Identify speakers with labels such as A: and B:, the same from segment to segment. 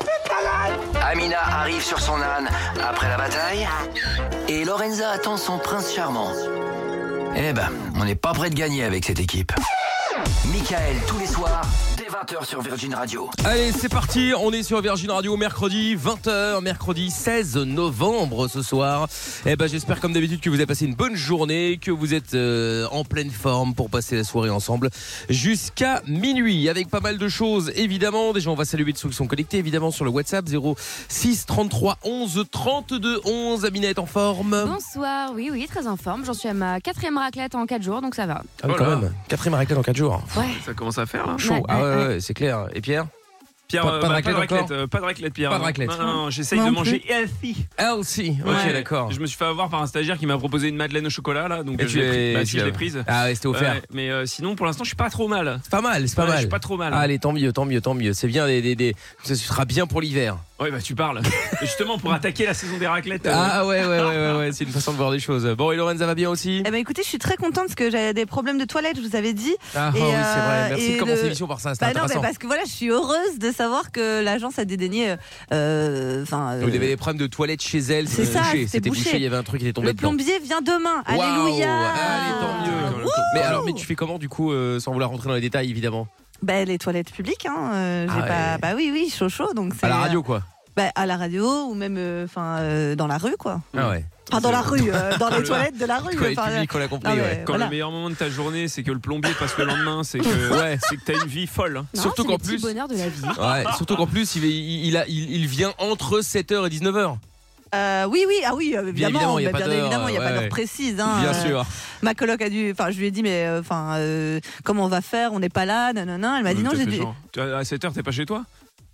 A: C'est malade.
B: Amina arrive sur son âne après la bataille. Et Lorenza attend son prince charmant. Eh ben, on n'est pas prêt de gagner avec cette équipe. Michael, tous les soirs, dès 20h sur Virgin Radio.
C: Allez, c'est parti. On est sur Virgin Radio mercredi 20h, mercredi 16 novembre ce soir. Eh ben, j'espère comme d'habitude que vous avez passé une bonne journée, que vous êtes euh, en pleine forme pour passer la soirée ensemble jusqu'à minuit avec pas mal de choses évidemment. Déjà, on va saluer de ceux qui sont connectés évidemment sur le WhatsApp 06 33 11 32 11. Amina est en forme.
D: Bonsoir, oui, oui, très en forme. J'en suis à ma quatrième raclette en 4 jours, donc ça va.
C: Ah oui,
E: Oh là.
C: quand même. Quatrième raclette en 4 jours.
D: Ouais.
E: Ça commence à faire là.
C: Chaud.
D: Ouais,
C: ah
D: ouais,
C: ouais, ouais, c'est clair. Et Pierre
E: Pierre,
C: Pas-
E: euh,
C: pas de
E: bah,
C: raclette encore
E: euh, pas de raclette, Pierre.
C: Pas de raclette.
E: Non, non, non, j'essaye
D: Moi
E: de
D: non plus.
E: manger healthy.
C: Healthy. Ok,
E: Ouais.
C: d'accord.
E: Je me suis fait avoir par un stagiaire qui m'a proposé une madeleine au chocolat là, donc
C: Et
E: euh,
C: tu
E: je l'ai pris-
C: es-
E: bah, si,
C: tu
E: je
C: as-
E: l'ai prise.
C: Ah ouais, c'était offert.
E: Ouais, mais euh, sinon, pour l'instant, je suis pas trop mal.
C: C'est pas mal, c'est pas
E: Ouais,
C: mal.
E: Je suis pas trop mal. hein.
C: Allez, tant mieux, tant mieux, tant mieux. C'est bien, des, des, des- ça sera bien pour l'hiver.
E: Ouais, bah tu parles. Mais Justement, pour attaquer la saison des raclettes. euh,
C: Ah ouais, ouais, ouais, ouais, ouais, c'est une façon de voir les choses. Bon, et Lorenza va bien aussi
F: Eh ben écoutez, je suis très contente parce que j'avais des problèmes de toilette, je vous avais dit.
C: Ah
F: et,
C: oui,
F: euh,
C: c'est vrai. Merci de
F: et
C: commencer
F: le-
C: l'émission par ça, c'était
F: Bah non, mais
C: intéressant.
F: parce que voilà, je suis heureuse de savoir que l'agence a dédaigné. euh, Enfin, euh,
C: Vous avez des problèmes de toilette chez elle,
F: C'est ça,
C: bouché.
F: c'était
C: C'était bouché,
F: bouché.
C: il y avait un truc qui était tombé
F: le
C: dedans.
F: plombier vient demain.
C: Waouh,
F: Alléluia.
C: Allez, tant mieux. Mais alors, mais tu fais comment du coup, euh, sans vouloir rentrer dans les détails évidemment
F: Bah, les toilettes publiques, hein. euh, j'ai
C: Ah ouais.
F: pas... Bah oui, oui, chaud chaud. Donc c'est,
C: À la radio quoi
F: Bah, à la radio ou même, euh, enfin, euh, dans la rue, quoi.
C: Ah ouais.
F: Enfin, dans la rue, euh, dans les
E: Voilà.
F: toilettes de la rue.
C: Toilette
F: enfin, euh,
C: publique, on l'a compris,
F: non, mais-
C: ouais.
E: Quand
F: voilà.
E: le meilleur moment de ta journée, c'est que le plombier passe le lendemain, c'est que
C: Ouais.
E: c'est que t'as une vie folle. Ah, hein.
D: Non,
C: Surtout
D: c'est
C: qu'en
D: le petit
C: plus-
D: bonheur de la vie.
C: Ouais, surtout qu'en plus, il, il, il a- il- il vient entre 7h et 19h.
F: Euh, oui, oui, ah oui, euh,
C: Bien évidemment,
F: évidemment,
C: y a
F: mais
C: pas
F: bien
C: d'heure,
F: évidemment, il n'y a
C: ouais,
F: pas d'heure
C: ouais.
F: précise. hein,
C: Bien
F: euh,
C: sûr.
F: Ma coloc a dû, enfin, je lui ai dit, mais euh, enfin, euh, comment on va faire On n'est pas là, nanana. Elle m'a dit non,
E: T'as
F: j'ai
E: fait
F: dû.
E: genre, tu- À 7h, t'es pas chez toi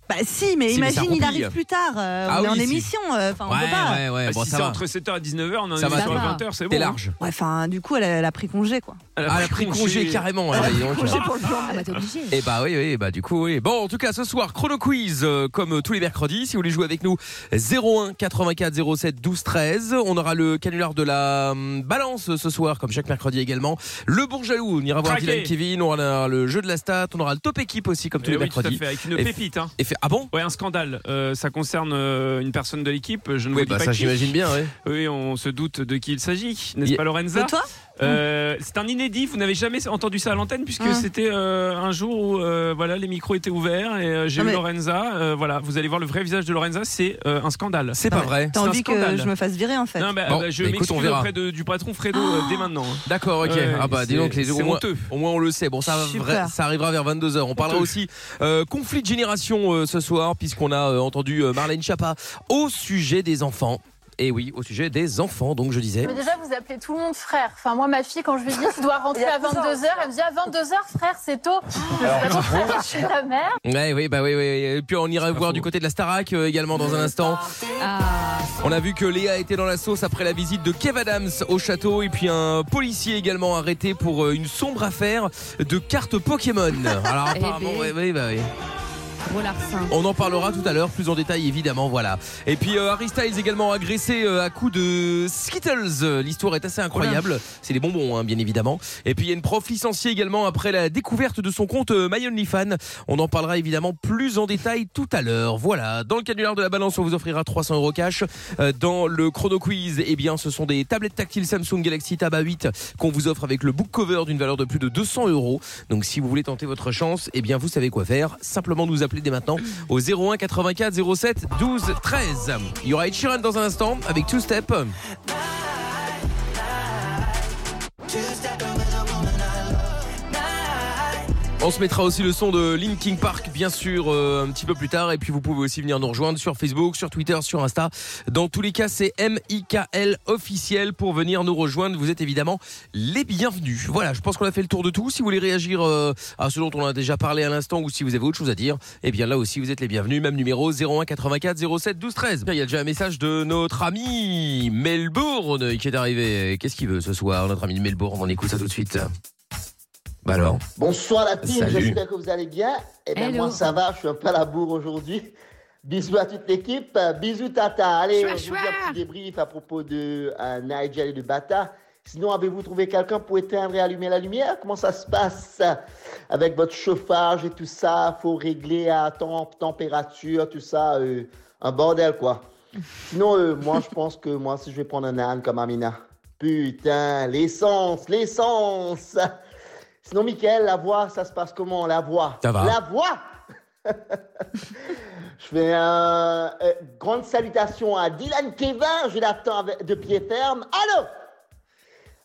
F: Bah si, mais
C: Si, mais ça
F: imagine, il
C: roupille.
F: arrive plus tard. euh,
C: Ah
F: on
C: oui,
F: est en
C: si.
F: émission, euh, enfin, on peut pas.
C: ouais, ouais,
E: Ah,
C: bon,
E: Si
C: ça
E: c'est
C: va.
E: entre 7h et 19h, on en
C: Ça
E: est
C: va,
E: sur
D: ça va.
E: 20h, c'est bon. hein.
C: T'es large.
F: Ouais, enfin, du coup, elle a, elle a pris congé, quoi.
E: Elle a
C: Ah, elle a pris congé carrément. là, dis donc.
F: pour le jour.
D: Ah bah t'es obligé.
C: Et bah oui, oui, bah du coup, oui. Bon, en tout cas, ce soir, chrono quiz, euh, comme euh, tous les mercredis. Si vous voulez jouer avec nous, 01 84 07 12 13. On aura le canular de la hum, balance euh, ce soir, comme chaque mercredi également. Le bon jaloux, on ira voir
E: Traqué.
C: Dylan Kevin. On aura le jeu de la stat. On aura le top équipe aussi, comme tous
E: Eh
C: les
E: oui, tout à
C: mercredis.
E: fait, avec une
C: Et-
E: pépite. hein.
C: Et fait, ah bon
E: Ouais, un scandale. Euh, ça concerne euh, une personne de l'équipe. Je ne vous
C: Oui,
E: dis
C: bah
E: pas
C: ça,
E: qui.
C: j'imagine bien, oui.
E: Oui, on se doute de qui il s'agit, n'est-ce
C: Il-
E: pas, Lorenza
F: De toi
E: Euh, C'est un inédit. Vous n'avez jamais entendu ça à l'antenne, puisque
F: Hum.
E: c'était euh, un jour où euh, voilà, les micros étaient ouverts et euh, j'ai eu
F: Non, mais-
E: Lorenza. Euh, voilà, vous allez voir le vrai visage de Lorenza. C'est euh, un scandale.
C: C'est pas vrai.
F: T'as
E: C'est un
F: envie que
E: scandale.
F: je me fasse virer, en fait.
E: Non, bah,
C: Bon,
E: bah, je
C: bah, écoute, on
E: m'excuse
C: verra.
E: auprès de- du patron Fredo euh,
F: Ah.
E: dès maintenant. hein.
C: D'accord, ok.
E: Ouais,
C: ah bah dis
E: c'est-
C: donc les
E: c'est
C: au moins,
E: honteux.
C: au moins on le sait. Bon ça, va
F: Super.
C: vrai- ça arrivera vers 22h. On parlera
E: Honteux.
C: aussi euh, conflit de génération euh, ce soir puisqu'on a euh, entendu euh, Marlène Chapa au sujet des enfants. Et oui, au sujet des enfants, donc je disais.
G: Mais déjà, vous appelez tout le monde frère. Enfin, moi, ma fille, quand je lui dis tu dois rentrer à 22h, elle me dit à 22h, frère, c'est
H: Ah.
G: tôt. Je suis pas ton frère, je suis ta mère.
C: Ouais, oui, bah oui, oui. Et puis on ira
E: pas
C: voir
E: faux.
C: du côté de la Starac euh, également dans un instant.
D: Ah,
C: On a vu que Léa était dans la sauce après la visite de Kev Adams au château et puis un policier également arrêté pour euh, une sombre affaire de cartes Pokémon. Alors
D: Eh
C: apparemment,
D: ben.
C: ouais, ouais, bah oui.
D: gros larcin.
C: On en parlera tout à l'heure, plus en détail évidemment, voilà. Et puis euh, Harry Styles également agressé euh, à coups de Skittles. Euh, L'histoire est assez incroyable. C'est des bonbons, hein, bien évidemment. Et puis il y a une prof licenciée également après la découverte de son compte euh, MyOnlyFan. On en parlera évidemment plus en détail tout à l'heure. Voilà. Dans le canular de la balance, on vous offrira 300 euros cash. Euh, dans le chrono quiz, eh bien, ce sont des tablettes tactiles Samsung Galaxy Tab A8 qu'on vous offre avec le book cover d'une valeur de plus de 200 euros. Donc si vous voulez tenter votre chance, eh bien, vous savez quoi faire. Simplement nous appeler dès maintenant au 01 84 07 12 13. Il y aura Ed Sheeran dans un instant avec Two Step. On se mettra aussi le son de Linkin Park, bien sûr, euh, un petit peu plus tard. Et puis, vous pouvez aussi venir nous rejoindre sur Facebook, sur Twitter, sur Insta. Dans tous les cas, c'est MIKL officiel pour venir nous rejoindre. Vous êtes évidemment les bienvenus. Voilà, je pense qu'on a fait le tour de tout. Si vous voulez réagir euh, à ce dont on a déjà parlé à l'instant ou si vous avez autre chose à dire, eh bien là aussi, vous êtes les bienvenus. Même numéro 01 84 07 12 13. Tiens, Il y a déjà un message de notre ami Melbourne euh, qui est arrivé. Qu'est-ce qu'il veut ce soir, notre ami de Melbourne On écoute ça tout de suite. Bah alors.
I: Bonsoir la team,
C: Salut.
I: j'espère que vous allez bien. Eh bien,
D: Hello.
I: moi ça va, je suis un peu à la bourre aujourd'hui. Bisous à toute l'équipe, euh, bisous Tata. Allez,
D: Chouin,
I: je vous dis
D: chouin.
I: un petit débrief à propos de euh, Nigel et de Bata. Sinon, avez-vous trouvé quelqu'un pour éteindre et allumer la lumière Comment ça se passe euh, avec votre chauffage et tout ça Faut régler à temps, température, tout ça, euh, un bordel quoi. Sinon, euh, moi je pense que moi si je vais prendre un âne comme Amina. Putain, l'essence, l'essence Sinon, Mickaël, la voix, ça se passe comment La voix
C: Ça va.
I: La voix Je fais euh, euh, grande salutation à Dylan Kevin, je l'attends avec- de pied ferme. Allô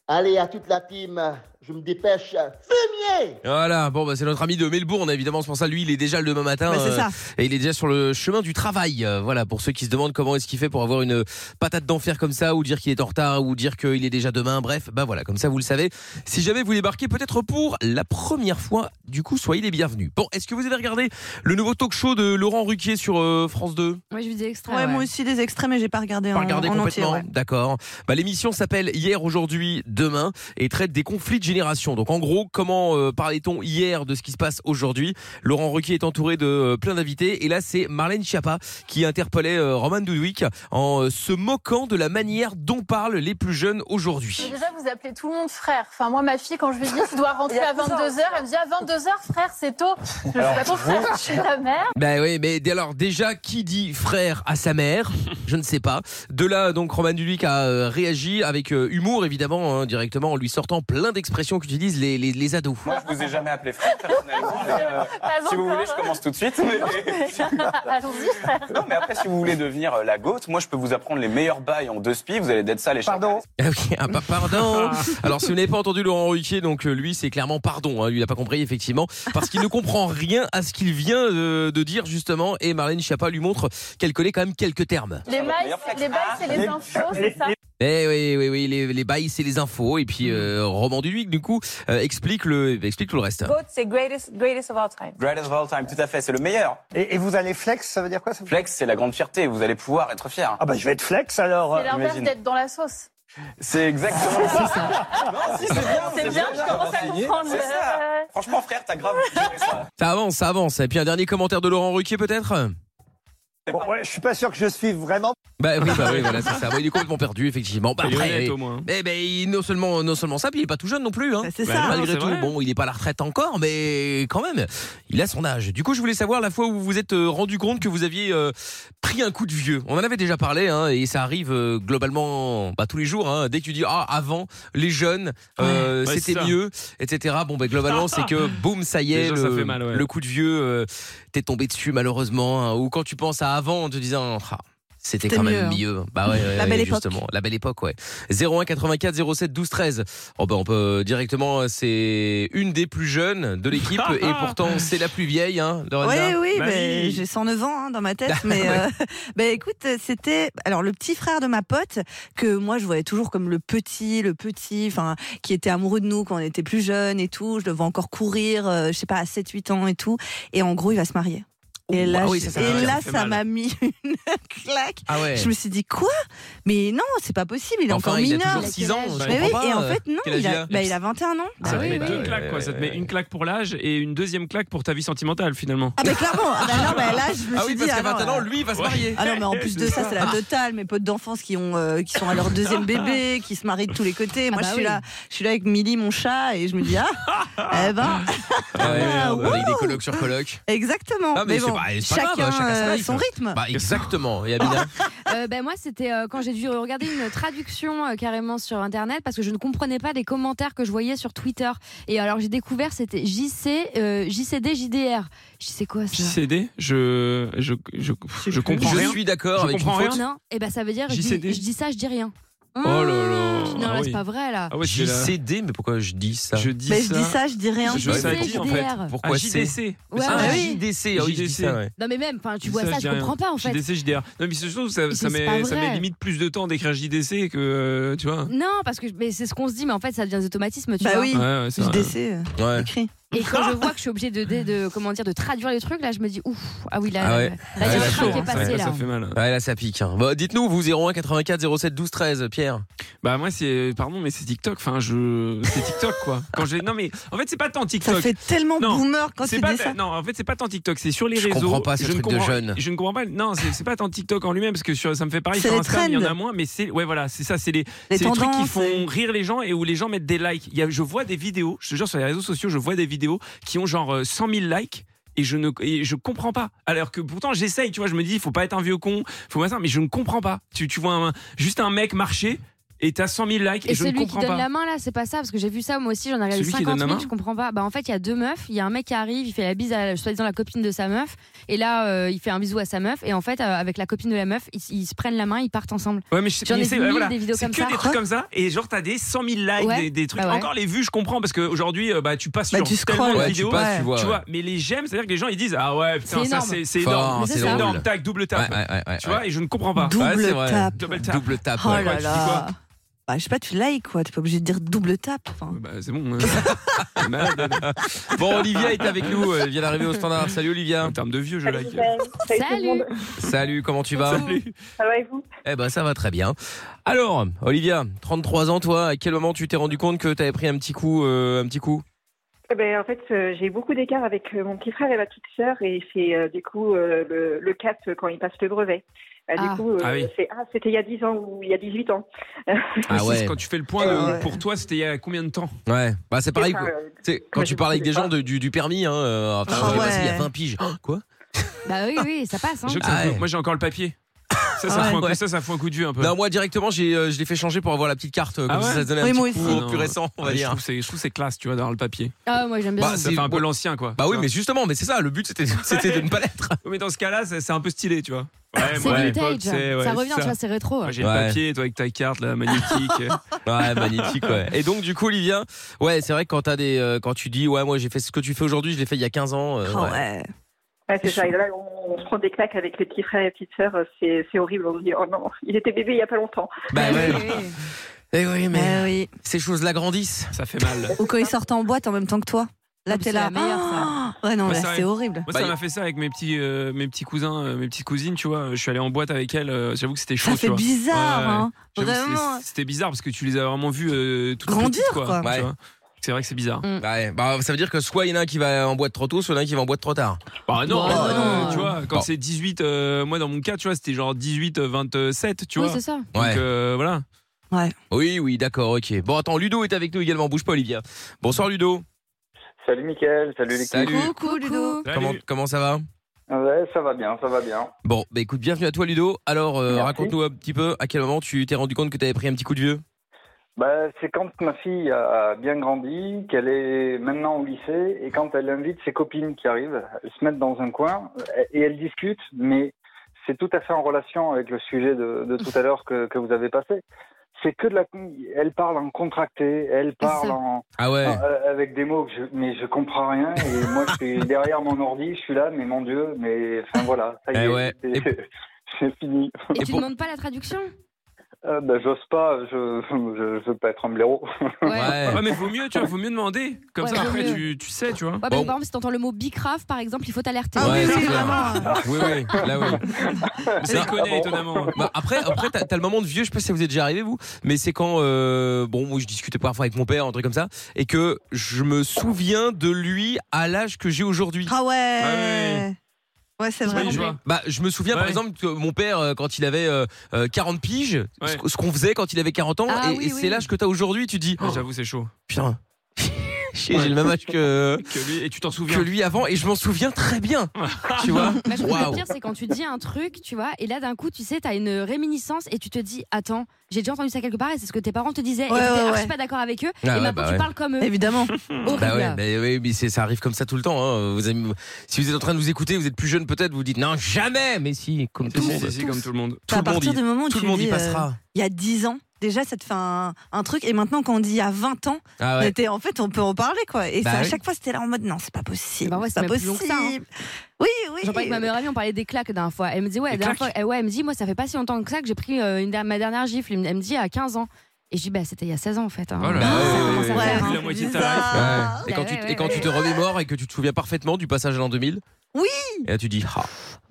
I: Allez, à toute la team, je me dépêche. Fumier
C: Voilà, bon, bah, c'est notre ami de Melbourne, évidemment, c'est pour ça, lui, il est déjà le demain matin. euh,
F: Bah, c'est ça.
C: Et il est déjà sur le chemin du travail. euh, voilà, pour ceux qui se demandent comment est-ce qu'il fait pour avoir une patate d'enfer comme ça, ou dire qu'il est en retard, ou dire qu'il est déjà demain, bref, bah voilà, comme ça, vous le savez. Si jamais vous débarquez, peut-être pour la première fois, du coup, soyez les bienvenus. Bon, est-ce que vous avez regardé le nouveau talk show de Laurent Ruquier sur euh, France 2
D: Moi, je vous dis extra.
F: Ouais, moi aussi des extraits, mais j'ai pas regardé
C: pas
F: en,
C: regardé
F: en entier.
C: complètement.
F: ouais.
C: D'accord. Bah, l'émission s'appelle Hier, aujourd'hui, demain et traite des conflits de génération. Donc en gros, comment euh, parlait-on hier de ce qui se passe aujourd'hui Laurent Ruquier est entouré de euh, plein d'invités et là c'est Marlène Schiappa qui interpellait euh, Roman Dudwick en euh, se moquant de la manière dont parlent les plus jeunes
G: Mais
C: aujourd'hui.
G: Déjà, vous appelez tout le monde frère. Enfin, moi, ma fille, quand je lui dis je dois rentrer à 22h, elle me dit à 22h, frère, c'est tôt. Je suis pas ton frère, je suis ta mère.
C: Ben oui, mais dès alors déjà qui dit frère à sa mère, je ne sais pas. De là donc Roman Dudwick a euh, réagi avec euh, humour évidemment hein, directement en lui sortant plein d'expressions qu'utilisent les, les, les ados.
H: Moi, je vous ai jamais appelé frère, personnellement. mais, euh,
G: Pas
H: si vous
G: encore,
H: voulez, je
G: hein.
H: commence tout de suite. mais-
G: Allons-y, frère.
H: non, mais après, si vous voulez devenir euh, la gote, moi, je peux vous apprendre les meilleurs bails en deux spi. Vous allez d'être ça, les Pardon
C: Ah oui, ah bah pardon. Alors si vous n'avez pas entendu Laurent Ruquier, donc euh, lui c'est clairement pardon. hein, lui il n'a pas compris effectivement parce qu'il ne comprend rien à ce qu'il vient euh, de dire justement. Et Marlène Schiappa lui montre qu'elle connaît quand même quelques termes.
G: Les mailles, c'est- les bails, c'est les infos, c'est ça.
C: Eh oui, oui, oui, les, les bails c'est les infos. Et puis euh, Roman Duduc du coup euh, explique le explique tout le reste.
J: c'est greatest, greatest of all time.
H: Greatest of all time, tout à fait, c'est le meilleur.
A: Et, et vous allez flex, ça veut dire quoi ça
H: Flex, c'est la grande fierté. Vous allez pouvoir être fier.
A: Ah bah je vais être flex alors.
G: C'est l'inverse
H: imagine.
G: d'être dans la sauce.
H: C'est exactement ça. Non, si, c'est bien.
G: C'est
H: c'est
G: bien, je commence à comprendre.
H: C'est ça. Franchement, frère, t'as grave géré ça.
C: Ça avance, ça avance. Et puis un dernier commentaire de Laurent Ruquier peut-être.
A: Bon, ouais, je suis pas sûr que je suive vraiment.
C: Bah oui, bah oui, voilà, c'est ça. Oui, il est complètement perdu effectivement. Bah,
E: Il est
C: après,
E: honnête,
C: eh,
E: au moins.
C: eh ben, il- non seulement non seulement ça, puis il est pas tout jeune non plus. Hein.
F: Bah, C'est
E: Bah,
F: ça.
E: non,
C: Malgré
E: c'est
C: tout,
E: vrai.
C: bon, il n'est pas à la retraite encore, mais quand même, il a son âge. Du coup, je voulais savoir la fois où vous vous êtes euh, rendu compte que vous aviez euh, pris un coup de vieux. On en avait déjà parlé, hein, et ça arrive euh, globalement bah, tous les jours. hein. dès que tu dis ah avant les jeunes, euh,
E: Ouais, c'est
C: c'était
E: ça.
C: mieux, etc. Bon, ben globalement, c'est que boum, ça y est,
E: Déjà, ça
C: le,
E: fait mal, ouais.
C: le coup de vieux, euh, t'es tombé dessus malheureusement. hein. ou quand tu penses à avant, en te disant Ah, c'était
F: C'était
C: quand
F: mieux,
C: même
F: hein.
C: mieux. Bah ouais, ouais,
F: La
C: ouais,
F: belle époque.
C: justement, la belle époque, ouais. 01 84 07 12 13. Oh ben on peut directement, euh, c'est une des plus jeunes de l'équipe et pourtant c'est la plus vieille, hein, Lorenza.
F: Oui, oui,
E: Bah
F: mais
E: oui.
F: j'ai 109 ans hein, dans ma tête. mais
C: Ah ouais.
F: euh, bah, écoute, c'était alors le petit frère de ma pote que moi je voyais toujours comme le petit, le petit, enfin qui était amoureux de nous quand on était plus jeunes et tout. Je le vois encore courir, euh, je sais pas, à 7-8 ans et tout. Et en gros, il va se marier. Et
C: Ouh,
F: là,
C: ah oui,
F: je-
C: ça, ça
F: et
C: fait
F: là,
E: fait
F: ça
E: mal.
F: m'a mis une claque.
C: Ah ouais. Bah,
F: Je me suis dit quoi Mais non, c'est pas possible. Il est
C: Enfin,
F: encore
C: il a
F: mineur.
C: toujours 6 ans. je
F: Mais oui,
C: comprends pas,
F: et en
C: euh,
F: fait non,
C: quel âge
F: il a, bah, il a 21 ans.
C: Ah
E: Ça te
C: oui,
E: met
C: oui.
E: deux claques, quoi. Ça te met une claque pour l'âge et une deuxième claque pour ta vie sentimentale, finalement.
F: Ah mais clairement. Ah, bah, non, bah, là, je me
C: Ah
F: suis
C: oui,
F: dit
C: parce qu'à
F: ah non,
C: 21 ans, lui, il va se
E: Ouais.
C: marier.
F: Ah non, mais en plus de ça, c'est la totale. Mes potes d'enfance qui ont, euh, qui sont à leur deuxième bébé, qui se marient de tous les côtés. Moi,
D: Ah bah
F: je suis
D: oui.
F: là, je suis là avec Milly, mon chat, et je me dis ah, eh ben,
C: Ah ouais,
F: Ah,
C: merde, Avec des colocs sur colocs.
F: exactement.
C: Ah, mais c'est
F: bon,
C: pas- c'est pas
F: chacun,
C: grave, chacun sa
F: euh,
C: life.
F: son rythme.
C: Bah exactement. Et Amina
D: Euh, ben moi, c'était euh, quand j'ai dû regarder une traduction euh, carrément sur Internet parce que je ne comprenais pas les commentaires que je voyais sur Twitter. Et alors, j'ai découvert, c'était JC, euh, JCD, JDR. Je sais quoi ça
E: JCD, je, je, je, je comprends
C: je
E: rien.
C: suis d'accord
E: Je
C: avec une
E: comprends
C: faute.
E: rien.
D: Non, et ben Eh ça veut dire, je dis,
E: JCD.
D: je dis ça, je dis rien. Mmh.
C: Oh là là.
D: Non,
C: Ah
D: là,
C: oui.
D: c'est pas vrai, là.
E: Ah ouais, tu es là.
C: JCD, mais pourquoi je dis ça
E: Je dis
F: Mais je
E: ça.
F: dis ça, je dis rien.
E: Je dis ça à qui en fait
D: JDR.
C: Pourquoi
E: Ah,
C: c'est
E: JDC.
D: Ouais,
E: Ah,
D: bah oui.
C: JDC, ah oui, je dis
E: JDC.
C: ça, ouais.
D: Non, mais même, enfin, tu
E: Je
D: vois
E: dis
D: ça, je
E: dis rien.
D: comprends pas, en fait.
E: JDC, JDR. Non, mais je trouve que
D: Mais
E: ça, ça,
D: c'est pas
E: met, ça
D: vrai. Bah
E: met limite plus de temps d'écrire JDC que. euh, tu vois
D: Non, parce que je- mais c'est ce qu'on se dit, mais en fait, ça devient des automatismes, tu
F: Bah
D: vois.
F: oui,
E: Ouais, ouais, c'est
F: je
E: vrai.
F: décès, euh,
C: Ouais.
F: écrit.
D: Et quand je vois que je suis obligée de, de, de- comment dire, de traduire les trucs, là, je me dis, ouf, ah oui, là,
C: Ah
D: là,
C: ouais.
D: là,
C: Ah,
D: il y a
C: là,
D: un
C: chaud,
D: train qui
C: hein,
D: est
E: ça,
D: passé,
E: fait-
D: là.
E: ça fait mal.
C: Ouais, là, ça pique. hein. Bah, Dites-nous, vous, 01 84 07 12 13, Pierre.
E: Bah moi c'est pardon mais c'est TikTok enfin je c'est TikTok quoi. Quand je non mais en fait c'est pas tant
F: Ça
E: TikTok.
F: fait tellement
E: Non,
F: boomer quand tu
E: C'est pas
F: dis ça.
E: non en fait c'est pas tant TikTok, c'est sur les
C: Je
E: réseaux.
C: comprends pas ce
E: ne
C: truc de
E: comprends-
C: jeune.
E: Je ne comprends pas. Non, c'est c'est pas tant TikTok en lui-même parce que sur- ça me fait pareil
F: C'est
E: sur
F: les
E: Instagram, il y en
F: trends.
E: a moins mais c'est ouais voilà, c'est ça, c'est les
F: Les
E: c'est les trucs qui
F: tendances,
E: font rire les gens et où les gens mettent des likes. Il y a, je vois des vidéos, je te jure sur les réseaux sociaux, je vois des vidéos qui ont genre euh, 100 000 likes. Et je ne et je comprends pas. Alors que pourtant j'essaye, tu vois, je me dis, il faut pas être un vieux con, faut pas ça, mais je ne comprends pas. Tu, tu vois un- juste un mec marcher et t'as 100 000 likes et,
D: Et
E: je ne
D: celui qui
E: comprends
D: donne
E: pas.
D: la main là, c'est pas ça parce que j'ai vu ça moi aussi, j'en ai regardé
E: Celui qui
D: 50
E: donne la
D: 000,
E: main
D: je comprends pas. Bah en fait, il y a deux meufs, il y a un mec qui arrive, il fait la bise à soi-disant la copine de sa meuf et là euh, il fait un bisou à sa meuf et en fait euh, avec la copine de la meuf, ils, ils se prennent la main, ils partent ensemble.
E: Ouais, mais je
D: J'en ai
E: mais
D: vu
E: c'est-
D: mille
E: voilà,
D: des vidéos
E: c'est
D: comme
E: que
D: ça.
E: des trucs comme ça, et genre t'as des 100 000 likes,
D: Ouais.
E: des, des trucs.
D: Bah ouais.
E: Encore les vues, je comprends, parce qu'aujourd'hui, euh, bah, tu passes
F: Bah,
E: sur
F: tu
E: tellement
F: scrolles.
E: de
F: Ouais, tu
E: vidéos,
F: passes,
E: tu,
F: tu
C: vois,
E: vois. Mais les j'aime, c'est-à-dire que les gens ils disent Ah ouais, putain,
D: C'est
E: ça
D: énorme.
E: c'est c'est
C: Fort,
E: énorme,
D: c'est
E: c'est
D: drôle.
E: énorme, tac, double
C: Ouais,
E: tape.
C: ouais, ouais, ouais,
E: Tu vois,
C: ouais.
E: et je ne comprends pas.
C: Ouais, c'est
F: Double
C: vrai.
F: tape.
E: Double tap.
C: Double tape.
F: Oh
C: ouais.
E: quoi, tu
F: là
E: dis quoi
F: là. Bah, je sais pas, tu likes quoi, t'es pas obligé de dire double tape. enfin.
E: Bah, c'est bon. hein. C'est malade, hein.
C: Bon, Olivia est avec nous.
D: euh,
C: Elle vient d'arriver au standard. Salut, Olivia.
E: en termes de vieux, je like.
J: Ben,
D: Salut.
C: Salut, comment tu vas
J: Ça va et vous
C: Eh ben, ça va très bien. Alors, Olivia, 33 ans, toi, à quel moment tu t'es rendu compte que t'avais pris un petit coup, euh, un petit coup
J: eh ben, En fait, euh, j'ai eu beaucoup d'écart avec euh, mon petit frère et ma petite sœur, et c'est euh, du coup euh, le, le cap euh, quand ils passent le brevet. Euh,
D: Ah.
J: Du coup, euh,
E: Ah oui.
J: c'est- ah, c'était il y a 10 ans ou il y a 18 ans.
C: Ah
E: C'est
C: ouais.
E: Quand tu fais le point,
J: Ouais,
D: Ah
E: euh,
J: ouais.
E: pour toi, c'était il y a combien de temps
C: Ouais. Bah, c'est pareil.
J: Enfin,
C: quoi.
J: euh,
C: Tu sais, quand tu parles avec des gens de- du, du permis, hein, euh, enfin,
F: Ah
C: je sais pas s'il y a
F: ouais.
C: 20 piges. Oh, Quoi
D: Bah oui oui, ça passe hein.
E: Je sais que ça me
C: Ah
E: fout-
C: ouais.
E: Moi j'ai encore le papier. Ça, ça,
F: Ah
E: fout un
F: ouais.
E: coup, ça, ça fout un coup de vieux un peu.
C: Non, moi directement, j'ai, euh, je l'ai fait changer pour avoir la petite carte, euh, comme
E: Ah
C: ça,
E: ouais
C: ça se donnait un
F: Oui,
C: petit
F: moi
C: coup
E: aussi.
C: plus récent, on va
E: Ouais, je
C: dire.
E: trouve c'est- je trouve c'est classe, tu vois, d'avoir le papier.
D: Ah moi j'aime bien.
C: Bah,
E: Ça
C: C'est-
E: fait un peu l'ancien, quoi.
C: Bah oui,
E: Tu
C: mais justement, mais c'est ça, le but c'était, c'était de ne pas l'être.
E: Oui, mais dans ce cas-là, c'est c'est un peu stylé, tu vois.
D: c'est
E: Ouais, moi, à l'époque,
D: vintage.
E: c'est- ouais,
D: ça
E: c'est
D: revient, tu vois, c'est rétro.
E: Moi, j'ai
C: Ouais.
E: le papier, toi, avec ta carte, là, magnétique.
C: Ouais, magnéfique, ouais. Et donc, du coup, Olivia, ouais, c'est vrai que quand t'as des, euh, quand tu dis, ouais, moi, j'ai fait ce que tu fais aujourd'hui, je l'ai fait il y a 15 ans, euh,
F: Oh,
C: ouais.
F: ouais.
J: Ouais, c'est ça. Et là, on, on se prend des claques avec les petits frères et les petites sœurs. euh, C'est c'est horrible. On se dit, oh non, il était bébé il n'y a pas longtemps.
C: Bah ouais. Eh oui, mais
F: Bah oui.
C: ces choses-là grandissent.
E: ça fait mal.
F: Ou quand ils sortent en boîte en même temps que toi.
D: Ah,
F: Là,
D: mais
F: t'es
D: c'est
F: là.
D: la meilleure, ça.
F: Ah, ouais, non,
E: Bah,
F: là,
E: c'est vrai.
F: c'est horrible.
E: Moi,
C: Bah,
E: ça
C: y-
E: m'a fait ça avec mes petits, euh, mes petits cousins, euh, mes petites cousines, tu vois. Je suis allé en boîte avec elles. euh, J'avoue que c'était chaud,
F: Ça
E: tu
F: fait
E: vois.
F: bizarre,
E: Ouais, ouais.
F: hein.
E: J'avoue que
F: Vraiment.
E: c'est- C'était bizarre parce que tu les as vraiment vus euh, toutes
F: Grandir,
E: petites, quoi.
F: quoi.
E: tu
C: Ouais.
E: vois. C'est vrai que c'est bizarre.
C: Ouais, bah, ça veut dire que soit il y en a un qui va en boîte trop tôt, soit il y en a un qui va en boîte trop tard.
E: Bah non,
D: Bah,
E: euh,
D: non.
E: tu vois, quand
C: Bon.
E: c'est 18, euh, moi dans mon cas, tu vois, c'était genre 18, euh, 27, tu
D: oui,
E: vois.
D: c'est ça.
E: Donc
C: Ouais.
E: euh, voilà.
C: Oui, oui, d'accord, ok. Bon, attends, Ludo est avec nous également, bouge pas, Olivia. Bonsoir, Ludo.
K: Salut Mickaël, salut l'équipe.
C: Salut.
D: Coucou Ludo.
E: Salut.
C: Comment, comment ça va
K: Ouais, ça va bien, ça va bien.
C: Bon, bah écoute, bienvenue à toi, Ludo. Alors, euh,
K: Merci.
C: raconte-nous un petit peu à quel moment tu t'es rendu compte que t'avais pris un petit coup de vieux.
K: Bah, c'est quand ma fille a bien grandi, qu'elle est maintenant au lycée, et quand elle invite ses copines qui arrivent, elles se mettent dans un coin euh, et elles discutent, mais c'est tout à fait en relation avec le sujet de, de tout à l'heure que, que vous avez passé. C'est que de la. Elle parle en contracté, elle parle
D: ça.
K: en,
C: Ah ouais.
K: en- euh, avec des mots que je. Mais je comprends rien, et moi je suis derrière mon ordi, je suis là, mais mon Dieu, mais. Enfin voilà, ça
C: Eh
K: y est.
C: ouais.
K: c'est-
C: Et-
K: c'est- C'est fini.
D: Et,
C: Et
D: tu
C: pour-
D: demandes pas la traduction
K: Euh, ben, j'ose pas, je, je, je veux pas être un blaireau.
C: Ouais.
E: Ouais, mais vaut mieux, tu vois, vaut mieux demander. Comme
D: Ouais,
E: ça,
D: vaut
E: après,
D: mieux.
E: tu, tu sais, tu vois.
D: Ouais,
C: Hein Bon.
D: mais bah, par exemple, si t'entends le mot bicraft, par exemple, il faut t'alerter.
F: Ah
C: Ouais,
F: oui,
C: c'est
F: oui,
C: clair.
F: vraiment.
C: Oui, oui, là oui.
E: On s'y connaît, étonnamment.
C: Bah, après, après t'as t'as le moment de vieux, je sais pas si ça vous est déjà arrivé vous, mais c'est quand, euh, bon, moi je discutais parfois avec mon père, un truc comme ça, et que je me souviens de lui à l'âge que j'ai aujourd'hui.
F: Ah
E: Ouais,
F: ouais. Ouais, c'est vrai.
E: Oui, je vois.
C: Bah, je me souviens par
E: Ouais.
C: exemple que mon père, euh, quand il avait euh, euh, 40 piges, ce-
E: Ouais.
C: ce, qu'on faisait quand il avait 40 ans, et,
D: Ah oui,
C: et
D: oui.
C: c'est l'âge que t'as aujourd'hui, tu dis,
E: Ah,
C: oh,
E: J'avoue, c'est chaud.
C: putain, j'ai j'ai le même âge que,
E: Que lui, et tu t'en
C: que
E: souviens.
C: lui avant, et je m'en souviens très bien, tu vois.
D: Bah, je trouve que
C: Waouh.
D: le pire, c'est quand tu dis un truc, tu vois, et là d'un coup, tu sais, t'as une réminiscence et tu te dis, attends, j'ai déjà entendu ça quelque part et c'est ce que tes parents te disaient.
F: Ouais,
D: et t'étais
F: ouais,
D: archi
F: ouais.
D: pas d'accord avec eux.
C: Ah ouais,
D: et maintenant,
C: bah
D: tu
C: ouais.
D: parles comme eux.
F: Évidemment.
D: Horrible.
C: Bah ouais, mais, oui, mais c'est- ça arrive comme ça tout le temps. hein. Vous aimez- si vous êtes en train de nous écouter, vous êtes plus jeune peut-être, vous dites non jamais, mais si, comme tout
E: Si,
C: le
E: si,
C: monde,
D: Bah,
E: si, si, comme tout le monde.
C: tout
F: Bah, à
C: le monde,
F: partir
C: y-
F: du moment où
C: tout
F: tu
C: le monde y
F: dis, euh,
C: passera.
F: il y a 10 ans, déjà ça te fait un, un truc. Et maintenant, quand on dit à 20 ans,
C: Ah ouais.
F: on était- en fait, on peut en parler, quoi. Et
C: Bah
F: c'est à
C: oui.
F: chaque fois, c'était là en mode non, c'est pas possible.
D: Bah ouais,
F: c'est pas
D: c'est même plus long
F: possible.
D: que ça, hein.
F: Oui, oui.
D: J'en parlais avec ma meilleure amie, on parlait des claques d'un fois. Elle me dit ouais, la
F: Des
D: dernière fois,
F: claques
D: eh ouais, elle me dit moi ça fait pas si longtemps que ça que j'ai pris euh, une der- ma dernière gifle. Elle me- Elle me dit à 15 ans. Et je dis bah c'était il y a 16 ans en fait. hein.
C: Oh là
D: Ça
C: là.
D: commence à
C: Ouais,
D: faire,
C: ouais,
D: hein.
C: la moitié de ta life. Ouais. Et quand,
D: Bah
C: tu,
D: ouais,
C: et quand
D: ouais,
C: tu te remémores et que tu te souviens parfaitement du passage à l'an 2000,
D: Oui.
C: et là tu dis, ah,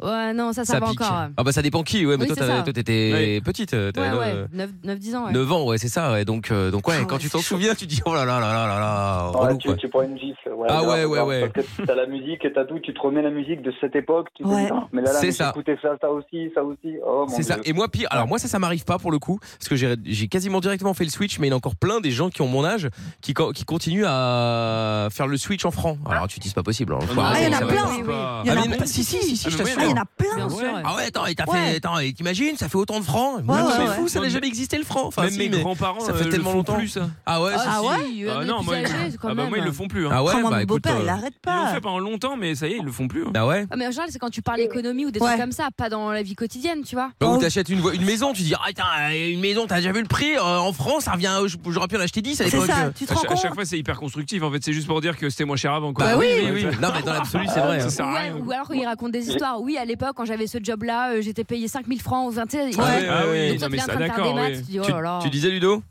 D: Ouais non ça ça, va
C: pique.
D: encore.
C: Ah bah ça dépend qui, ouais, mais
D: Oui,
C: toi,
D: c'est
C: t'avais-
D: ça.
C: toi t'étais petite, euh,
D: Ouais
C: t'avais
D: ouais 9 10 ans. ouais. Ah,
C: 9 ans, ouais, c'est ça, ouais. Donc, euh, donc ouais, quand tu t'en souviens, tu dis, oh là là là là là là,
K: Ah,
C: relou,
K: tu,
C: quoi.
K: tu prends une gifle. Ouais,
C: Ah
K: grave,
C: ouais, ouais,
K: grave,
C: ouais.
K: Parce que t'as la musique et t'as tout, tu te remets la musique de cette époque. Tu te dis, Ah, mais là, là,
C: C'est
K: mais
C: ça.
K: j'écoutais ça, ça aussi, ça aussi. Oh, mon
C: C'est ça.
K: Dieu.
C: Et moi, pire, alors moi, ça, ça m'arrive pas pour le coup, parce que j'ai j'ai quasiment directement fait le switch, mais il y a encore plein des gens qui ont mon âge qui, co- qui continuent à faire le switch en franc. Alors tu dis, c'est pas possible. en franc.
F: Ah, il y en a
C: Ça
F: plein.
C: marche pas.
F: Il y en a
C: Ah, mais-
F: plein.
C: Si, si, si, si, je
F: Ah, mais
C: t'assure.
F: il y en a plein. Bien sûr, ouais.
C: Ah ouais, attends, et t'as
F: Ouais.
C: fait, attends, et t'imagines, ça fait autant de francs.
F: Ouais,
C: Non,
F: ouais,
C: mais
F: ouais.
C: fou, ça n'a jamais existé le franc. Enfin,
E: Même
C: si,
E: mes
C: mais
E: grands-parents,
C: ça
E: euh,
C: fait
E: le
C: tellement
E: font
C: longtemps.
E: plus, ça.
C: Ah ouais,
E: Ah,
C: si,
E: ah
C: si.
E: ouais Ah,
C: Ah
E: non, moi, ils- ah, bah, moi, ils le font plus, hein.
C: Ah ouais,
E: Comment
C: bah,
E: mon
C: écoute,
E: beau-père,
C: euh,
E: il arrête Ils l'ont fait pendant longtemps, mais ça y est, ils le font plus. hein.
C: Bah ouais.
D: Ah, mais en général c'est quand tu parles économie ou des trucs comme ça, pas dans la vie quotidienne tu vois.
F: Oh.
C: Bah, Ou t'achètes une, vo- une maison, tu dis, ah, putain, une maison, t'as déjà vu le prix euh, En France, ça revient, euh, j'aurais pu en acheter 10 à l'époque.
E: à, cha- à chaque fois, c'est hyper constructif. En fait, c'est juste pour dire que c'était moins cher avant. Quoi.
C: Bah oui, oui, oui. Non, mais dans l'absolu, c'est vrai.
E: Ça
C: hein.
E: sert à
D: Ouais,
E: rien.
D: ou alors il raconte des histoires. Oui, à l'époque, quand j'avais ce job-là, euh, j'étais payé 5000 francs. Ou 20, tu sais, il-
K: Ah oui,
C: euh,
K: ah oui,
D: Donc, toi,
K: non, mais
D: t'es en
K: ça,
D: train de faire
K: d'accord,
D: des maths,
K: oui.
D: tu dis, oh
K: Tu-
D: là là.
K: tu
C: disais, Ludo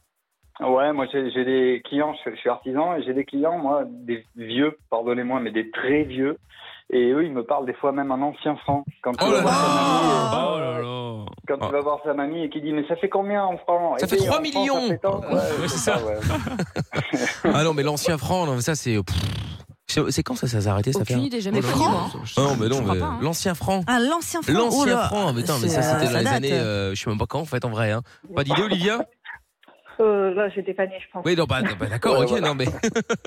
K: Ouais, moi j'ai j'ai des clients, je, je suis artisan et j'ai des clients, moi, des vieux, pardonnez-moi, mais des très vieux. Et eux, ils me parlent des fois même un ancien franc. Quand
C: Oh
K: tu vas voir sa mamie, euh, Quand tu vas voir sa mamie et qui dit mais ça fait combien en francs
C: Ah. Ça
K: Et
C: fait
K: puis,
C: 3
K: en francs,
C: millions.
K: ça fait tant. Ouais,
C: Ouais, c'est ça. Ah non, mais l'ancien franc, non, mais ça, c'est. pff. C'est c'est quand ça, ça s'est arrêté, ça
D: Aucune
C: fait
D: idée, jamais
C: Oh là
D: pris,
C: là.
D: moi.
F: hein.
C: Ah Non, mais non, mais l'ancien franc.
F: Ah, l'ancien franc. oh
C: L'ancien
F: là.
C: franc, mais, putain, mais ça,
F: C'est,
C: c'était
F: euh,
C: dans les
F: date.
C: années. euh, je sais même pas quand, en fait, en vrai. hein. Pas d'idée, Olivia
J: Euh, là, j'étais pas née, je pense.
C: Oui, non, bah, bah, d'accord, ok, non, mais.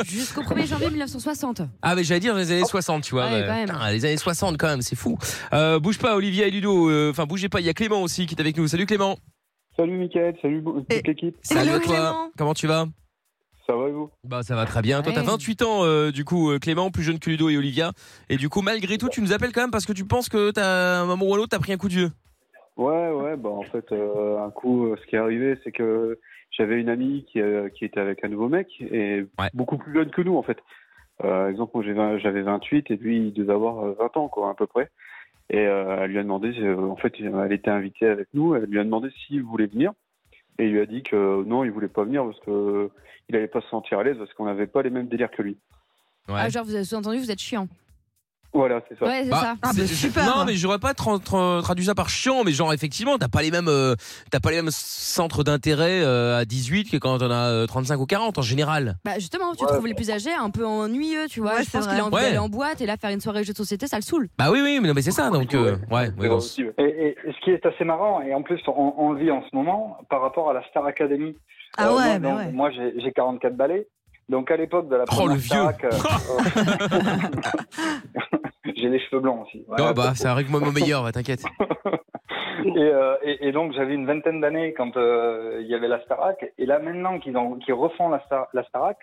D: Jusqu'au 1er janvier 1960.
C: Ah, mais j'allais dire dans les années 60, tu vois.
D: Ouais,
C: mais-
D: quand même.
C: putain, les années 60, quand même, c'est fou. Euh, bouge pas, Olivia et Ludo. euh, Enfin, bougez pas, il y a Clément aussi qui est avec nous. Salut Clément.
K: Salut Mickaël, salut bou-
D: Eh,
K: toute l'équipe.
C: Salut à toi. Comment tu vas
K: Ça va et vous
C: Bah, ça va très bien. Toi, t'as
K: Ouais.
C: 28 ans, euh, du coup, euh, Clément, plus jeune que Ludo et Olivia. Et du coup, malgré tout, tu nous appelles quand même parce que tu penses que t'as, un moment ou un autre, t'as pris un coup de vieux.
K: Ouais, ouais, bah en fait, euh, un coup, euh, ce qui est arrivé, c'est que j'avais une amie qui, euh, qui était avec un nouveau mec et beaucoup plus jeune que nous, en fait. Euh, Par exemple, moi j'ai 20 j'avais 28 et lui il devait avoir euh, 20 ans, quoi, à peu près. Et euh, elle lui a demandé, euh, en fait, elle était invitée avec nous, elle lui a demandé s'il voulait venir. Et il lui a dit que euh, non, il voulait pas venir parce que euh, il allait pas se sentir à l'aise parce qu'on n'avait pas les mêmes délires que lui.
D: Ah, genre, vous avez sous-entendu, vous êtes chiant.
K: Voilà, c'est ça.
D: Ouais, c'est Bah, ça. Ah,
C: C'est-
D: bah,
C: je-
D: super.
C: Non, mais j'aurais pas tra- tra- traduit ça par chiant, mais genre effectivement, t'as pas les mêmes, euh, t'as pas les mêmes centres d'intérêt euh, à 18 que quand on a euh, 35 ou 40 en général.
D: Bah justement, tu trouves les plus âgés un peu ennuyeux, tu vois. je pense
F: c'est
D: qu'il a
F: vrai.
D: envie
C: Ouais.
D: d'aller en boîte et là faire une soirée jeu de société, ça le saoule.
C: Bah oui, oui, mais non, mais c'est ça. Donc euh, ouais, ouais, non, c'est-
K: Et, et- et ce qui est assez marrant, et en plus on, on le vit en ce moment, par rapport à la Star Academy. Euh,
F: Ah ouais,
K: moi,
F: bah
K: donc,
F: ouais.
K: moi, j'ai j'ai 44 balais. Donc à l'époque de la première
C: Oh, le
K: Star Ac, euh, euh, j'ai les cheveux blancs aussi. Voilà.
C: Non, bah ça arrive moi mon meilleur, va t'inquiète.
K: Et, euh, et- et donc j'avais une vingtaine d'années quand euh, il y avait la Starac. Et là maintenant qu'ils en- qu'ils refont la, Star, la Starac,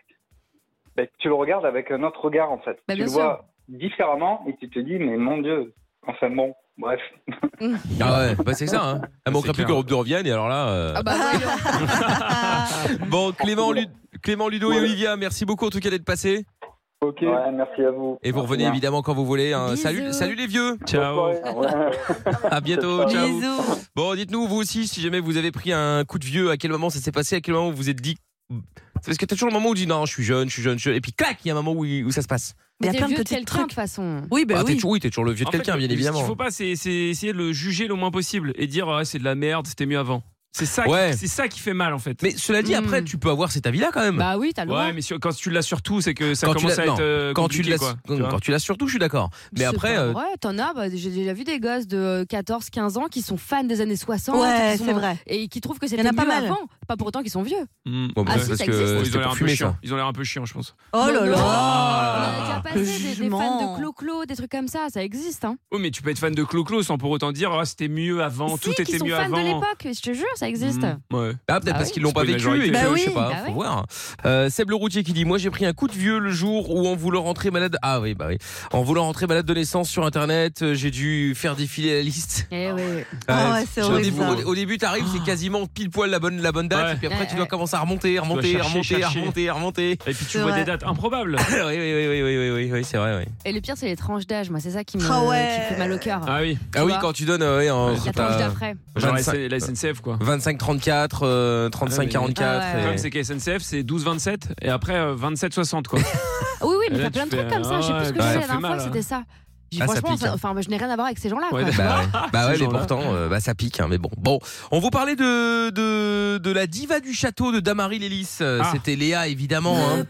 K: ben, tu le regardes avec un autre regard en fait.
D: Bah,
K: tu
D: bien
K: le
D: sûr.
K: vois différemment et tu te dis mais mon dieu, enfin bon, bref.
C: Ah ouais, bah c'est ça. Hein. Elle manquerait plus qu'Europe de revienne et alors là. euh,
D: Ah bah
C: Bon, Clément, Lu- Clément Ludo et Olivia, merci beaucoup en tout cas d'être passés.
K: Ok. Ouais, merci à vous.
C: Et vous
K: Merci
C: revenez
K: bien.
C: évidemment quand vous voulez. hein. Salut,
K: Bisous.
C: salut les vieux.
E: Ciao.
C: À bientôt.
K: Ciao.
C: Ciao. Bon, dites-nous vous aussi si jamais vous avez pris un coup de vieux, à quel moment ça s'est passé, à quel moment vous vous êtes dit. C'est parce que t'as toujours le moment où tu dis non, je suis jeune, je suis jeune, je suis jeune. Et puis clac, il y a un moment où, où ça se passe.
D: Mais
F: Il y a
D: t'es
F: plein de
D: vieux de
F: petits
D: quelqu'un de toute façon.
F: Oui,
C: bah Ah, t'es oui. toujours- oui, t'es toujours le vieux de
E: En fait,
C: quelqu'un, bien
E: Ce
C: évidemment.
E: qu'il faut pas, c'est c'est essayer de le juger le moins possible et dire ah, c'est de la merde, c'était mieux avant. C'est ça, qui-
C: Ouais.
E: c'est ça qui fait mal en fait.
C: Mais cela dit, après, tu peux avoir cet avis-là quand même.
D: Hmm. Bah oui, t'as le droit.
E: Ouais, mais sur- quand tu l'as surtout, c'est que ça
C: Quand tu
E: commence
C: l'as-
E: à être
C: non,
E: euh,
C: quand tu
E: compliqué,
C: l'as-
E: quoi.
C: quand
E: Tu vois.
C: tu l'as surtout, je suis d'accord. Mais
D: C'est
C: après,
D: pas
C: euh,
D: vrai, t'en as, bah, j'ai déjà vu des gosses de 14, 15 ans qui sont fans des années 60.
F: Ouais,
D: qui sont-
F: c'est vrai.
D: Et qui trouvent que
F: y en
D: c'était
F: a pas
D: mieux
F: mal.
D: avant. Pas pour autant qu'ils sont vieux.
E: Mm.
C: Bon, bah,
D: Ah,
E: Ouais,
C: c'est parce
E: ça
C: que
E: existe.
C: c'était
E: ils ont l'air
C: pour
E: un peu
C: fumer,
E: chiants.
C: ça.
E: Ils ont l'air un peu chiants, je pense.
F: Oh
D: On
F: là
E: Ah.
C: Ah.
D: a déjà passé des, des fans de Clo-Clo, des trucs comme ça, ça existe. Hein.
E: Oh, Oui, mais tu peux être fan de Clo-Clo sans pour autant dire ah, c'était mieux avant, tout
D: Si,
E: était
D: qui sont
E: mieux
D: fans
E: avant. Hmm.
D: de l'époque, je te jure, ça ça existe
E: Ouais.
C: Ah, peut-être
D: Bah
C: parce
D: oui.
C: qu'ils l'ont pas
E: Parce que
C: vécu
E: la
C: et que,
E: majorité-
D: Bah
C: je sais
D: oui,
C: pas,
D: bah
C: faut
D: oui.
C: voir. Euh, Seb le routier qui dit Moi j'ai pris un coup de vieux le jour où en voulant rentrer malade. Ah oui, bah oui. En voulant rentrer malade de naissance sur internet, euh, j'ai dû faire défiler la liste.
D: Eh oui, oui.
C: Euh,
F: Ah ouais, c'est
C: au
F: horrible,
C: début-
F: ça. Ah.
C: Au, au début, t'arrives, c'est quasiment pile poil la bonne, la bonne date,
E: Ouais.
C: et puis après,
D: Ouais,
C: tu dois
D: ouais.
C: commencer à remonter, remonter,
E: chercher,
C: remonter,
E: chercher.
C: remonter, remonter.
E: Et puis tu
F: C'est
E: vois
F: vrai.
E: des dates improbables.
C: oui, oui, oui, oui, oui, oui, oui, oui, c'est vrai, oui.
D: Et le pire, c'est les tranches d'âge. Moi, c'est ça qui me
F: Ah ouais.
D: qui me fait mal au cœur.
E: Ah oui.
C: Ah oui,
D: vois
C: quand tu donnes, euh, ouais, en-
D: La
C: t'as
D: tranche d'après.
E: Genre
C: 25,
E: la SNCF quoi.
C: 25, 34, euh, 35,
E: mais-
C: 44.
D: Ah ouais,
E: Le
C: et-
E: problème, c'est que SNCF, c'est 12-27 et après 27-60, quoi.
D: Oui, oui,
E: Et
D: mais
E: là,
D: t'as
E: tu
D: plein de
E: fais,
D: trucs comme ça. Je sais plus ce que
E: ouais,
D: j'ai
E: ça
D: la
E: fait
D: dernière fois,
E: mal,
D: c'était ça. J'ai dit,
C: Ah, ça
D: franchement,
C: pique,
D: ça-
C: hein.
D: enfin, moi, je n'ai rien à voir avec ces gens-là.
E: Ah Ouais,
D: quoi.
E: d'accord.
C: Bah ouais, Bah
E: Ces
C: ouais, mais
E: gens-là.
C: pourtant, euh, bah, ça pique, hein, mais bon. Bon, on vous parlait de, de, de la diva du château de Damary Lélis. Euh,
E: Ah.
C: C'était Léa, évidemment. hein.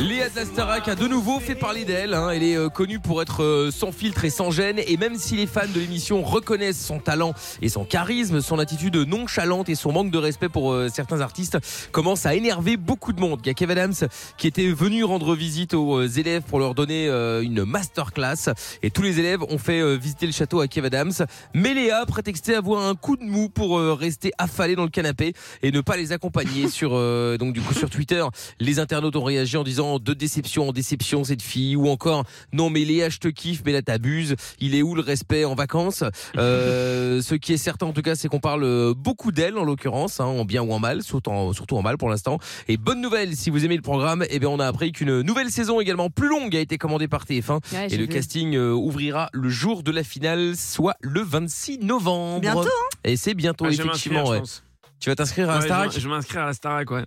C: Léa de la Starac a de nouveau fait parler d'elle. hein. Elle est euh, connue pour être euh, sans filtre et sans gêne. Et même si les fans de l'émission reconnaissent son talent et son charisme, son attitude nonchalante et son manque de respect pour euh, certains artistes commence à énerver beaucoup de monde. Il y a Kev Adams qui était venu rendre visite aux euh, élèves pour leur donner euh, une masterclass. Et tous les élèves ont fait euh, visiter le château à Kev Adams. Mais Léa prétextait avoir un coup de mou pour euh, rester affalée dans le canapé et ne pas les accompagner sur euh, donc du coup sur Twitter. Les internautes ont réagi en disant de déception en déception cette fille ou encore non mais Léa je te kiffe mais là t'abuses. Il est où le respect en vacances Euh, Ce qui est certain en tout cas c'est qu'on parle euh, beaucoup d'elle en l'occurrence hein, en bien ou en mal surtout en, surtout en mal pour l'instant. Et bonne nouvelle si vous aimez le programme eh bien on a appris qu'une nouvelle saison également plus longue a été commandée par TF1
D: Ouais,
C: et
D: j'ai
C: le
D: vu.
C: casting euh, ouvrira le jour de la finale soit le 26 novembre.
F: Bientôt, hein.
C: Et c'est bientôt
E: Ah, je vais m'inscrire,
C: effectivement.
E: je
C: ouais.
E: pense.
C: Tu vas t'inscrire à
E: Ouais,
C: Instagram
E: je, je m'inscris à la Starac, ouais.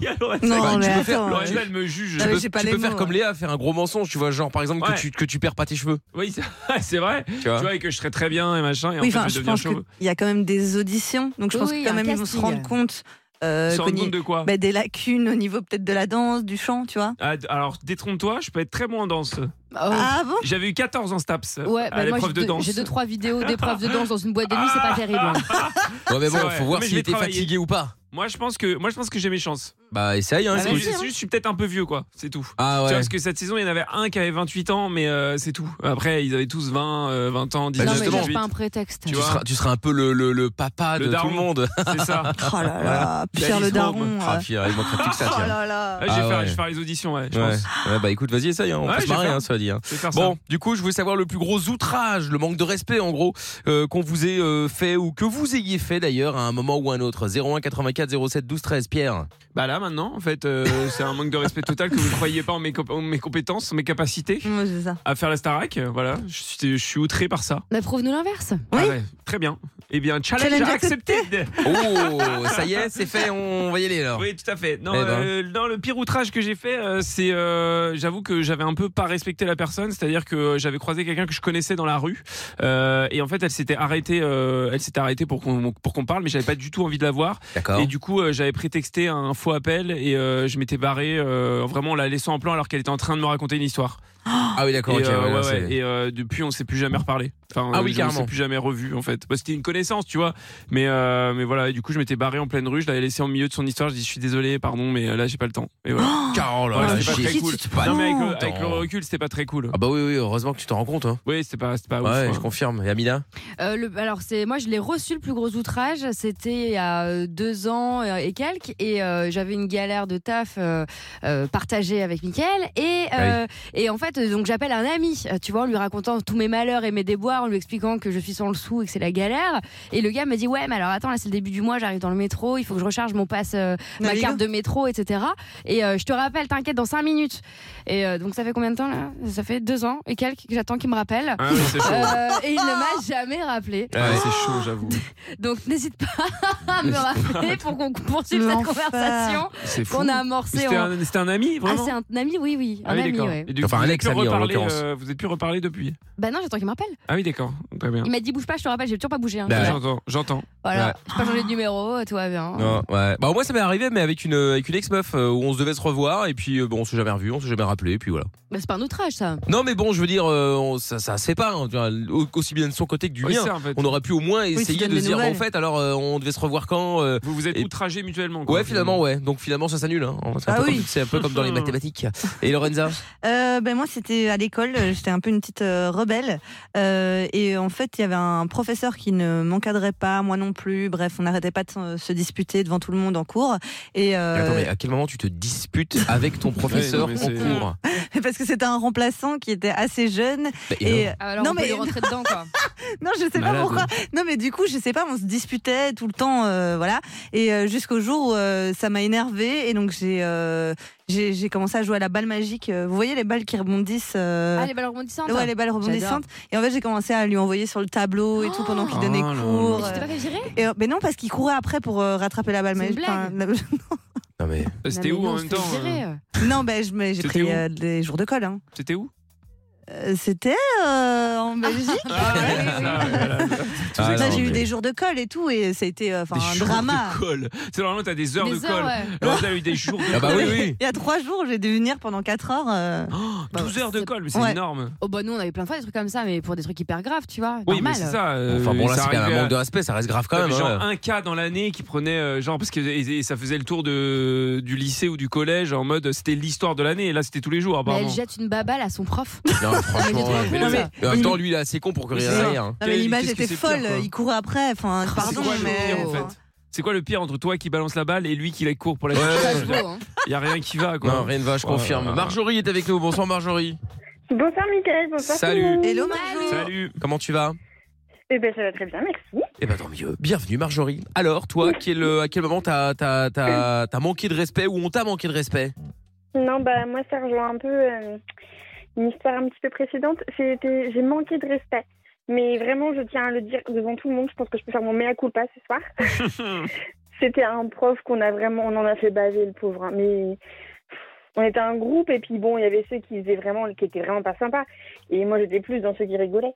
E: Il y a Lorenza
F: Non,
E: qui- Bah,
F: mais
E: tu peux
F: attends,
E: faire-
F: ouais.
E: Lorenza, elle me juge.
F: Ah,
C: Tu
F: mais
C: peux,
F: j'ai pas
C: tu
F: les
C: peux faire
F: mots,
C: comme
F: ouais.
C: Léa, faire un gros mensonge, tu vois, genre par exemple
E: Ouais.
C: que, tu, que tu perds pas tes cheveux.
E: Oui, c'est- c'est vrai.
C: Tu vois.
E: Tu vois, et que je serais très bien et machin. Et en
F: Oui,
E: fait,
F: enfin,
E: je
F: je
E: deviens
F: pense qu'il
E: chauve.
F: y a quand même des auditions, donc je pense
D: Oui,
F: que quand
D: un
F: même ils vont se
D: casting.
F: rendre compte euh,
E: Tu te rends
F: qu'on y-
E: compte de quoi
F: bah, des lacunes au niveau peut-être de la danse, du chant, tu vois.
E: Ah, d- Alors, détrompe-toi, je peux être très bon en danse.
D: Ah,
F: Ah bon
E: J'avais eu 14 en STAPS à
D: Ouais, bah moi j'ai
E: l'épreuve de
D: deux,
E: danse.
D: j'ai deux, trois vidéos d'épreuves de danse dans une boîte de nuit, c'est pas terrible. hein.
E: Ah.
C: Ouais, mais bon,
E: C'est vrai.
C: faut voir
E: Mais je
C: si
E: vais
C: t'es
E: travailler.
C: fatigué ou pas.
E: Moi, je pense que, moi, je pense que j'ai mes chances.
C: Bah, essaye, hein,
F: Ah,
E: C'est
C: écoute.
F: vas-y,
E: juste, je suis peut-être un peu vieux, quoi. C'est tout.
C: Ah
E: Tu vois,
C: ouais.
E: parce que cette saison, il y en avait un qui avait 28 ans, mais euh, c'est tout. Après, ils avaient tous 20, euh, 20 ans,
C: Bah,
E: 19,
D: non, mais
C: justement.
D: cherche
E: 18.
D: pas un prétexte.
E: Tu
C: Tu
E: vois.
C: seras, tu seras un peu le, le, le papa
E: Le
C: de tout
E: daron.
C: le monde.
E: C'est ça.
F: Oh là là, Pierre
E: Alice
F: le
E: Rome.
F: daron.
C: Ah,
F: euh.
C: puis, euh, il manquera plus que ça,
F: Oh
C: tiens.
F: là là.
E: Ah, je, vais
C: Ah
E: faire,
C: ouais.
E: je vais faire les auditions, ouais, je
C: Ouais.
E: pense.
C: Ouais, bah écoute, vas-y, essaye, hein, on
E: Ouais, je
C: peut se
E: vais
C: marrer,
E: faire.
C: hein, cela dit. hein.
E: Je vais faire ça.
C: Bon, du coup, je voulais savoir le plus gros outrage, le manque de respect, en gros, euh, qu'on vous ait euh, fait ou que vous ayez fait d'ailleurs à un moment ou à un autre. 01 84 07 12 13, Pierre.
E: Bah là, maintenant, en fait, euh, c'est un manque de respect total que vous ne croyez pas en mes, comp- en mes compétences, en mes capacités
F: Mmh, c'est ça.
E: à faire la Starac. euh, Voilà, je suis, je suis outré par ça.
D: Bah, prouve-nous l'inverse.
E: Ah ouais, très bien. Eh bien, challenge,
F: Challenge
E: accepté.
C: Oh, ça y est, c'est fait, on va y aller alors.
E: Oui, tout à fait. Non,
C: Eh ben.
E: euh, non, le pire outrage que j'ai fait, euh, c'est, euh, j'avoue que j'avais un peu pas respecté la personne, c'est-à-dire que j'avais croisé quelqu'un que je connaissais dans la rue, euh, et en fait, elle s'était arrêtée, euh, elle s'était arrêtée pour qu'on pour qu'on parle, mais j'avais pas du tout envie de la voir,
C: D'accord.
E: et du coup, euh, j'avais prétexté un faux appel et euh, je m'étais barré, euh, vraiment en la laissant en plan alors qu'elle était en train de me raconter une histoire.
C: Ah oui, d'accord,
E: Et,
C: ok.
E: euh,
C: ouais,
E: ouais,
C: non, c'est-
E: ouais. Et, euh, depuis, on s'est plus jamais reparlé. Enfin,
C: Ah
E: euh,
C: oui,
E: je- on
C: carrément.
E: s'est plus jamais revu en fait. Bah, C'était une connaissance, tu vois. Mais euh, mais voilà. Et du coup, je m'étais barré en pleine rue. Je l'avais laissé en milieu de son histoire. Je dis, je suis désolé, pardon, mais euh, là, j'ai pas le temps. Et voilà.
C: Oh Carole,
E: Ouais,
C: là,
E: c'était pas
C: j'ai-
E: très cool.
C: c'est pas
E: non, mais avec,
C: longtemps.
E: le- avec le recul, c'était pas très cool.
C: Ah bah oui, oui, heureusement que tu t'en rends compte. Hein.
E: Oui, c'était pas, c'était pas
C: ouais,
E: ouf.
C: je
E: hein.
C: confirme. Et Amina
D: Euh, le- alors c'est moi je l'ai reçu le plus gros outrage, c'était il y a euh, deux ans euh, et quelques et euh, j'avais une galère de taf euh, euh, partagée avec Mickaël et euh, et en fait euh, donc j'appelle un ami, euh, tu vois, en lui racontant tous mes malheurs et mes déboires, en lui expliquant que je suis sans le sou et que c'est la galère et le gars me dit ouais mais alors attends là c'est le début du mois, j'arrive dans le métro, il faut que je recharge mon passe euh, ma
F: Navigo.
D: carte de métro etc et euh, je te rappelle t'inquiète dans cinq minutes et euh, donc ça fait combien de temps là Ça fait deux ans et quelques que j'attends qu'il me rappelle.
E: Ah, oui, c'est chaud.
D: Euh, et il ne
F: Oh
D: m'a jamais rappelé.
E: Ah, c'est chaud, j'avoue.
D: Donc n'hésite pas à me rappeler pour qu'on poursuive cette
F: L'enfer.
D: conversation
E: C'est fou.
D: qu'on a
E: Mais
D: amorcée.
E: C'était
D: en-
E: un, c'était un ami,
D: Ah,
E: vraiment
D: c'est un ami, oui, oui.
E: Ah
D: Un
E: oui,
D: ami,
E: d'accord.
D: ouais.
E: Et du
C: Enfin,
E: coup,
C: un
E: vous avez
C: ex-ami,
E: pu
C: en
E: reparler,
C: l'occurrence.
E: euh, vous avez pu reparler depuis.
D: Bah non, j'attends qu'il me rappelle.
E: Ah oui, d'accord. Très bien.
D: Il m'a dit bouge pas, je te rappelle, j'ai toujours pas bougé. hein.
C: Bah, ouais.
E: J'entends, j'entends.
D: Voilà,
C: Ouais.
D: j'ai pas changé de numéro, tout va bien.
C: Non, ouais. Bah, moi, ça m'est arrivé, mais avec une, avec une ex-meuf euh, où on se devait se revoir, et puis euh, bon, on s'est jamais revu, on s'est jamais rappelé, et puis voilà.
D: Bah, c'est pas un outrage ça.
C: Non, mais bon, je veux dire, euh, on- ça, ça se fait pas, hein, tu vois, au- aussi bien de son côté que du
E: Oui,
C: mien.
E: ça, en fait.
C: On aurait pu au moins
F: tu
C: essayer
F: donnes
C: de
F: des
C: se dire, bon, en
F: nouvelles.
C: fait, alors euh, on devait se revoir quand euh,
E: Vous vous êtes
C: Et-
E: outragés mutuellement. quoi,
C: Ouais, finalement, ouais. Donc finalement, ça s'annule. hein. C'est un,
F: Ah
C: peu
F: oui.
C: comme- c'est un peu comme dans les mathématiques. Et Lorenza
F: Euh, ben moi, c'était à l'école. euh, J'étais un peu une petite euh, rebelle. Euh, euh, et en fait, il y avait un professeur qui ne m'encadrait pas, moi non plus. Bref, on n'arrêtait pas de se- se disputer devant tout le monde en cours. Et euh,
C: Attends, mais à quel moment tu te disputes avec ton professeur
E: Ouais, non,
C: en
E: mais c'est-
C: cours
F: parce que c'était un remplaçant qui était assez jeune.
C: et
F: et
C: alors
D: Ah, Alors, on peut lui rentrer dedans, quoi.
F: non, je sais
E: Malade.
F: pas pourquoi. Non, mais du coup, je sais pas, on se disputait tout le temps, euh, voilà. Et euh, jusqu'au jour où euh, ça m'a énervé et donc j'ai euh, j'ai j'ai commencé à jouer à la balle magique. Euh, Vous voyez les balles qui rebondissent. euh,
D: Ah, les balles rebondissantes
F: ouais, les balles rebondissantes. Et en fait, j'ai commencé à lui envoyer sur le tableau et tout pendant qu'il donnait
E: Oh là là.
F: cours.
D: Mais tu t'es pas fait virer
F: Et, euh, mais non, parce qu'il courait après pour euh, rattraper la balle
D: C'est une
F: magique.
C: Non, mais
E: C'était
D: Non, mais
E: où
D: non,
E: en
D: on se
E: même
D: fait
E: temps
D: virer.
E: euh,
F: non, ben, je- mais j'ai
E: C'était
F: pris
E: où
F: euh, des jours de colle. hein.
E: C'était où
F: Euh, C'était euh, en
D: Ah.
F: Belgique.
E: Ah,
C: Ah,
F: Là,
C: non,
F: j'ai eu
C: mais-
F: des jours de colle et tout, et ça a été euh, enfin,
E: Des
F: un
E: jours
F: drama.
E: de colle. C'est normalement t'as des heures
D: Des
E: de
D: heures,
E: colle.
D: ouais.
E: Alors t'as eu des jours de
C: Ah bah oui,
E: colle.
C: oui.
F: Il y a trois jours, j'ai dû venir pendant quatre heures. euh,
E: Oh, 12 heures de colle, mais c'est
F: Ouais.
E: énorme.
D: Oh, bah, nous, on avait plein de fois des trucs comme ça, mais pour des trucs hyper graves, tu vois.
E: Oui,
D: normal.
E: mais c'est ça. euh,
C: Enfin bon, là,
E: ça
C: c'est quand même
E: arrivait
C: un
E: à-
C: manque de respect, ça reste grave quand
E: Non,
C: même.
E: mais genre
C: hein.
E: un cas dans l'année qui prenait euh, genre parce que et- et ça faisait le tour de du lycée ou du collège en mode c'était l'histoire de l'année et là c'était tous les jours
D: Mais elle
E: apparemment.
D: jette une baballe à son prof.
C: Non, franchement,
D: Mais
C: ouais.
E: oh, non,
C: Mais
E: mais-
C: en même temps, lui, il est assez con pour que rien hein.
F: c'est ça.
C: rien.
F: Non, mais
E: Quel-
F: l'image
E: qu'est-ce que
F: était
E: c'est
F: folle,
E: pire, quoi. Ah,
F: il courait après. Enfin, pardon,
E: c'est quoi le
F: mais.
E: pire, en fait C'est quoi le pire entre toi qui balance la balle et lui qui la court pour la
C: Ouais.
D: Ça
E: Il
D: se voit, hein.
E: y a rien qui va quoi.
C: Non, rien ne va, je
E: Ouais,
C: confirme.
E: ouais.
C: Marjorie est avec nous. Bonsoir, Marjorie.
J: Bonsoir Mickaël, bonsoir.
C: Salut.
J: tout le monde.
F: Hello, Marjo.
E: Salut.
C: Comment tu vas
J: Eh ben ça va très bien, merci.
C: Eh
E: Bah,
C: ben tant mieux. Bienvenue, Marjorie. Alors, toi, quel, euh, à quel moment t'as t'as- t'as- t'as manqué de respect ou on t'a manqué de respect
J: Non, bah moi ça rejoint un peu euh, une histoire un petit peu précédente. C'était, j'ai manqué de respect. Mais vraiment, je tiens à le dire devant tout le monde. Je pense que je peux faire mon mea culpa ce soir. C'était un prof qu'on a vraiment, on en a fait baver le pauvre. hein. Mais on était un groupe et puis bon, il y avait ceux qui faisaient vraiment, qui étaient vraiment pas sympas. Et moi, j'étais plus dans ceux qui rigolaient.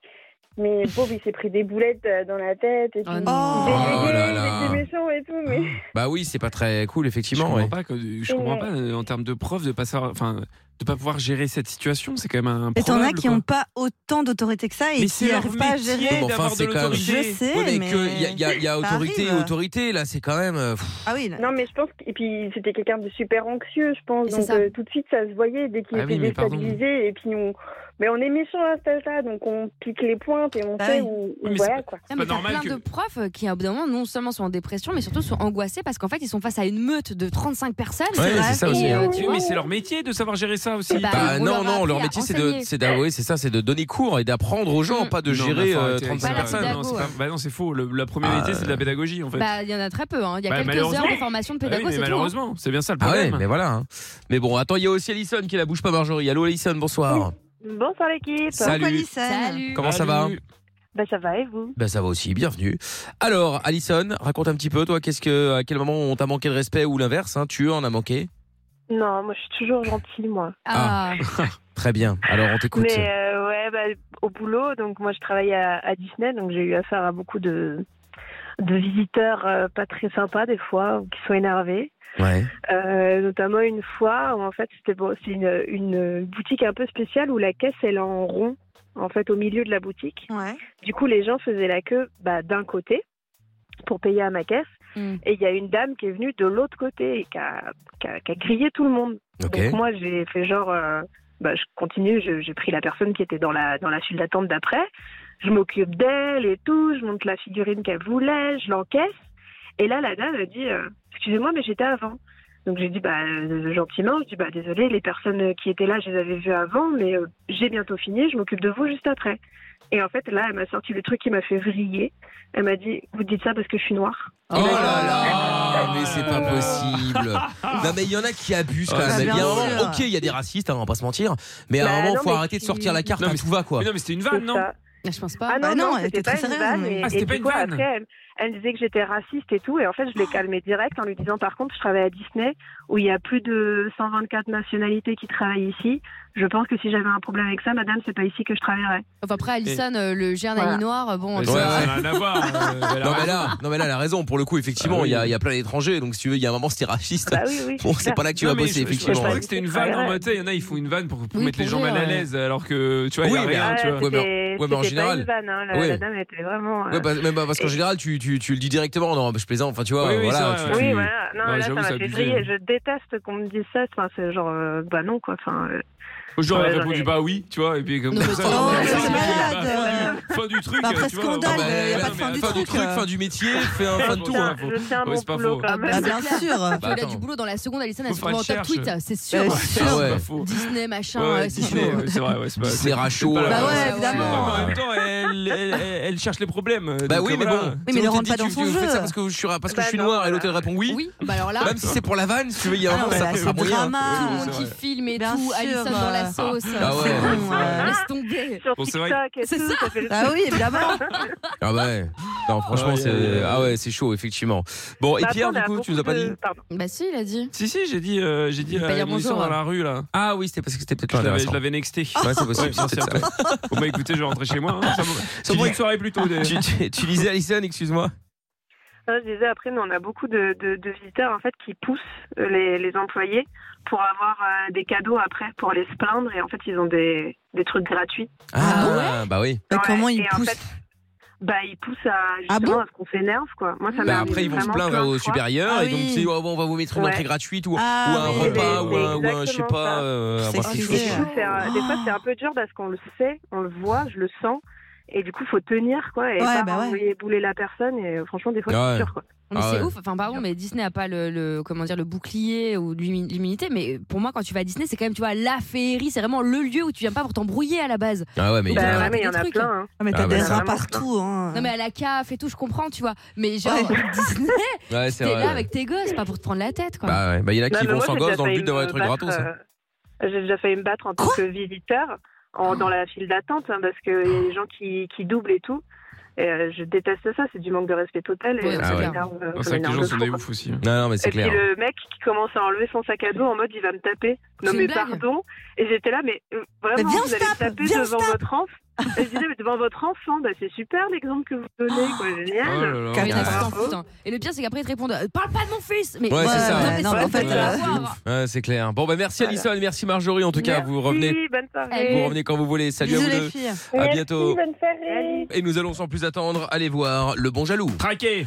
J: Mais le pauvre, il s'est pris des boulettes euh, dans la tête et puis
D: Oh
J: il
F: non.
J: était
C: Oh là
J: dégueu,
C: là.
J: il était méchant et tout. Mais
E: Ah.
C: Bah oui, c'est pas très cool,
E: Je
C: effectivement.
E: comprends
C: ouais.
E: pas que- je comprends pas euh, en termes de prof de pas savoir- enfin de pas pouvoir gérer cette situation, c'est quand même un
F: Et t'en as
E: probable,
F: qui
E: quoi.
F: n'ont pas autant d'autorité que ça et
E: Mais
F: qui
E: c'est leur
F: n'arrivent pas à
E: métier
F: gérer.
C: Mais enfin,
E: d'avoir de
C: c'est quand même-
E: l'autorité.
F: Je sais,
C: Ouais, mais
F: mais-
C: que il y a, il y a- il y a
F: Ça
C: autorité
F: arrive.
C: et autorité. Là, c'est quand même. euh, pff,
F: Ah oui, là.
J: Non, mais je pense que- et puis c'était quelqu'un de super anxieux, je pense.
D: Et c'est
J: Donc
D: ça.
J: euh, tout de suite, ça se voyait dès qu'il
E: Ah
J: était
E: oui, mais pardon.
J: déstabilisé. Et puis on, mais on est méchant à cet âge-là, donc on pique les pointes et on
F: Bah
J: sait
F: oui.
J: où,
E: Oui, mais
J: voilà quoi.
E: pas
D: Non, mais t'as
E: normal
D: plein
E: que-
D: de profs qui, au bout d'un moment, non seulement sont en dépression, mais surtout sont angoissés parce qu'en fait, ils sont face à une meute de 35 personnes.
C: Ouais,
F: vrai.
C: c'est ça
D: Et,
C: aussi. hein.
D: euh,
E: Oui,
D: tu
E: mais
D: vois,
E: c'est leur métier de savoir gérer ça aussi.
D: Et bah,
C: Bah
D: on
C: non,
D: leur a
C: non, leur
D: appris à
C: métier c'est de,
D: enseigner.
C: c'est d'a- ouais, c'est ça, c'est de donner cours et d'apprendre aux gens,
D: Mm.
C: pas de
E: Non,
C: gérer
E: mais enfin,
C: euh,
E: arrêtez avec
C: 35
E: ça.
D: Voilà,
C: personnes.
D: c'est
E: Non, c'est
D: pédago,
E: pas-
D: ouais.
E: bah non, c'est faux. Le, le premier
C: Ah,
E: métier, c'est de
C: euh,
E: la pédagogie en fait.
D: Bah, il y en a très peu. hein. Il y a
E: Bah,
D: quelques
E: malheureusement.
D: heures de formation de
E: Bah oui,
D: pédago,
E: mais
D: c'est tout. hein.
E: malheureusement, c'est bien ça le
C: Ah ouais,
E: problème.
C: mais voilà. hein. Mais bon, attends, il y a aussi Alison qui la bouge pas Marjorie. Allô Alison, bonsoir.
J: Bonsoir l'équipe.
C: Salut.
F: Pourquoi Alison
D: Salut.
C: Comment ça va
E: Salut.
J: Bah ça va et vous
C: Ben ça va aussi, bienvenue. Alors Alison, raconte un petit peu toi, qu'est-ce que à quel moment on t'a manqué de respect ou l'inverse hein, Tu en as manqué
J: Non, moi je suis toujours gentille moi.
D: Ah,
C: Très bien. Alors on t'écoute.
J: Mais euh, ouais, bah, au boulot, donc moi je travaillais à, à Disney, donc j'ai eu affaire à beaucoup de, de visiteurs euh, pas très sympas des fois, ou qui sont énervés.
C: Ouais.
J: Euh, notamment une fois, où, en fait, c'était bon, c'est une, une boutique un peu spéciale où la caisse elle est en rond, en fait, au milieu de la boutique.
F: Ouais.
J: Du coup, les gens faisaient la queue bah, d'un côté pour payer à ma caisse,
D: Mm.
J: et il y a une dame qui est venue de l'autre côté et qui a, qui a- qui a grillé tout le monde.
C: Ok.
J: Donc moi, j'ai fait genre, euh, bah, je continue, je- j'ai pris la personne qui était dans la, dans la file d'attente d'après, je m'occupe d'elle et tout, je monte la figurine qu'elle voulait, je l'encaisse. Et là, la dame a dit, euh, excusez-moi, mais j'étais avant. Donc j'ai dit bah, euh, gentiment, je dis bah désolé, les personnes qui étaient là, je les avais vues avant, mais euh, j'ai bientôt fini, je m'occupe de vous juste après. Et en fait, là, elle m'a sorti le truc qui m'a fait vriller. Elle m'a dit, vous dites ça parce que je suis noire.
C: Oh là là, Ah, mais c'est pas
E: Oh là là.
C: possible. Non mais il y en a qui abusent quand
E: Ah,
C: même.
F: bah,
C: Il y a
F: bien
C: un moment-
F: sûr.
C: ok, il y a des racistes, hein, on va pas se mentir. Mais à
J: Bah,
C: un moment,
J: non,
C: faut
J: mais
C: arrêter de
J: si-
C: sortir la carte,
E: Non,
C: à
E: mais
C: tout va quoi.
E: Mais non, mais c'était une
J: C'est
E: vanne, non
J: ça.
D: je pense pas.
J: Ah non,
F: Bah non,
J: non,
F: elle
J: c'était
F: était
J: pas
F: très
J: une
F: sérieuse,
J: vanne.
F: mais-
J: Et,
E: Ah,
J: et
E: c'était pas
J: du
E: une
J: coup,
E: vanne.
J: après, elle, elle disait que j'étais raciste et tout. Et en fait, je l'ai calmée direct en lui disant, par contre, je travaille à Disney, où il y a plus de 124 nationalités qui travaillent ici. Je pense que si j'avais un problème avec ça, madame, c'est pas ici que je travaillerais.
D: Enfin, après, Alison, euh, le gérant
J: Voilà.
D: noir, bon, euh,
E: Mais
D: tu
E: ça,
C: Ouais,
E: ça
C: ouais.
E: n'a rien à voir. euh, elle a
C: Non mais
E: raison.
C: là, non mais là, elle a raison. Pour le coup, effectivement,
E: Ah oui.
C: il y a- il y, a plein d'étrangers. Donc si tu veux, il y a un moment c'était raciste.
J: Bah oui, oui.
C: Bon, c'est pas là que tu
E: Non,
C: vas
E: mais
C: bosser,
E: je- Je,
C: effectivement. hein.
E: pensais que c'était une vanne en mode, tu sais, il y en a, ils font une vanne pour, pour
D: Oui,
E: mettre les
D: pour
E: gens mal à
D: rire, ouais.
E: l'aise, alors que tu vois, il
C: Oui,
E: y a
C: mais- hein,
E: rien,
J: Ah,
E: tu vois.
C: ouais, mais en-
J: c'était-
C: ouais, mais en
J: c'était
C: général.
J: Pas une vanne, hein. la,
C: Ouais.
J: la dame était vraiment. euh,
C: Ouais, bah, même, bah, parce qu'en
J: Et-
C: général, tu, tu, tu le dis directement. Non, je plaisante. Enfin, tu vois,
E: Oui, oui,
C: voilà.
E: c'est
C: tu-
E: vrai,
C: tu-
J: Oui, voilà. euh, Non,
E: Ouais,
J: là, ça
E: j'avoue,
J: m'a
E: c'est
J: fait
E: abusé.
J: vriller. Je déteste qu'on me dise ça. Enfin, c'est genre, euh, bah non, quoi. Enfin, euh,
E: J'aurais
J: Ouais,
E: répondu
J: j'aurais-
E: bah oui, tu vois, et puis comme
D: Non,
E: ça.
D: mais
E: ça,
D: t'es-
E: ça-
D: Oh,
E: ça-
D: mais
E: ça-
D: c'est
E: ça-
F: malade.
E: Fausse fin du truc.
F: Bah, après,
E: tu
F: ce
E: vois,
F: qu'on donne,
E: ouais,
F: il y a
E: ouais,
F: pas de
E: non,
F: fin
E: mais
F: du
E: fin du
F: truc,
E: truc,
F: euh.
E: fin du métier, fait un- fin de
J: Je
E: tout.
J: tiens-
E: hein, faut-
J: je
E: ouais,
J: tiens mon
E: c'est pas
J: boulot,
E: faux.
J: quand
E: Ah,
J: même.
E: bah,
J: Bah,
E: c'est
J: bien
E: clair.
J: sûr.
E: Bah,
D: Tu as du
E: attends.
D: boulot dans la seconde, Alison,
E: Faut
D: elle se
E: faire
D: trouve en top
E: cherche.
D: tweet, c'est sûr.
E: Ouais, c'est pas faux.
D: Disney, machin,
E: Ouais,
D: euh, c'est
E: Disney,
D: chaud.
E: ouais, c'est vrai, ouais, c'est pas.
C: Disney
E: c'est-
C: Rachaud, euh,
E: c'est pas la-
F: Bah ouais,
E: c'est-
F: évidemment.
E: mais En même temps, elle, elle- elle- elle cherche les problèmes.
C: Bah
E: donc, euh,
C: oui, mais
E: voilà.
C: bon.
F: mais
C: Sinon,
F: ne
C: tu
F: rentre
C: dis,
F: pas
C: tu-
F: dans
C: tu
F: son
C: fais
F: jeu.
C: ça parce que je suis, ra- parce que
J: Bah
C: je suis
J: non,
C: noir et
J: voilà.
C: l'autre elle répond oui.
D: Oui, bah alors là,
C: Même si c'est pour la vanne, si tu veux, il y a un
F: Ah non,
C: moment, ça
F: bah,
C: fait
F: c'est
C: un moyen.
F: drama.
D: tout le
E: oui,
D: monde
E: c'est
D: qui
E: vrai.
D: filme et
F: Bien
D: tout,
F: sûr,
D: Alison
F: euh,
D: dans la sauce.
C: Ah ouais.
D: C'est bon,
F: Ouais.
D: laisse tomber.
J: Sur
E: Bon, c'est vrai
J: TikTok et
D: C'est
J: tout,
D: ça.
J: fait le
F: Bah oui, évidemment.
C: Ah ouais. Non, franchement,
E: Ouais,
C: c'est
E: ouais, ouais.
C: ah ouais, c'est chaud effectivement. Bon, et
J: Bah,
C: Pierre,
J: après,
C: du
J: on a
C: coup, tu nous as
J: beaucoup
C: pas dit
J: de- pardon.
D: Bah si, il a dit.
E: Si, si, j'ai dit, euh, j'ai dit
D: Il peut y
E: euh,
D: avoir
E: mon histoire
D: bonjour,
F: hein.
E: dans la rue, là.
C: Ah oui, c'était parce que c'était peut-être
E: Je
C: pas
E: l'avais- je
C: intéressant.
E: l'avais nexté.
C: Ouais, c'est possible.
E: Ouais,
C: c'était
E: non, c'est
C: ça.
E: Bon, bah écoutez, je vais rentrer chez moi. hein. Ça me- Ça prend une soirée plus tôt. d'ailleurs.
C: tu, tu- tu lisais Alison, excuse-moi.
J: Non, je disais, après, nous, on a beaucoup de, de- de visiteurs en fait, qui poussent euh, les, les employés pour avoir euh, des cadeaux après, pour les se plaindre. Et en fait, ils ont des, des trucs gratuits.
C: Ah, bah oui.
F: Bah,
J: Ouais,
F: comment ils
J: et en
F: poussent
J: fait, Bah, ils poussent à, justement,
F: Ah bon
J: à ce qu'on s'énerve, quoi. Moi, ça
C: Bah
J: m'est
C: après
J: arrivé
C: ils vont se
J: vraiment
C: plaindre
J: plein de
C: au
J: fois.
C: supérieur
F: Ah
C: et donc
F: oui.
C: ils disent, oh, bon, on va vous mettre une
J: Ouais.
C: entrée gratuite ou,
F: Ah
C: ou un
F: oui,
C: repas
J: mais-
C: ou un,
J: mais
C: ou un, je sais
J: exactement
C: pas
J: ça.
C: euh, avoir quelque
F: C'est
J: Et
C: chose.
J: du
F: excusé.
J: coup, c'est un- des fois, c'est un peu dur parce qu'on le sait, on le voit, je le sens. Et du coup, faut tenir, quoi. Et
F: Ouais,
J: pas
F: bah ouais.
J: envoyer bouler la personne. Et euh, franchement, des fois,
C: Ah ouais.
J: c'est dur, quoi.
D: Mais
C: Ah
D: c'est
C: ouais.
D: ouf. Enfin, pardon, mais Disney a pas le, le- comment dire le bouclier ou l'humi- l'immunité. Mais pour moi, quand tu vas à Disney, c'est quand même tu vois la féerie. C'est vraiment le lieu où tu viens pas pour t'embrouiller à la base.
C: Ah ouais, mais il y
J: Bah,
C: a-
J: ouais, mais il y en
D: des
J: a
D: trucs.
J: plein. hein.
F: Ah, mais t'as
C: Ah,
F: des
C: bah,
F: reins
J: vraiment.
F: partout. Hein.
D: Non mais à la CAF et tout, je comprends, tu vois. Mais genre
F: Ouais.
D: Disney,
C: ouais, c'est
D: t'es là
C: vrai.
D: avec tes gosses, pas pour te prendre la tête quoi.
C: Bah ouais, bah il y en a
J: Non,
C: qui
J: mais
C: vont
J: moi,
C: sans
J: j'ai
C: gosse
J: déjà
C: dans le
J: failli
C: but d'avoir
J: me
C: des trucs
J: battre,
C: gratos. hein.
J: euh, J'ai déjà failli me battre en tant
F: Quoi
J: que visiteur
E: Oh.
J: en- dans la file d'attente hein, parce qu'il y a des gens qui, qui doublent et tout. Et, euh, je déteste ça, c'est du manque de respect total. Et
D: Ouais,
J: ça
C: ah ouais.
J: m'énerve, euh,
E: Non,
J: ça
E: C'est vrai que les
J: m'énerve
E: gens
J: de
E: sont
J: fou,
E: des
J: quoi.
E: ouf aussi. hein.
C: Non, non, mais
J: Et
C: c'est
J: puis
C: clair.
J: le mec qui commence à enlever son sac à dos en mode il va me taper.
D: C'est
J: Non
D: une
J: mais
D: blague. Bah,
J: pardon. Et j'étais là mais euh, vraiment
F: Mais viens, on
J: vous
F: se
J: allez me
F: tape,
J: taper
F: viens, on se
J: devant votre enfant. Et je disais mais devant votre enfant, bah, c'est super l'exemple que vous donnez quoi,
E: Oh
J: génial.
E: là là.
D: Ah oui,
F: Cata.
D: non, tu t'en
J: Bravo.
D: fous, hein. Et le pire, c'est qu'après, ils te répondent euh, Parle pas de mon fils Mais
C: Ouais, c'est ça,
D: Non,
C: ouais.
D: mais
F: Non,
D: ça
F: mais en
D: peut
F: fait,
D: te
F: euh,
D: l'avoir.
C: Ouais, c'est clair. Bon, bah merci Alison et merci Marjorie en tout cas. Vous revenez,
J: Merci, bonne soirée.
D: Et-
C: vous revenez quand vous voulez. Salut à
F: Bisous
C: vous
F: les
C: deux.
F: filles.
C: À bientôt.
J: Salut.
C: Et nous allons sans plus attendre aller voir le bon jaloux.
E: Traqué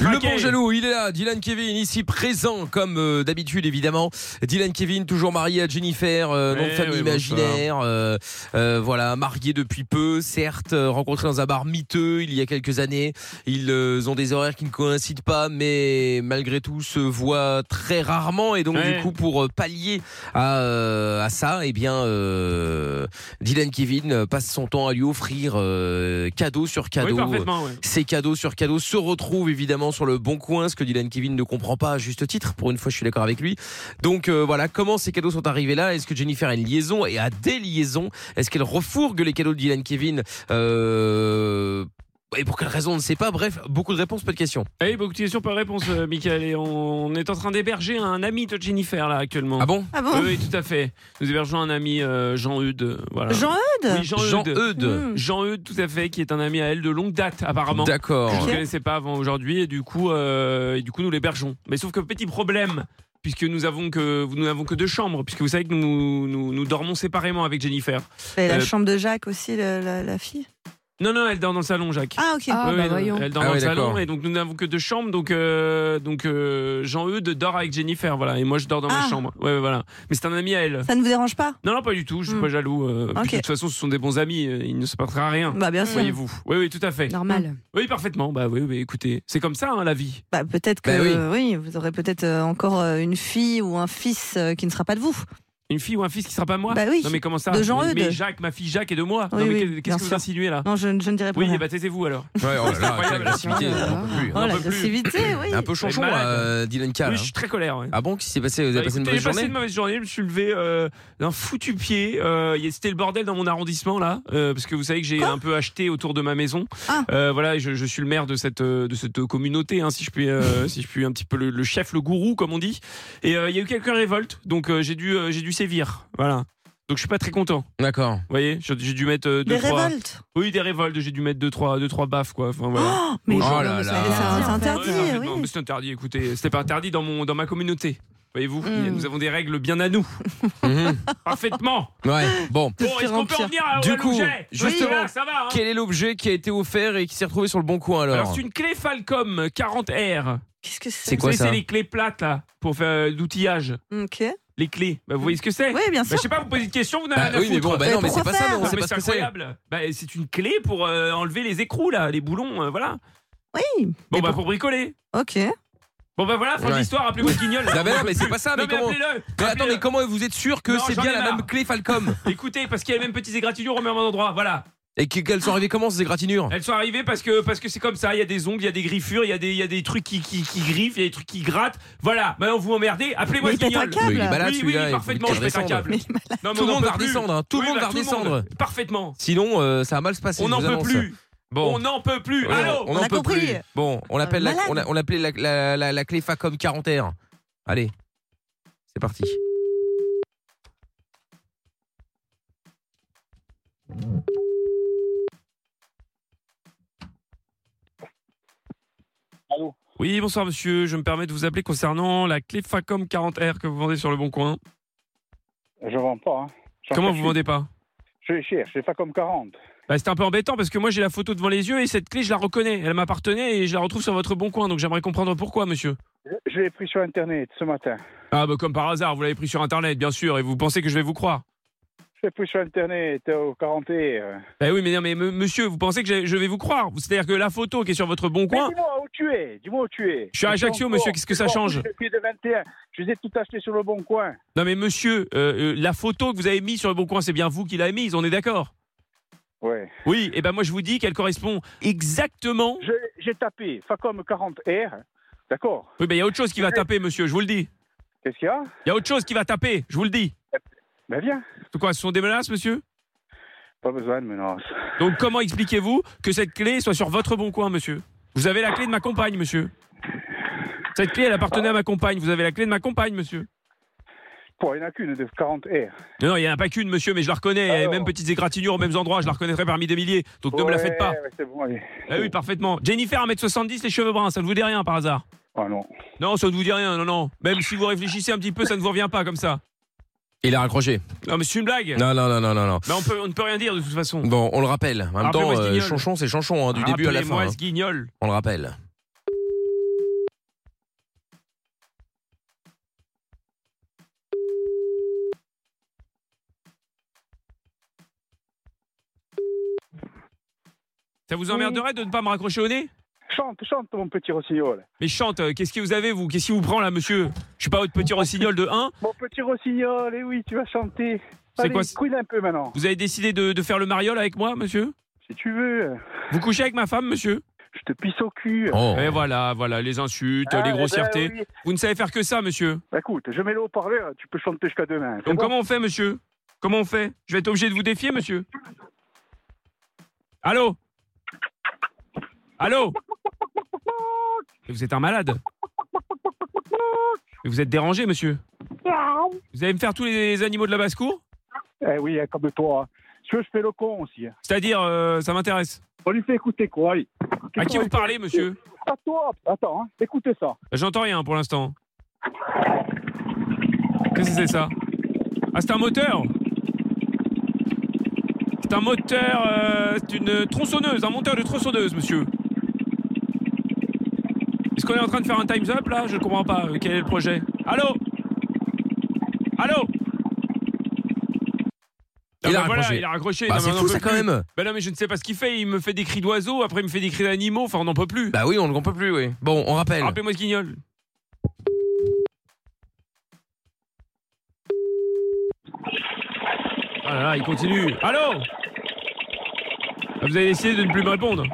C: Le
E: Traqué.
C: bon jaloux, il est là, Dylan Kevin, ici présent comme euh, d'habitude évidemment. Dylan Kevin, toujours marié à Jennifer, euh, nom de
E: Eh
C: famille
E: oui, bonsoir.
C: imaginaire, euh, euh, voilà, marié depuis peu, certes, euh, rencontré dans un bar miteux il y a quelques années. Ils euh, ont des horaires qui ne coïncident pas, mais malgré tout se voient très rarement. Et donc
E: Ouais.
C: du coup, pour euh, pallier à, euh, à ça, eh bien, euh, Dylan Kevin euh, passe son temps à lui offrir euh, cadeau sur
E: Oui,
C: cadeau.
E: parfaitement, ouais.
C: euh, Ces cadeaux sur cadeaux se retrouvent évidemment sur le bon coin, ce que Dylan Kevin ne comprend pas à juste titre. Pour une fois, je suis d'accord avec lui. Donc euh, voilà, comment ces cadeaux sont arrivés là Est-ce que Jennifer a une liaison et a des liaisons Est-ce qu'elle refourgue les cadeaux de Dylan Kevin Euh, Et pour quelle raison, on ne sait pas. Bref, beaucoup de réponses, pas de questions.
E: Eh, beaucoup de questions par réponse, euh, Michael. Et on, on est en train d'héberger un ami de Jennifer, là, actuellement.
C: Ah bon
F: Ah
E: Oui,
F: bon
E: oui, tout à fait. Nous hébergeons un ami, euh, Jean-Eudes. euh, Voilà.
F: Jean-Eudes
E: Oui,
C: Jean
E: Jean-Eudes.
C: Eudes.
F: Hmm.
E: Jean-Eudes, tout à fait, qui est un ami à elle de longue date, apparemment.
C: D'accord.
E: que je ne
F: Ok.
E: connaissais pas avant aujourd'hui et du coup euh, et du coup nous l'hébergeons. Mais sauf que petit problème puisque nous avons que nous n'avons que deux chambres puisque vous savez que nous nous, nous dormons séparément avec Jennifer.
F: Et la
E: Euh,
F: chambre de Jacques aussi, le- la, la fille.
E: Non non elle dort dans le salon Jacques.
F: Ah ok.
D: Ah,
E: Oui,
D: bah
E: oui, non,
D: voyons.
E: elle dort
C: Ah
E: dans
C: oui,
E: le salon
C: d'accord.
E: et donc nous n'avons que deux chambres donc euh, donc euh, Jean-Eudes dort avec Jennifer voilà et moi je dors dans ma
F: Ah.
E: chambre ouais ouais, voilà mais c'est un ami à
C: Bah
E: elle
F: Ça ne vous dérange pas
E: non non pas du tout je suis
F: Hmm.
E: pas jaloux euh, puis
F: Ok.
E: de toute façon ce sont des bons amis euh, il ne se passera rien
F: Bah bien sûr.
E: voyez-vous oui oui tout à fait
D: Normal.
E: oui parfaitement bah oui oui écoutez c'est comme ça hein, la vie
F: Bah, peut-être que
C: Bah oui.
F: euh, oui. vous aurez peut-être euh, encore euh, une fille ou un fils euh, qui ne sera pas de vous.
E: Une fille ou un fils qui sera pas moi
F: Bah oui.
E: Non mais comment ça
F: De Jean
E: mais,
F: Eudes.
E: mais Jacques, ma fille Jacques est de moi.
F: Oui,
E: non mais
F: oui,
E: qu'est- qu'est-ce
F: bien
E: que vous
F: sûr.
E: insinuez là
F: Non, je, je ne dirais pas.
E: Oui,
F: rien.
E: et bah taisez-vous alors.
C: Ouais, oh là là,
E: Incroyable.
C: quelle agressivité, on n'en peut plus.
F: oh,
E: on en
F: la
E: peut plus.
F: passivité, oui.
C: Un peu chanchon,
E: malade.
C: là, euh, Dylan K.
E: oui,
C: là.
E: je suis très colère. ouais.
C: Ah bon, qu'est-ce qui s'est passé Vous avez
E: Bah,
C: passé une
E: écoutez, j'ai
C: mauvaise
E: passé
C: journée
E: une mauvaise journée, je me suis levé euh, d'un foutu pied. Euh, y a- C'était le bordel dans mon arrondissement là, euh, parce que vous savez que j'ai un peu acheté autour de ma maison.
F: Ah.
E: Euh, voilà, et je, je suis le maire de cette euh, de cette communauté, hein, si je puis euh, si je puis un petit peu le, le chef, le gourou comme on dit. Et euh, il y a eu quelques révoltes, donc euh, j'ai dû euh, j'ai dû sévir. Voilà. Donc je suis pas très content.
C: D'accord.
E: Vous voyez, j'ai j'ai dû mettre euh, deux
F: Des
E: trois.
F: révoltes.
E: Oui, des révoltes, j'ai dû mettre 2-3 deux, trois, deux, trois baffes, quoi. Enfin, voilà.
F: Oh, mais
C: Oh
F: Jean-
C: là
F: mais c'est-
C: là.
F: c'est un-
D: Ouais,
F: c'est
E: Ah, Ouais, non,
F: interdit,
E: mais non, mais
F: oui.
E: c'est interdit, écoutez. C'était pas interdit dans, mon, dans ma communauté. Vous voyez-vous.
F: Mm.
E: Nous avons des règles bien à nous. Parfaitement.
C: Mhm. Ouais, bon.
E: Bon, est-ce qu'on peut revenir à, à
C: Du coup,
E: l'objet
C: justement,
E: Là, ça va. hein.
C: quel est l'objet qui a été offert et qui s'est retrouvé sur le bon coin alors,
E: Alors, c'est une clé Falcom 40R.
F: Qu'est-ce que c'est
C: C'est quoi
E: Vous savez,
C: ça
E: C'est les clés plates, là, pour faire euh, l'outillage.
F: Ok.
E: Les clés. Bah, vous voyez ce que c'est
F: Oui, bien
E: Bah,
F: sûr.
E: je sais pas, vous posez une question, vous n'avez
C: Bah
E: rien à
C: oui, mais bon,
E: foutre.
C: bah non, mais c'est
F: pourquoi
C: pas ça, mais on
E: Non,
C: sait
E: mais
C: pas
E: c'est
C: ce que c'est.
E: incroyable. Bah, c'est une clé pour euh, enlever les écrous, là, les boulons, euh, voilà.
F: Oui.
E: Bon,
F: Mais
E: bah, pour bricoler.
F: Ok.
E: Bon, bah, voilà, fin
C: Ouais.
E: de l'histoire, appelez-moi le guignol.
C: Ah bah non, mais c'est pas ça,
E: Non,
C: mais comment
E: appelez-le.
C: Mais attends, mais comment vous êtes sûr que
E: Ah, Non,
C: c'est
E: j'en
C: bien
E: ai
C: la
E: marre.
C: même clé Falcom
E: Écoutez, parce qu'il y a les mêmes petites égratignures au même endroit, voilà.
C: Et que- qu'elles sont arrivées comment ces égratignures
E: Elles sont arrivées parce que parce que c'est comme ça. Il y a des ongles, il y a des griffures, il y a des il y a des trucs qui, qui, qui griffent, il y a des trucs qui grattent. Voilà. Maintenant vous emmerdez. Appelez-moi
F: Mais
E: le
F: il pète un
E: guignol.
F: câble.
C: Oui, il est malade
E: oui, oui,
C: celui-là. il faut
E: parfaitement.
C: qu'il
E: Je pète un
C: redescende.
E: câble.
F: Mais
E: Non, mais
C: Tout
E: on
C: le
E: en
C: monde va
E: peut plus.
C: redescendre, hein. Tout le
E: Oui,
C: monde
E: bah,
C: va
E: tout le
C: redescendre.
E: monde. Parfaitement.
C: Sinon, euh, ça a mal se passer.
E: On
C: je
E: n'en
C: vous
E: peut
C: annonce.
E: plus.
C: Bon.
E: On n'en peut plus.
C: Ouais,
E: Allô.
C: on
F: On
C: n'en
F: a
C: peut
F: compris.
C: plus. Bon, on l'appelle la,
F: malade.
C: on, a- on l'appelait la, la, la- la clé Facom 41. Allez, c'est parti.
E: Oui, bonsoir monsieur. Je me permets de vous appeler concernant la clé Facom 40R que vous vendez sur le Bon Coin.
K: Je vends pas. hein. J'en
E: Comment
K: fais-
E: vous vendez pas
K: Je les cherche, j'ai pas comme 40.
E: bah, c'est un peu embêtant parce que moi j'ai la photo devant les yeux et cette clé je la reconnais, elle m'appartenait et je la retrouve sur votre bon coin donc j'aimerais comprendre pourquoi monsieur.
K: Je- Je l'ai pris sur Internet ce matin.
E: Ah bah comme par hasard, vous l'avez pris sur internet bien sûr et vous pensez que je vais vous croire.
K: Je l'ai pris sur Internet euh, au 40 et... euh.
E: Bah oui mais non mais me- monsieur, vous pensez que j'ai- je vais vous croire C'est-à-dire que la photo qui est sur votre bon
K: Mais
E: coin,
K: dis-moi où tu es, dis-moi où tu es.
E: Je suis à Ajaccio,
K: en
E: monsieur,
K: cours.
E: qu'est-ce que ça
K: Je suis en
E: change
K: cours Depuis le 21, je les ai tout achetés sur le bon coin.
E: non mais monsieur, euh, euh, la photo que vous avez mise sur le bon coin, c'est bien vous qui l'avez mise, on est d'accord
K: Ouais.
E: Oui, et ben moi je vous dis qu'elle correspond exactement.
K: Je- J'ai tapé Facom 40R, d'accord
E: Oui ben il y a autre chose qui va taper monsieur, je vous le dis.
K: Qu'est-ce qu'il y a
E: Il y a autre chose qui va taper, je vous le dis.
K: Ben viens,
E: C'est Quoi, ce sont des menaces monsieur
K: pas besoin de menaces.
E: Donc comment expliquez-vous que cette clé soit sur votre bon coin, monsieur Vous avez la clé de ma compagne, monsieur. Cette clé, elle appartenait à ma compagne. Vous avez la clé de ma compagne, monsieur.
K: Pour il n'y en a qu'une de 40R.
E: Non, non, il n'y en a pas qu'une, monsieur, mais je la reconnais. Elle a les
K: Alors
E: mêmes petites égratignures aux mêmes endroits. Je la reconnaîtrai parmi des milliers. Donc ne me la faites pas.
K: Ouais, c'est bon, allez.
E: Ah oui, parfaitement. Jennifer, 1m70, les cheveux bruns, ça ne vous dit rien par hasard
K: Ah non.
E: Non, ça ne vous dit rien, non, non. Même si vous réfléchissez un petit peu, ça ne vous revient pas comme ça.
C: Il a raccroché.
E: Non, mais c'est une blague.
C: Non, non, non, non, non, non.
E: Mais on, peut, on ne peut rien dire de toute façon.
C: Bon, on le rappelle. En même temps,
E: Rappelez-moi ce
C: euh,
E: guignol.
C: Chanchon, c'est Chanchon, hein, du début à la fin.
E: Rappelez-moi
C: hein.
E: ce guignol.
C: On le rappelle.
E: Ça vous emmerderait de ne pas me raccrocher au nez
K: Chante, chante mon petit rossignol.
E: Mais chante, euh, qu'est-ce que vous avez, vous Qu'est-ce qui vous prend, là, monsieur Je suis pas votre petit rossignol de 1.
K: Mon petit rossignol, et oui, tu vas chanter.
E: C'est
K: Allez,
E: quoi ce-
K: couine un peu maintenant.
E: Vous avez décidé de, de faire le mariole avec moi, monsieur
K: Si tu veux,
E: Vous couchez avec ma femme, monsieur
K: je te pisse au cul.
C: Oh.
E: Et voilà, voilà, les insultes,
K: Ah,
E: les
K: ben
E: grossièretés.
K: oui.
E: Vous ne savez faire que ça, monsieur.
K: Bah, écoute, je mets le haut-parleur, tu peux chanter jusqu'à demain. c'est
E: Donc
K: bon
E: comment on fait, monsieur Comment on fait Je vais être obligé de vous défier, monsieur Allô Allô Mais Vous êtes un malade. Mais Vous êtes dérangé, monsieur. Vous allez me faire tous les animaux de la basse-cour
K: Eh oui, hein, comme toi. hein. Si tu veux, je fais le con aussi. hein.
E: C'est-à-dire, euh, ça m'intéresse.
K: On lui fait écouter quoi allez.
E: À qui vous parlez, monsieur
K: À toi Attends, hein, écoutez ça.
E: J'entends rien pour l'instant. Qu'est-ce que c'est ça Ah, c'est un moteur C'est un moteur, euh, c'est une tronçonneuse, un monteur de tronçonneuse, monsieur. Est-ce qu'on est en train de faire un time's up là Je ne comprends pas. euh, Quel est le projet Allô Allô
C: Il a
E: bah voilà,
C: raccroché.
E: il a raccroché.
C: Bah,
E: Non, mais
C: c'est
E: on en
C: fou
E: peut
C: ça quand
E: plus.
C: même.
E: Bah non, mais je ne sais pas ce qu'il fait. Il me fait des cris d'oiseaux, après il me fait des cris d'animaux. Enfin, on n'en peut plus.
C: Bah oui, on ne peut plus, oui. Bon, on rappelle.
E: Rappelez-moi ce guignol. Ah là là, il continue. Allô Ah, Vous avez décidé de ne plus me répondre.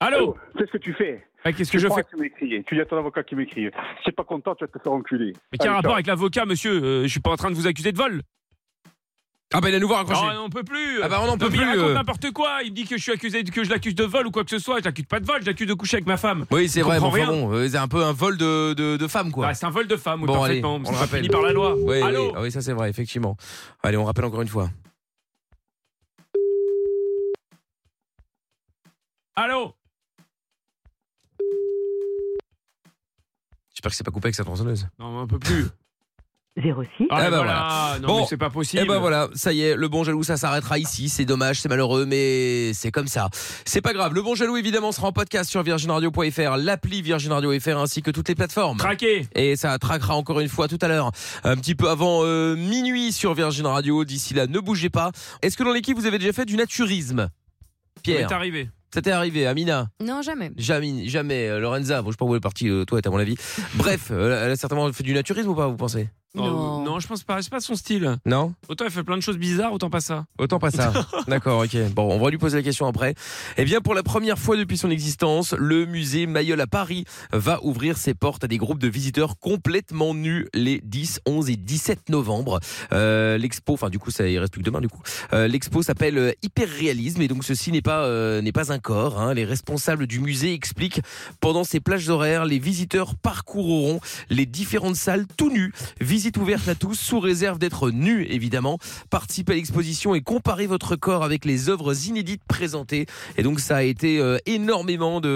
E: Allô
K: Qu'est-ce que tu fais
E: Ah, Qu'est-ce que je
K: crois
E: fais
K: que Tu m'écris. Tu dis à ton avocat qui m'écrit. Si t'es pas content, tu vas te faire enculer.
E: Mais quel
L: Ah,
K: Allez,
E: rapport
K: ciao.
E: avec l'avocat, monsieur Euh, Je suis pas en train de vous accuser de vol.
C: Ah bah il a nouveau raccroché.
E: Ah, on peut plus
C: Ah bah on n'en peut
E: Non, mais il
C: plus.
E: raconte
C: euh.
E: n'importe quoi. Il me dit que je suis accusé, que je l'accuse de vol ou quoi que ce soit. Je l'accuse pas de vol, je l'accuse de coucher avec ma femme.
C: Oui, c'est
E: Je
C: vrai. mais
E: comprends
C: Enfin
E: rien.
C: bon, euh, c'est un peu un vol de, de, de femme, quoi.
E: Ah, c'est un vol de femme, oui,
C: Bon, allez,
E: parfaitement.
C: on le rappelle.
E: fini par la loi.
C: Oui,
E: Allô
C: oui, ah oui, ça c'est vrai, effectivement. Allez, on rappelle encore une fois.
E: Allô
C: Je sais J'espère que c'est pas coupé avec sa tronçonneuse.
E: Non, un peu plus.
C: 06.
E: Ah, bah voilà. Non, mais c'est pas possible.
C: Et bah voilà, ça y est, le bon jaloux, ça s'arrêtera ici. C'est dommage, c'est malheureux, mais c'est comme ça. C'est pas grave. Le bon jaloux, évidemment, sera en podcast sur virginradio.fr, l'appli Virgin Radio FR ainsi que toutes les plateformes.
E: Traqué.
C: Et ça traquera encore une fois tout à l'heure, un petit peu avant euh, minuit sur Virgin Radio. D'ici là, ne bougez pas. Est-ce que dans l'équipe, vous avez déjà fait du naturisme Pierre.
E: Pierre. est arrivé.
C: Ça t'est arrivé, Amina
D: Non, jamais.
C: Jamais, jamais. Euh, Lorenza, bon, je sais pas où elle est partie, euh, toi, à mon avis. Bref, euh, elle a certainement fait du naturisme ou pas, vous pensez
E: Oh, Non. je pense pas. C'est pas son style.
C: Non
E: Autant elle fait plein de choses bizarres, autant pas ça.
C: Autant pas ça. D'accord, ok. Bon, on va lui poser la question après. Eh bien, pour la première fois depuis son existence, le musée Mayol à Paris va ouvrir ses portes à des groupes de visiteurs complètement nus les 10, 11 et 17 novembre. Euh, L'expo, enfin, du coup, ça il reste plus que demain, du coup. Euh, L'expo s'appelle euh, Hyperréalisme et donc ceci n'est pas euh, n'est pas un corps. hein. Les responsables du musée expliquent pendant ces plages horaires, les visiteurs parcourront les différentes salles tout nus. Visite ouverte à tous, sous réserve d'être nus évidemment. Participez à l'exposition et comparez votre corps avec les œuvres inédites présentées. Et donc ça a été euh, énormément de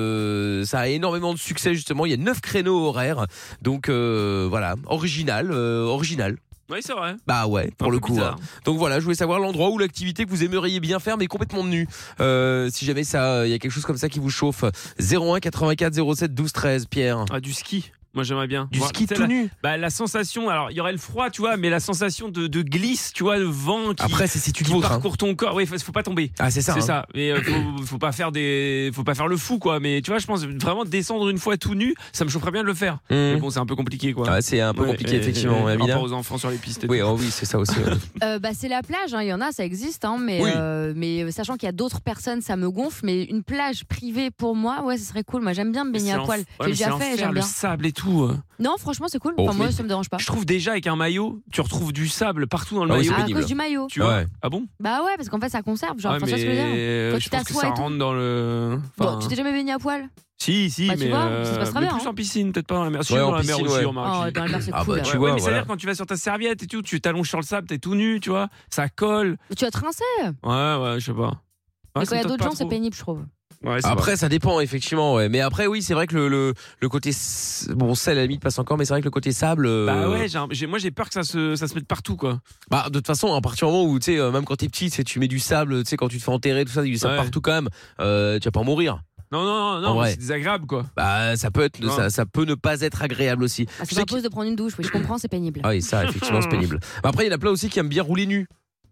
C: euh, ça a énormément de succès justement. Il y a neuf créneaux horaires. Donc euh, voilà, original, euh, original.
E: Oui, c'est vrai.
C: Bah ouais, pour
E: Un
C: le
E: peu
C: coup.
E: bizarre.
C: hein. Donc voilà, je voulais savoir l'endroit ou l'activité que vous aimeriez bien faire, mais complètement nu. Euh, si jamais ça, il y a quelque chose comme ça qui vous chauffe. 01 84 07 12 13, Pierre.
E: Ah, du ski. Moi, j'aimerais bien.
C: Du
E: Voir-
C: ski
E: tu sais,
C: tout
E: la-
C: nu.
E: Bah, la sensation. Alors, il y aurait le froid, tu vois, mais la sensation de, de glisse, tu vois, le vent qui.
C: Après, c'est si tu te
E: qui
C: vautres, hein.
E: parcourt ton corps. Oui, faut, faut pas tomber.
C: Ah, c'est ça,
E: C'est
C: hein.
E: ça. Mais euh, faut, faut pas faire des, faut pas faire le fou, quoi. Mais tu vois, je pense vraiment descendre une fois tout nu, ça me chaufferait bien de le faire.
C: Hmm.
E: Mais bon, c'est un peu compliqué, quoi.
C: Ah, c'est un peu
E: Ouais, et-
C: compliqué, effectivement,
E: et-
C: Amina.
E: Par rapport aux enfants sur les pistes. et
C: Oui,
E: tout.
C: oh oui, c'est ça aussi. ouais.
D: Euh, bah, c'est la plage, hein, il y en a, ça existe, hein, mais,
C: Oui.
D: euh, mais euh, sachant qu'il y a d'autres personnes, ça me gonfle. Mais une plage privée pour moi, ouais, ce serait cool. Moi, j'aime bien me baigner
E: C'est
D: à
E: enf-
D: poil.
E: ouais,
D: J'ai
E: mais c'est
D: déjà fait,
E: enfer,
D: j'aime
E: le
D: bien.
E: sable et tout. euh.
D: Non, franchement, c'est cool.
E: Bon,
D: Enfin, moi,
E: mais-
D: ça me dérange pas.
E: Je trouve déjà avec un maillot, tu retrouves du sable partout dans le
C: Ah oui,
E: maillot.
C: c'est
D: Ah, à
C: pénible.
D: cause du maillot.
E: Tu vois
C: Ouais.
E: Ah bon
D: Bah ouais, parce qu'en fait, ça conserve. Genre,
E: Ouais,
D: François, ce que je veux dire.
E: mais euh,
D: Quand
E: je
D: tu
E: pense que
D: t'assois
E: ça
D: et tout.
E: rentre dans le.
D: Bon,
E: enfin,
D: tu t'es jamais baigné à poil
E: Si, si,
D: Bah, tu
E: mais, euh,
D: vois, ça se passe très
E: mais
D: bien,
E: plus
D: hein.
E: en piscine, peut-être pas dans la mer. Si,
C: Ouais,
E: dans
C: en
E: la mer
C: piscine,
E: aussi,
C: ouais.
E: remarque.
D: Oh, dans la mer, c'est
C: Ah
D: cool.
C: bah, tu
E: Ouais,
C: vois,
E: ouais, mais
C: voilà.
E: c'est-à-dire quand tu vas sur ta serviette et tout, tu t'allonges sur le sable, t'es tout nu, tu vois, ça colle.
D: Tu vas trincer.
E: Ouais, ouais, je sais pas. Ouais,
D: Mais
E: ça
D: quand il y a
E: me tente
D: d'autres
E: pas
D: gens, c'est
E: trop. Ah,
D: pénible, je trouve.
E: Ouais, c'est
C: Après, ça dépend, effectivement. Ouais. Mais après, oui, c'est vrai que le, le, le côté. s- Bon, ça, à la limite, passe encore, mais c'est vrai que le côté sable. euh,
E: vrai. Bah ouais, j'ai un- j'ai- moi j'ai peur que ça se, ça se mette partout quoi.
C: Bah, de toute façon, à partir du moment où, tu sais, euh, même quand t'es petit, tu sais, tu mets du sable, tu sais, quand tu te fais enterrer, tout ça, il y a du sable
E: Ouais.
C: partout quand même, euh, tu vas pas en mourir.
E: Non, non, non,
C: En
E: non,
C: vrai.
E: mais c'est désagréable quoi.
C: Bah, ça peut être,
E: Non.
C: ça, ça peut ne pas être agréable aussi.
D: Ah,
C: Je
D: ça
C: sais qu'il-
D: m'impose de prendre une douche, oui, je comprends, c'est pénible.
C: Ah oui, ça, effectivement, c'est pénible. Mais Après, il y en a plein aussi qui aiment bien rouler nu.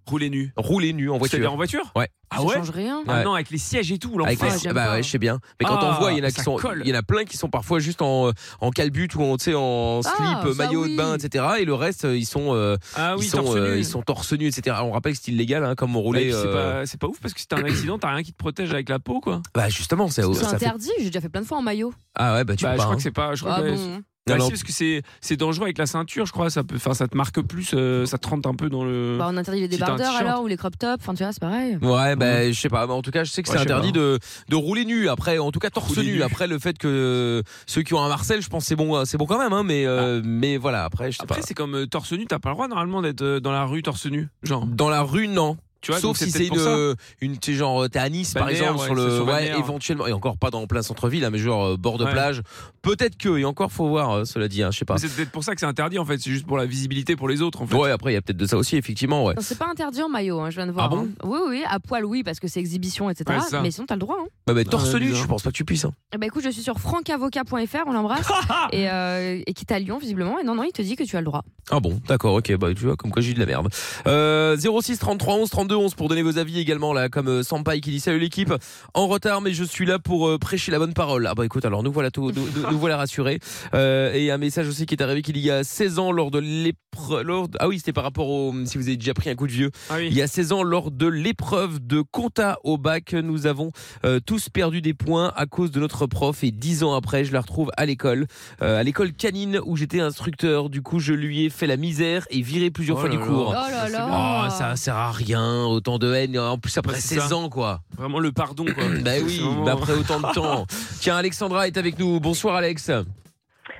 E: Rouler nu.
C: Rouler nu en voiture.
E: C'est-à-dire en voiture
C: Ouais.
E: Ah
D: ça
E: ouais
D: change rien. Ah,
E: Ah
C: Ouais.
E: non, avec les sièges et tout,
C: Avec
E: l'enfer.
C: la-
D: j'aime
C: bah
D: pas.
C: ouais, je sais bien. Mais quand on
E: Ah,
C: voit, il y en a qui
E: ça
C: sont,
E: colle.
C: il y en a plein qui sont parfois juste en, euh, en calbute ou en, tu sais, en slip,
D: Ah, ça
C: maillot de
D: oui.
C: bain, etc. Et le reste, ils sont, euh,
E: Ah oui,
C: ils, sont
E: torse
C: euh,
E: nu.
C: ils sont torse nu, etc. On rappelle que c'est illégal, hein, comme on
E: Ouais, et
C: roulait.
E: puis c'est
C: euh,
E: pas- c'est pas, ouf parce que si t'as un accident, t'as rien qui te protège avec la peau quoi.
C: Bah justement, c'est
D: C'est
C: ça fait-
D: interdit, j'ai déjà fait plein de fois en maillot.
C: Ah ouais, bah tu
E: Bah,
C: peux
E: je
C: pas.
E: crois
C: hein.
E: que c'est pas. Je crois
D: Ah
E: que-
D: bon
C: Non,
E: Ah,
C: non.
E: si, parce que c'est c'est dangereux avec la ceinture, je crois. Ça peut, enfin, ça te marque plus, euh, ça te rentre un peu dans le.
D: Bah, on interdit les
E: Si Mmh. t'as un
D: débardeurs
E: t-shirt.
D: alors ou les crop tops, enfin tu vois, c'est pareil.
C: Ouais, bah, je sais pas. Mais en tout cas, je sais que
E: Mhm. Ouais,
C: c'est
E: je sais
C: interdit
E: pas.
C: de, de rouler nu. Après, en tout cas, torse
E: Rouler
C: nu.
E: nu.
C: Après, le fait que ceux qui ont un Marcel, je pense que c'est bon, euh, c'est bon quand même. Hein, mais euh, mais voilà. Après, je sais
E: Ah. Après,
C: pas.
E: c'est comme euh, torse nu. T'as pas le droit normalement d'être euh, dans la rue torse nu, genre.
C: Dans la rue, non.
E: Tu vois, donc
C: Sauf si c'est
E: peut-être pour ça.
C: une, une t'es genre euh, t'es à Nice par
E: Balnéaire,
C: exemple
E: ouais,
C: sur
E: c'est
C: le
E: sur
C: ouais
E: balnéaire.
C: éventuellement et encore pas dans plein centre-ville hein, mais genre euh, bord de
E: Ouais.
C: plage peut-être que et encore faut voir euh, cela dit hein, je sais pas
E: Mais C'est peut-être pour ça que c'est interdit en fait. C'est juste pour la visibilité pour les autres en fait. Ah,
C: ouais après il y a peut-être de ça aussi effectivement ouais
D: Non, c'est pas interdit en maillot, hein, je viens de voir.
C: Ah bon
D: hein. Oui, oui, à poil, oui, parce que c'est exhibition, etc.
E: Ouais, c'est ça.
D: mais sinon, t'as le droit. Hein.
C: bah, mais torse
E: ouais,
C: nu
E: bizarre.
C: je pense pas que tu puisses hein.
D: Eh ben, écoute, je suis sur francavocat.fr, on l'embrasse, et, euh, et qui est à Lyon, visiblement. Et non, non, il te dit que tu as le droit.
C: Ah bon, d'accord, ok, bah tu vois, comme quoi j'ai eu de la merde. Euh, 06 33 11 32 11 pour donner vos avis également, là, comme euh, Sampai qui dit salut l'équipe, en retard, mais je suis là pour euh, prêcher la bonne parole. Ah bah écoute, alors nous voilà tout, nous, nous- nous voilà rassurés. Euh, et un message aussi qui est arrivé qu'il y a 16 ans lors de l'épreuve, lors- ah oui, c'était par rapport au, si vous avez déjà pris un coup de vieux,
E: Ah oui.
C: il y a 16 ans, lors de l'épreuve de compta au bac, nous avons euh, tous perdu des points à cause de notre prof. Et 10 ans après, je la retrouve à l'école, euh, à l'école canine où j'étais instructeur. Du coup, je lui ai fait la misère et viré plusieurs
E: Oh
C: fois
E: là
C: du
E: là.
C: cours.
D: Oh
E: Oh,
D: là
E: ça, c'est
D: là
C: Oh, ça sert à rien, autant de haine. En plus, après
E: Ouais, c'est
C: 16
E: ça.
C: ans, quoi.
E: Vraiment le pardon quoi.
C: Bah
E: C'est
C: oui,
E: vraiment-
C: mais après autant de temps. Tiens, Alexandra est avec nous. Bonsoir, Alex.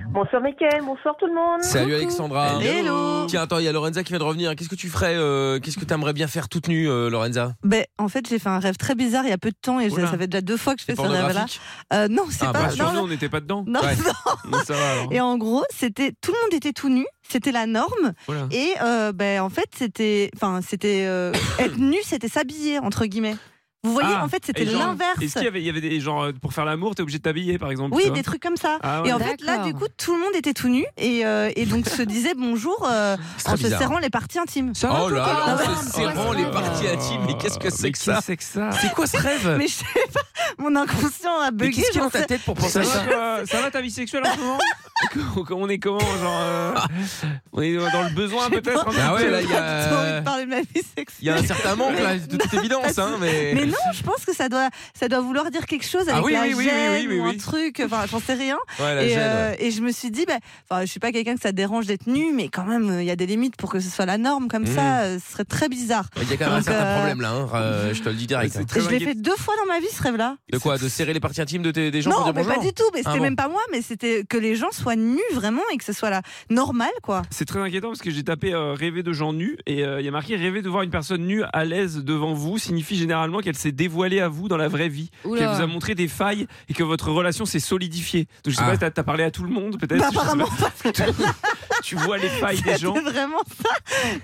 J: Bonsoir Mickaël, bonsoir tout le monde.
C: Salut Alexandra.
J: Hello.
C: Tiens, attends, il y a Lorenza qui vient de revenir. Qu'est-ce que tu ferais euh, Qu'est-ce que t'aimerais bien faire toute nue, euh, Lorenza
F: Ben, en fait, j'ai fait un rêve très bizarre il y a peu de temps et je-
C: Oula.
F: ça fait déjà deux fois que je fais
C: C'est
F: ce rêve-là.
C: pornographique
F: Euh, non, c'est
C: Ah,
F: pas.
C: bah,
F: non,
C: sur nous,
E: On n'était pas dedans.
F: non,
E: Ouais.
F: non.
E: Mais ça va, alors.
F: Et en gros, c'était tout le monde était tout nu, c'était la norme.
E: Voilà.
F: Et euh, ben en fait, c'était, enfin, c'était euh, être nu, c'était s'habiller entre guillemets. Vous voyez,
E: Ah,
F: en fait, c'était
E: et genre,
F: l'inverse.
E: Est-ce qu'il y avait, il y avait des genre euh, pour faire l'amour, t'es obligé de t'habiller par exemple tu
F: Oui,
E: vois
F: des trucs comme ça.
E: Ah ouais.
F: Et en fait, là,
E: D'accord.
F: du coup, tout le monde était tout nu et, euh, et donc se disait bonjour euh,
C: C'est
F: en
C: très
F: se
C: bizarre.
F: serrant les parties intimes.
C: Oh là là,
F: Ah ouais.
C: on se serrant les parties intimes, mais qu'est-ce que c'est que ça
E: C'est Oh, que ça.
C: C'est quoi ce rêve
F: Mais je sais pas, mon inconscient a bugué.
E: Mais qu'est-ce qu'il y a dans ta
F: j'en sais-
E: tête pour penser à Ça va, toi Ça va ta vie sexuelle en ce moment On est comment genre euh, On est dans le besoin peut-être euh, un
C: Ah
E: petit
C: ouais,
E: peu
C: là, il y
F: J'ai pas envie
C: a.
F: de parler de ma vie sexuelle.
C: Il y a un certain manque, là, de toute évidence, hein, mais.
F: Mais non, je pense que ça doit, ça doit vouloir dire quelque chose avec
C: Ah oui,
F: la
C: oui, oui, oui,
F: gêne
C: oui, oui,
F: ou un
C: oui.
F: truc. Enfin, j'en sais rien.
C: Ouais, la
F: et, euh,
C: gêne,
F: et je me suis dit, bah, enfin, je suis pas quelqu'un que ça dérange d'être nu, mais quand même, euh, il y a des limites pour que ce soit la norme comme
C: Mhm.
F: ça. euh, Ce serait très bizarre.
C: Il y a quand même un
F: Donc,
C: certain
F: euh,
C: problème là, hein, euh, je te le dis direct.
F: et je l'ai fait deux fois dans ma vie ce rêve-là.
C: De quoi De serrer les parties intimes de tes, des gens
F: non,
C: pour dire
F: mais
C: bonjour
F: pas du tout. Mais
C: Ah
F: c'était
C: bon.
F: même pas moi, mais c'était que les gens soient nus vraiment et que ce soit là normal, quoi.
E: C'est très inquiétant parce que j'ai tapé euh, rêver de gens nus et euh, il y a marqué rêver de voir une personne nue à l'aise devant vous signifie généralement qu'elle s'est dévoilée à vous dans la vraie vie,
D: Oula.
E: qu'elle vous a montré des failles et que votre relation s'est solidifiée. Donc je sais
C: Ah.
E: pas si t'as- t'as parlé à tout le monde peut-être.
F: Bah,
E: je sais
F: apparemment
E: pas. tu vois les failles des gens.
F: C'était vraiment ça.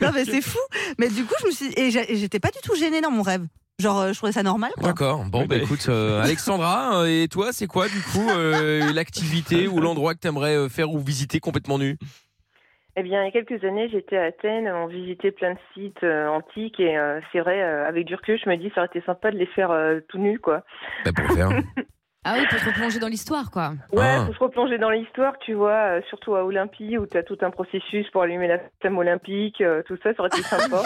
F: Non, mais c'est fou. Mais du coup, je me suis et j'a- et j'étais pas du tout gênée dans mon rêve. Genre, euh, je trouvais ça normal. quoi.
C: D'accord. Bon, bah écoute, euh, Alexandra, euh, et toi, c'est quoi du coup euh, l'activité ou l'endroit que t'aimerais euh, faire ou visiter complètement nu
J: Eh bien, il y a quelques années, j'étais à Athènes, on visitait plein de sites euh, antiques et euh, c'est vrai, euh, avec du recul, je me dis, ça aurait été sympa de les faire euh, tout nus, quoi.
C: pour le faire.
D: Ah oui, pour te replonger dans l'histoire, quoi.
J: Ouais,
C: Ah.
J: faut se replonger dans l'histoire, tu vois, euh, surtout à Olympie où tu as tout un processus pour allumer la flamme olympique, euh, tout ça, ça aurait été sympa.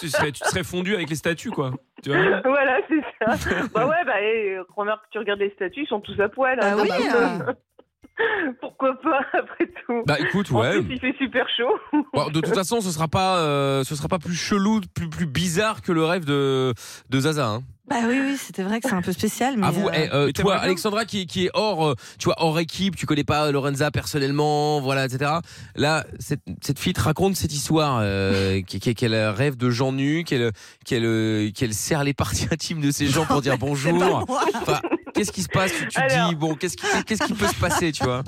E: tu, serais, tu te serais fondu avec les statues quoi. Tu vois
J: voilà, c'est ça. bah ouais, bah, et, euh, remarque, tu regardes les statues, ils sont tous à poil. hein,
F: Bah oui,
J: donc, euh, Pourquoi pas, après tout
C: Bah écoute,
J: En
C: ouais.
J: plus, il fait super chaud.
C: Bon, de toute façon, ce sera pas, euh, ce sera pas plus chelou, plus, plus bizarre que le rêve de, de Zaza. Hein.
F: Bah oui, oui, c'était vrai que c'est un peu spécial. Mais
C: À vous,
F: euh,
C: eh, euh,
E: mais
C: toi,
E: t'aimerais bien
C: Alexandra, qui, qui est hors, euh, tu vois, hors équipe, tu connais pas Lorenza personnellement, voilà, etc. Là, cette, cette fille te raconte cette histoire, euh, qui- qui- qu'elle rêve de gens nus, qu'elle, qu'elle, euh, qu'elle serre les parties intimes de ces gens pour dire
F: c'est pas
C: bonjour.
F: moi.
C: Enfin, qu'est-ce qui se passe Tu, tu te
J: Alors.
C: dis, bon, qu'est-ce qui, qu'est-ce qui peut se passer, tu vois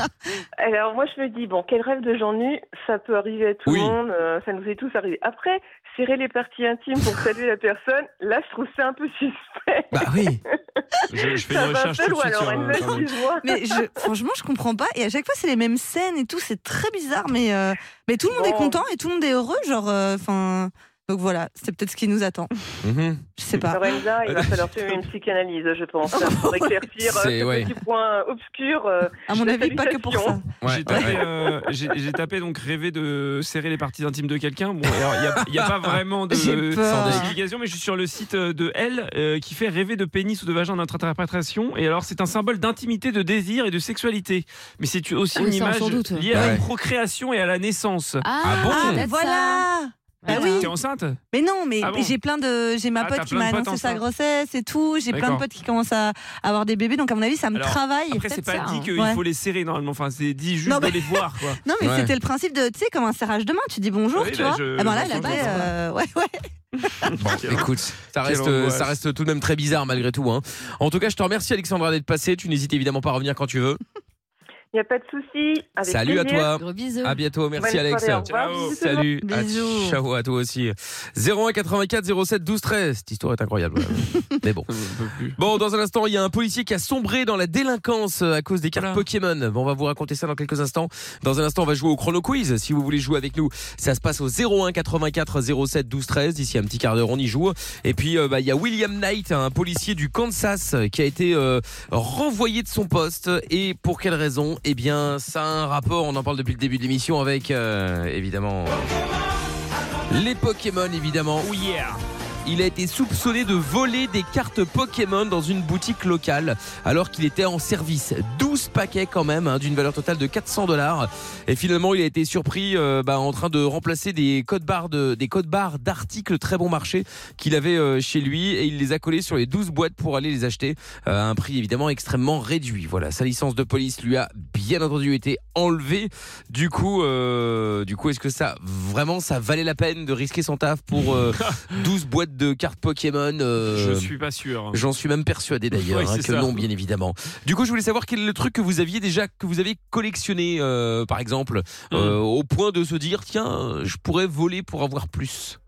J: Alors moi je me dis bon quel rêve de gens nus ça peut arriver à tout
C: Oui.
J: le monde euh, ça nous est tous arrivé après serrer les parties intimes pour saluer la personne là je trouve ça un peu suspect
C: Bah oui.
E: je, je fais
J: ça
E: une
J: va un
E: recherche
J: peu
E: tout de
J: loin
E: suite. sur,
J: alors
E: euh, Internet.
J: excuse-moi
F: Mais je, franchement, je comprends pas. Et à chaque fois, c'est les mêmes scènes et tout. C'est très bizarre. Mais, euh, mais tout le monde est
J: Bon.
F: content et tout le monde est heureux. Genre, euh, enfin. donc voilà, c'est peut-être ce qui nous attend.
C: Mhm.
F: Je sais pas.
J: Lorenza il va falloir faire une psychanalyse je pense hein, pour éclaircir euh,
C: C'est-
J: ce
C: ouais.
J: petit point obscur euh,
F: À mon
J: la
F: avis, pas que pour ça.
J: salutation.
C: Ouais,
E: j'ai,
C: ouais,
E: tapé, euh, j'ai, j'ai tapé donc rêver de serrer les parties intimes de quelqu'un. Bon, alors il y a- il n'y a, pas vraiment de
F: J'ai peur.
E: d'explication, mais je suis sur le site euh, de Elle euh, qui fait rêver de pénis ou de vagin dans notre interprétation. Et alors c'est un symbole d'intimité, de désir et de sexualité. Mais c'est aussi
F: Ah
D: Oui,
E: une
D: ça,
E: image
D: sans doute.
E: liée à la
C: Ouais.
E: procréation et à la naissance.
D: Ah,
C: Ah bon
D: peut-être
F: mais ben voilà Bah
D: Voilà.
F: oui.
E: T'es enceinte
F: Mais non, mais,
E: Ah
F: mais
E: bon
F: j'ai plein de, j'ai ma
E: Ah,
F: pote
E: t'as
F: qui
E: plein
F: m'a
E: de potes
F: annoncé sa
E: enceintes.
F: grossesse et tout. J'ai plein de
E: D'accord.
F: potes qui commencent à avoir des bébés. Donc à mon avis, ça me
E: Alors,
F: travaille.
E: Après c'est
D: peut-être
E: pas
D: ça,
E: dit
D: hein.
E: qu'il
F: Ouais.
E: faut les serrer normalement. Enfin c'est dit juste
F: Non,
E: de
F: mais-
E: les voir quoi.
F: Non, mais
C: Ouais.
F: c'était le principe de, tu sais, comme un serrage de main. Tu dis bonjour,
E: Oui,
F: tu
E: bah,
F: vois.
E: je-
F: Eh ben là,
E: je
F: elle
E: comprends.
F: avait, euh, ouais, ouais.
C: Bon, écoute, ça
E: Quelle
C: reste, euh,
E: angoisse.
C: ça reste tout de même très bizarre malgré tout. Hein. En tout cas, je te remercie Alexandra d'être passée. Tu n'hésites évidemment pas à revenir quand tu veux.
J: il n'y a pas de souci avec
C: Salut à
J: plaisir.
C: toi.
D: Gros bisous.
C: À bientôt. Merci
J: Bonne
C: Alex.
J: soirée, au revoir.
E: Ciao.
J: Bisous tout le monde.
C: Salut. Ah,
F: Bisous.
C: Ciao à toi aussi. 01 84 07 12 13. Cette histoire est incroyable. Mais bon. Bon, dans un instant, il y a un policier qui a sombré dans la délinquance euh, à cause des cartes
E: Voilà.
C: Pokémon. Bon, on va vous raconter ça dans quelques instants. Dans un instant, on va jouer au chrono quiz. Si vous voulez jouer avec nous, ça se passe au 01 84 07 12 13. D'ici un petit quart d'heure, on y joue. Et puis, euh, bah, il y a William Knight, hein, un policier du Kansas, qui a été euh, renvoyé de son poste. Et pour quelle raison Eh bien, ça a un rapport. On en parle depuis le début de l'émission avec, euh, évidemment, les Pokémon, évidemment.
E: Oh yeah.
C: il a été soupçonné de voler des cartes Pokémon dans une boutique locale alors qu'il était en service. 12 paquets quand même hein, d'une valeur totale de 400 dollars. Et finalement, il a été surpris euh, bah, en train de remplacer des codes barres de- des codes barres d'articles très bon marché qu'il avait euh, chez lui et il les a collés sur les 12 boîtes pour aller les acheter euh, à un prix évidemment extrêmement réduit. Voilà, sa licence de police lui a bien entendu été enlevée. Du coup, euh, du coup, est-ce que ça vraiment ça valait la peine de risquer son taf pour euh, 12 boîtes de cartes Pokémon euh,
E: Je suis pas sûr. hein.
C: J'en suis même persuadé d'ailleurs
E: Ouais,
C: hein,
E: c'est
C: que
E: ça.
C: non, bien évidemment. Du coup, je voulais savoir quel est le truc que vous aviez déjà, que vous avez collectionné, euh, par exemple,
E: Mmh.
C: euh, au point de se dire tiens, je pourrais voler pour avoir plus.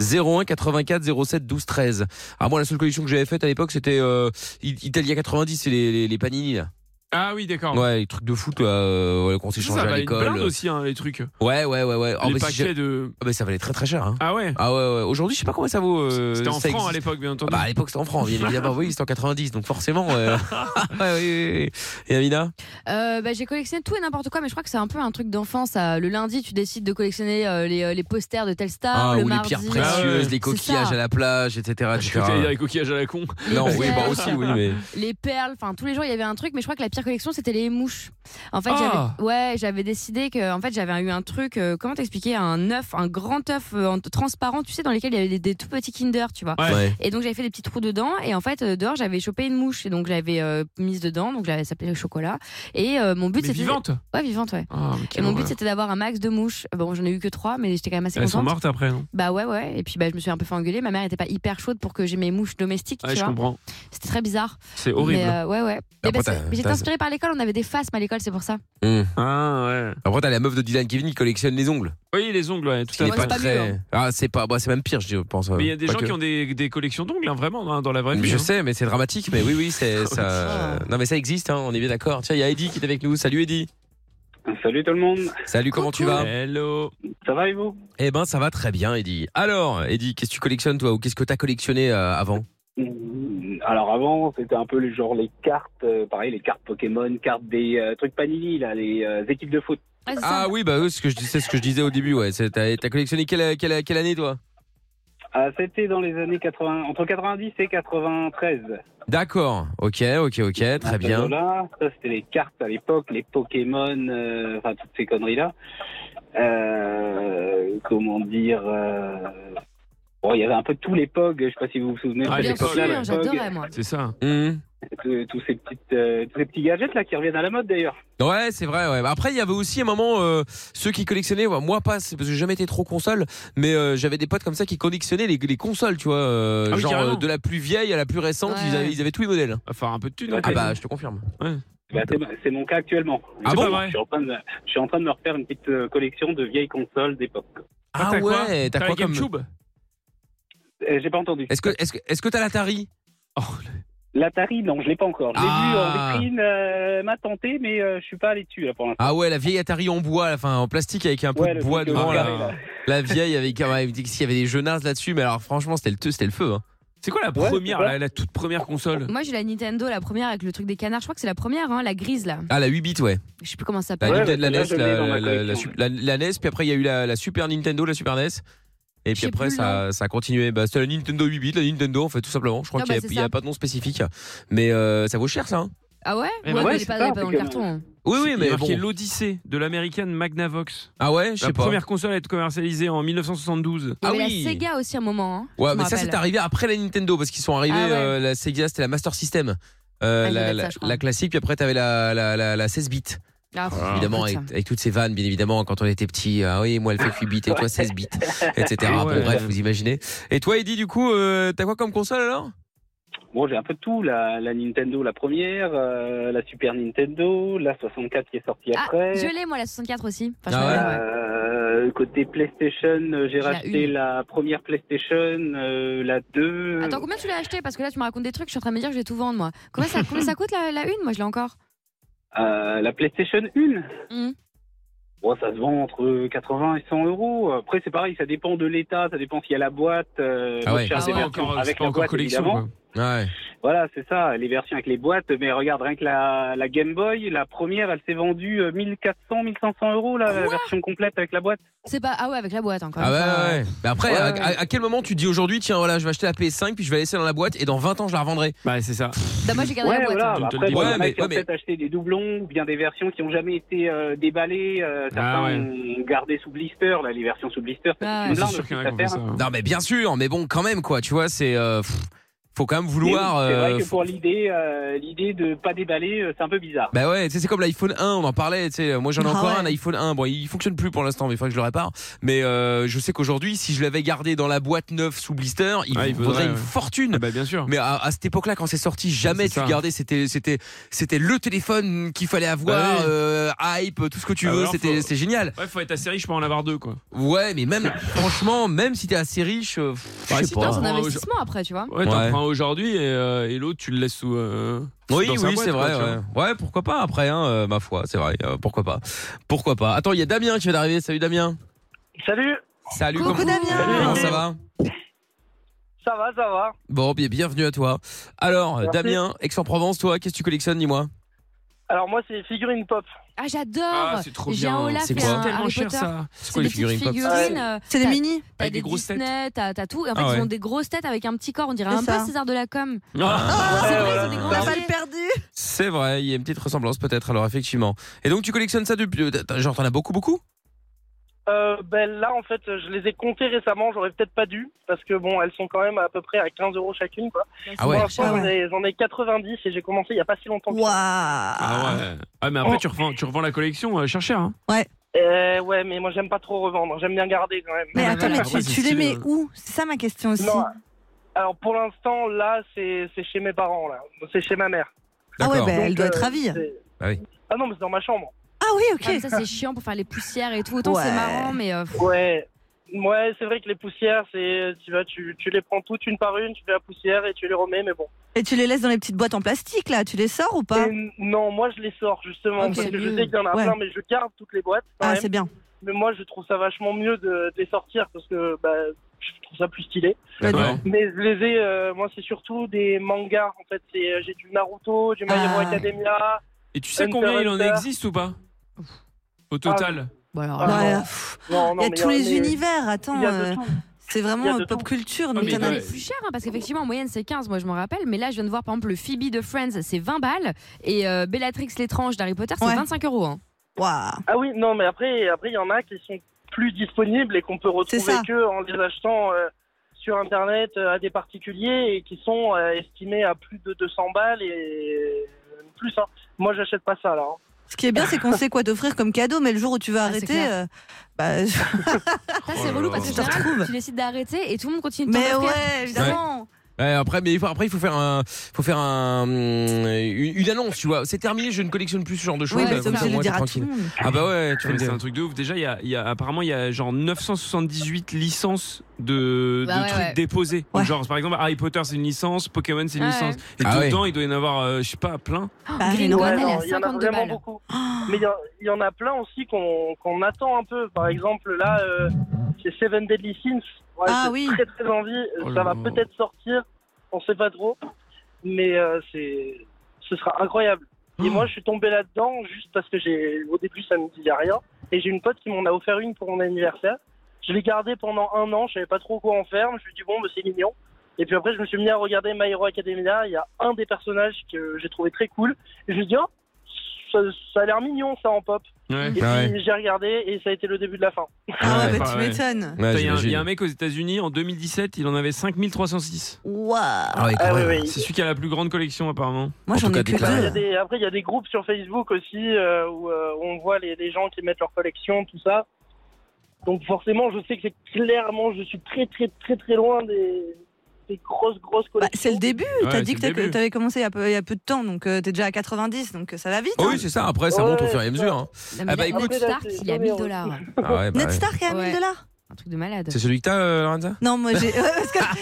C: 01 84 07 12 13. Alors Ah, moi, la seule collection que j'avais faite à l'époque, c'était euh, I- Italia 90, c'est les, les, les panini. là.
E: Ah oui, d'accord.
C: Ouais, les trucs de foot là, euh, ouais, qu'on
E: Ça,
C: s'échangeait
E: ça
C: à
E: valait une blinde
C: l'école.
E: aussi, hein, les trucs.
C: Ouais, ouais, ouais, ouais.
E: Les
C: bah, si
E: paquets
C: j'ai-
E: de-
C: Ah, bah, ça valait très très cher. hein.
E: Ah ouais.
C: Ah ouais, ouais. Aujourd'hui, je sais pas combien ça vaut. euh,
E: C'était en
C: ça
E: francs à
C: existe.
E: l'époque, bien entendu.
C: Bah, à l'époque, c'était en francs, bien évidemment. Oui, c'était en 90, donc forcément. euh, ouais, oui, oui, oui. Et Amina
D: Euh, bah, j'ai collectionné tout et n'importe quoi, mais je crois que c'est un peu un truc d'enfant. Ça, le lundi, tu décides de collectionner euh, les, euh, les posters de telle star,
C: Ah,
D: le
C: Ou les
D: mardi.
C: pierres
D: euh,
C: précieuses,
D: c'est
C: les coquillages
D: ça.
C: à la plage, etc.
E: Je
C: etc.
E: crois que t'allais dire les coquillages à la con.
C: Non, oui,
D: pierres.
C: bah aussi, oui, mais.
D: les perles. Enfin, tous les jours, il y avait un truc, mais je crois que la pire collection, c'était les mouches. En fait,
C: Ah.
D: j'avais, ouais, j'avais décidé que, en fait, j'avais eu un truc. euh, comment t'expliquer Un œuf, un grand œuf euh, en- transparent, tu sais, dans lequel il y avait des, des tout petits Kinder, tu vois.
M: Ouais. Ouais.
D: Et donc j'avais fait des petits trous dedans, et en fait, euh, dehors, j'avais chopé une mouche, et donc je l'avais euh, mise dedans, donc je l'avais s'appelait le chocolat. Et euh, mon but,
E: Mais
D: c'était
E: vivante Ah,
D: Ouais, vivante, ouais. et
E: quelle
D: mon but,
E: horreur.
D: c'était d'avoir un max de mouches. Bon, j'en ai eu que trois, mais j'étais quand
F: Ah,
D: même assez
E: Elles
D: contente.
E: sont mortes hein. après, non
D: Bah ouais, ouais. Et puis bah, je me suis un peu fait engueuler. Ma mère était pas hyper chaude pour que j'ai mes mouches domestiques.
E: Ouais,
D: tu
E: je
D: vois.
E: comprends.
D: C'était très bizarre.
E: C'est horrible.
D: Mais, euh, ouais, ouais.
E: Mais
D: Et bah,
E: après,
D: c'est-
E: t'as-
D: J'étais
E: t'as-
D: inspirée par l'école. On avait des fasmes à l'école, c'est pour ça.
E: Ah ouais.
C: Hmm. Après, t'as la meuf de Dylan Kevin qui collectionne les ongles.
E: Oui, les ongles, ouais, tout
C: Il
E: à
C: est
E: fait.
C: pas
D: hein.
C: très. Ah, c'est pas. bah, c'est même pire, je pense.
E: Mais il y a des
C: Pas
E: gens
C: que.
E: qui ont des, des collections d'ongles, hein, vraiment, hein, dans la vraie vie.
C: Je
E: hein.
C: sais, mais c'est dramatique. Mais oui, oui,
E: Ah,
C: c'est ça. Non, mais ça existe. hein, on est bien d'accord. Tiens, il y a Eddy qui est avec nous. Salut, Eddy.
L: Salut tout le monde.
C: Salut, comment tu vas
E: Hello.
L: Ça va et vous
C: Eh ben, ça va très bien, Eddy. Alors, Eddy, qu'est-ce que tu collectionnes toi, ou qu'est-ce que t'as collectionné euh, avant
L: Mm, Alors avant, c'était un peu les- genre les cartes, euh, pareil, les cartes Pokémon, cartes des euh, trucs Panini, là, les euh, équipes de foot.
C: Ah oui, bah oui, c'est ce que je dis- c'est ce que je disais au début. Ouais, C'est- t'as t'as collectionné quelle, quelle, quelle année toi
L: Ah, c'était dans les années 80, entre 90 et 93.
C: D'accord. Ok, ok, ok. Très bien.
L: Là, ça c'était les cartes à l'époque, les Pokémon, euh, enfin toutes ces conneries là. comment dire euh, Bon, il y avait un peu tous les POG. Je sais pas si vous vous souvenez.
E: Ah,
L: de cette
E: les
L: époque-là,
E: coquilles.
L: les POG.
E: C'est ça.
C: Mmh.
L: Tous tous ces petites, euh, tous ces petits gadgets là qui reviennent à la mode d'ailleurs.
C: Ouais, c'est vrai. Ouais. Après, il y avait aussi un moment euh, ceux qui collectionnaient. ouais, Moi, pas, c'est parce que j'ai jamais été trop console, mais euh, j'avais des potes comme ça qui collectionnaient les, les consoles, tu vois, euh,
E: Ah oui,
C: genre
E: carrément.
C: euh, de la plus vieille à la plus récente.
L: Ouais,
C: Ils, avaient,
L: ouais.
C: ils avaient tous les modèles.
E: Enfin, un peu de thunes.
C: Ah
L: hein.
C: bah, je te confirme.
L: Bah, c'est ma- c'est mon cas actuellement.
C: Ah
L: Je-
C: bon
L: je, suis en train de, je suis en train de me refaire une petite euh, collection de vieilles consoles d'époque.
C: Ah,
L: t'as quoi
C: ouais, t'as
L: T'as
C: quoi
L: la
C: comme
L: GameCube Euh, J'ai pas entendu.
C: Est-ce que est-ce que est-ce que t'as l'Atari
L: Oh, L'Atari, non, je l'ai pas encore. Je l'ai
C: Ah.
L: vu euh, en vitrine, euh, m'a tenté, mais euh, je suis pas allé dessus là pour l'instant.
C: Ah ouais, la vieille Atari en bois, enfin en plastique avec un peu
L: Ouais,
C: de
L: le
C: bois
L: truc
C: devant
L: carré,
C: la,
L: là.
C: la vieille avec ouais, s'il y avait des jeux nazes là-dessus, mais alors franchement, c'était le te- c'était le feu. Hein.
E: C'est quoi la première, la, la toute première console
D: Moi, j'ai la Nintendo, la première avec le truc des canards. Je crois que c'est la première, hein, la grise là.
C: Ah la 8 bits, ouais.
D: Je sais plus comment ça
C: La Nintendo,
D: s'appelle.
L: bah,
C: la NES, la, la- la su- la- la NES, puis après il y a eu la, la Super Nintendo, la Super NES. Et puis après, ça, ça a continué. Bah, c'était la Nintendo 8 bits, la Nintendo, en fait, tout simplement. Je crois
D: Ah,
C: qu'il
D: bah, c'est
C: n'y a,
D: ça.
C: pas de nom spécifique. Mais euh, ça vaut cher, ça. hein.
D: Ah ouais,
E: Eh
D: ouais,
E: ben ouais,
D: mais elle est
E: c'est
D: pas,
E: ça,
D: elle est pas dans
E: c'est
D: le
E: que-
D: carton. hein.
C: Oui, oui,
E: Il y a
C: mais
E: marqué
C: bon.
E: l'Odyssée de l'américaine Magnavox.
C: Ah ouais, je sais
E: La
C: pas.
E: première console à être commercialisée en 1972.
D: Il y avait la Sega aussi un moment. hein,
C: Ah Ouais,
D: je me
C: mais ça, c'est
D: rappelle.
C: arrivé après la Nintendo, parce qu'ils sont arrivés.
D: Ah ouais.
C: euh, la Sega, c'était la Master System. Euh,
D: Ah, il y
C: la,
D: avait de ça,
C: la-
D: je crois.
C: la classique, puis après, t'avais la, la, la, la 16 bits.
D: Ah, pff,
C: évidemment,
D: écoute,
C: avec,
D: ça.
C: avec toutes ces vannes, bien évidemment, quand on était petit. Ah oui, moi, elle fait 8 bits et toi, 16 bits, etc.
L: Ouais.
C: Bon, bref, vous imaginez. Ah. Et toi, Eddy, du coup, euh, t'as quoi comme console alors
L: Bon, j'ai un peu de tout. La, la Nintendo, la première, euh, la Super Nintendo, la 64 qui est sortie
D: Ah,
L: après.
D: je l'ai moi la 64 aussi. Enfin, je
E: Ah
D: l'ai, ouais.
L: Euh, côté PlayStation, euh, j'ai
D: la
L: racheté
D: une.
L: la première PlayStation, euh, la 2.
D: Attends, combien tu l'as acheté Parce que là, tu me racontes des trucs, je suis en train de me dire que je vais tout vendre, moi. Combien ça, combien ça coûte la, la une Moi, je l'ai encore.
L: Euh, la PlayStation 1.
D: Hmm.
L: Bon, ça se vend entre 80 et 100 euros. Après, c'est pareil, ça dépend de l'état, ça dépend s'il y a la boîte. euh,
E: Ah
L: moi,
E: ouais.
L: je cherche
E: Ah
L: des
E: ouais.
L: versions
E: Encore- c'est
L: avec
E: pas
L: la
E: encore
L: boîte,
E: collection,
L: évidemment. Voilà, c'est ça, les versions avec les boîtes. Mais regarde, rien que la, la Game Boy, la première, elle s'est vendue euh, 1400, 1500 euros,
D: Ah
L: là, la version complète avec la boîte.
D: C'est pas. Ah ouais, avec la boîte encore.
C: Ah
D: une
C: ouais,
D: fois.
C: ouais, ouais. Mais après,
D: Ouais,
C: à,
D: ouais.
C: à- à quel moment tu te dis aujourd'hui, tiens, voilà, je vais acheter la PS5, puis je vais la laisser dans la boîte, et dans 20 ans, je la revendrai
E: Bah, c'est ça.
D: Bah, moi, j'ai gardé
L: ouais,
D: la boîte.
L: voilà.
D: hein.
L: bah,
C: Tu me
L: Après,
C: le
L: bon, il
C: dis.
L: y en a
C: Ouais,
L: qui ont
C: mais-
L: peut-être acheté des doublons ou bien des versions qui n'ont jamais été euh, déballées. euh, certains
C: Ah ouais.
L: ont gardé sous blister, là, les versions sous blister. c'est
C: Ah
L: une
C: ouais.
L: blinde
C: C'est sûr qu'il y en a
L: aussi,
C: qui ont fait
L: ça.
C: Non, mais bien sûr, mais bon, quand même, quoi, tu vois, c'est. euh, pff, faut quand même
L: Mais oui,
C: vouloir.
L: C'est
C: euh,
L: vrai que
C: faut-
L: pour l'idée, euh, l'idée de pas déballer, euh, c'est un peu bizarre.
C: Bah ouais, tu sais, c'est comme l'iPhone 1, on en parlait, tu sais, moi j'en ai
L: Ah
C: encore
L: ouais.
C: un iPhone 1, bon il fonctionne plus pour l'instant, mais il faudrait que je le répare. Mais euh, je sais qu'aujourd'hui, si je l'avais gardé dans la boîte neuve sous blister, il,
E: Ah, il
C: vaudrait
E: vaudrait,
C: une
E: ouais.
C: fortune.
E: bien sûr.
C: Mais à, à cette époque-là, quand c'est sorti,
E: c'est
C: jamais tu
E: ça.
C: le gardais, c'était c'était c'était le téléphone qu'il fallait avoir,
E: Bah oui.
C: euh, hype, tout ce que tu
E: Ah,
C: veux,
E: alors,
C: c'était
E: faut-
C: c'est génial.
E: Ouais, faut être assez riche pour en avoir deux, quoi.
C: Ouais, mais même franchement, même si t'es assez riche, euh, pff, je
E: Bah,
C: sais
E: si,
C: pas.
E: t'as-
D: C'est un
E: Ouais,
D: investissement hein. après, tu vois.
E: Ouais, t'en
C: Ouais.
E: prends aujourd'hui et, euh, et l'autre, tu le laisses sous. euh, sous-
C: Oui,
E: dans sa
C: oui,
E: boîte,
C: c'est
E: quoi,
C: vrai.
E: tu vois.
C: Ouais. Ouais, pourquoi pas après, hein, euh, ma foi, c'est vrai. euh, pourquoi pas Pourquoi pas Attends, il y a Damien qui vient d'arriver. Salut Damien.
M: Salut.
C: Salut.
M: Coucou,
C: comment...
M: Damien.
C: Salut, Comment ça va
M: Ça va, ça va.
C: Bon, bien, bienvenue à toi. Alors,
M: Merci.
C: Damien, Aix-en-Provence, toi, qu'est-ce que tu collectionnes, dis-moi
M: Alors moi, c'est figurines pop.
D: Ah, j'adore.
C: Ah, c'est trop
D: J'ai
C: bien.
D: un Olaf
C: C'est
D: et
C: quoi
D: un
C: Tellement
D: Ah, Harry
C: cher,
D: Potter.
C: ça. C'est
D: C'est
C: quoi
D: des
C: les figurines
D: petites
C: pop
D: figurines,
C: Ouais.
D: euh,
F: C'est des
D: t'as-
F: mini.
D: T'as
F: Avec
D: des
F: des grosses
D: Disney, t'as t'as tout. En fait,
C: Ah
D: ils
C: ouais.
D: ont des grosses têtes avec un petit corps. On dirait
F: C'est
D: un
F: ça.
D: peu César de la com.
M: Ah,
E: Ah,
F: On n'a pas le perdu.
C: C'est vrai, il y a une petite ressemblance peut-être, alors effectivement. Et donc, tu collectionnes ça depuis. euh, t'as- Genre, t'en as beaucoup, beaucoup
M: Euh, ben là, en fait, je les ai comptées récemment. J'aurais peut-être pas dû parce que bon, elles sont quand même à peu près à 15 euros chacune,
D: Bah,
M: quoi.
C: Ah
M: Pour
C: ouais.
M: l'instant,
C: Ah ouais.
M: j'en ai- j'en ai 90 et j'ai commencé il y a pas si longtemps. que ça.
E: Ah ouais. Ah, mais après, tu, revends, tu revends la collection euh, cher, cher. Hein.
F: Ouais.
M: Euh, ouais, mais moi j'aime pas trop revendre. J'aime bien garder quand même.
F: Mais attends, mais
E: après,
F: tu,
E: c'est
F: tu les
E: stylé,
F: mets
E: hein.
F: où C'est ça ma question aussi.
M: Non. Alors pour l'instant, là, c'est c'est chez mes parents, là. C'est chez ma mère.
F: ah ouais,
M: D'accord.
F: bah, elle
M: Donc,
F: doit
M: euh,
F: être ravie.
M: c'est-
C: Bah oui.
M: Ah non, mais c'est dans ma chambre.
F: Ah oui, ok.
D: ça, c'est chiant pour faire les poussières et tout. Autant
M: Ouais.
D: c'est marrant, mais. euh,
M: Ouais. Ouais, c'est vrai que les poussières, c'est tu vas, tu, tu les prends toutes une par une, tu fais la poussière et tu les remets, mais bon.
F: Et tu les laisses dans les petites boîtes en plastique là, tu les sors ou pas
M: Et non, moi je les sors justement
F: Ok.
M: parce que je sais qu'il y en a
F: Ouais.
M: plein, mais je garde toutes les boîtes. quand
F: Ah,
M: même.
F: c'est bien.
M: Mais moi, je trouve ça vachement mieux de, de les sortir parce que bah, je trouve ça plus stylé.
C: D'accord.
M: Mais je les ai, euh, moi, c'est surtout des mangas. En fait, c'est euh, j'ai du Naruto, du My Hero
F: Ah.
M: Academia.
E: Et tu sais
M: Hunter,
E: combien il en
M: Hunter.
E: existe ou pas Au total
F: Bah,
M: Ah,
F: Ouais,
M: non.
F: pff,
M: Non, non,
F: Il y a
M: mais
F: tous les
M: mais-
F: univers, attends.
M: il y a de
F: euh,
M: tout.
F: C'est
M: Il y
F: vraiment
M: a de
F: euh, pop
M: tout.
F: culture.
M: Ah,
F: donc
M: mais
F: il y en
D: Non,
F: a-
D: mais plus cher, hein, parce qu'effectivement, en moyenne, c'est 15, moi je m'en rappelle. Mais là, je viens de voir, par exemple, le Phoebe de Friends, c'est 20 balles. Et euh, Bellatrix l'étrange d'Harry Potter, c'est 25 euros. hein.
M: Ah oui, non, mais après, après, il y en a qui sont plus disponibles et qu'on peut retrouver
D: ça.
M: que en les achetant euh, sur Internet euh, à des particuliers et qui sont euh, estimés à plus de 200 balles et euh, plus. Hein. Moi, j'achète pas ça là. hein.
F: Ce qui est bien, c'est qu'on sait quoi t'offrir comme cadeau, mais le jour où tu vas
D: Ah,
F: arrêter,
M: clair.
F: euh, bah,
D: Ça, c'est relou parce que
F: Je te
D: généralement, tu décides d'arrêter et tout le monde continue de
F: Mais
D: t'en offrir.
F: ouais, évidemment.
C: Ouais, après, mais il faut- après, il faut faire un, faut faire un, hum, une, une annonce, tu vois. C'est terminé, je ne collectionne plus ce genre de choses.
E: mais c'est
C: comme ça,
E: obligé
C: au
E: de
C: moins,
E: dire
C: t'es
E: à tout
C: tranquille.
E: le monde.
C: Ah bah ouais, tu
E: Non,
C: vas
E: mais
C: me
E: C'est
C: dire.
E: un truc de ouf. Déjà, il y a, il y a- apparemment, il y a genre 978 licences de, de
C: Bah ouais,
E: trucs
C: ouais.
E: déposés. Donc, genre, par exemple, Harry Potter, c'est une licence, Pokémon, c'est une
M: Ouais.
E: licence. Et
C: Ah
E: tout
C: ouais.
E: dedans, il doit y en avoir, euh, je sais pas, plein.
F: Ah,
D: Bah, Gringon,
M: Ouais,
D: elle
M: non,
D: a
M: il y en a
D: 52
M: vraiment
D: balles. Ah.
M: beaucoup. Mais il y en- il y, en a plein aussi qu'on qu'on attend un peu. Par exemple, là, euh, c'est Seven Deadly Sins. Ouais,
F: Ah
M: j'ai
F: oui.
M: Très très envie. Euh,
F: Oh là
M: Ça va
F: là.
M: peut-être sortir. On sait pas trop. Mais euh, c'est, ce sera incroyable.
F: Oh.
M: Et moi, je suis tombé là-dedans juste parce que j'ai, au début, ça me disait rien. Et j'ai une pote qui m'en a offert une pour mon anniversaire. Je l'ai gardée pendant un an. Je savais pas trop quoi en faire. Je me suis dit bon, bah, c'est mignon. Et puis après, je me suis mis à regarder My Hero Academia. Il y a un des personnages que j'ai trouvé très cool. Et je me suis dit, oh, ça, ça a l'air mignon, ça, en pop.
E: Ouais.
M: Et puis,
E: Ah ouais.
M: j'ai regardé et ça a été le début de la fin.
E: Ah
F: bah, tu m'étonnes.
E: Il
C: Ouais,
E: y, a un-
C: j'imagine.
E: il y a un mec aux États-Unis, en 2017, il en avait 5306.
F: Waouh.
M: Ah ouais, ouais.
E: C'est celui qui a la plus grande collection, apparemment.
F: Moi, j'en ai que
M: Après, il y a des- après, il y a des groupes sur Facebook aussi euh, où euh, on voit les, les gens qui mettent leur collection, tout ça. Donc forcément, je sais que c'est clairement, je suis très très très très loin des, des grosses grosses collections.
F: bah, c'est le début.
C: Ouais,
F: T'as dit
C: c'est le
F: que
C: début.
F: t'avais commencé il y, a peu, il y a peu de temps, donc euh, t'es déjà à 90, donc euh, ça va vite.
C: Oh oui,
F: hein.
C: c'est ça. Après, ça
F: Ouais,
C: monte au fur et à
F: c'est
C: mesure. hein.
F: ça.
D: Non, mais
C: Ah bah
D: Ned
C: écoute.
D: Stark, il a 1000 dollars.
C: Ah ouais, bah
F: Ned
C: ouais.
F: Stark est à 1000 dollars
D: Un truc de malade.
C: C'est celui que t'as, euh, Lorenza
F: Non, moi j'ai. euh,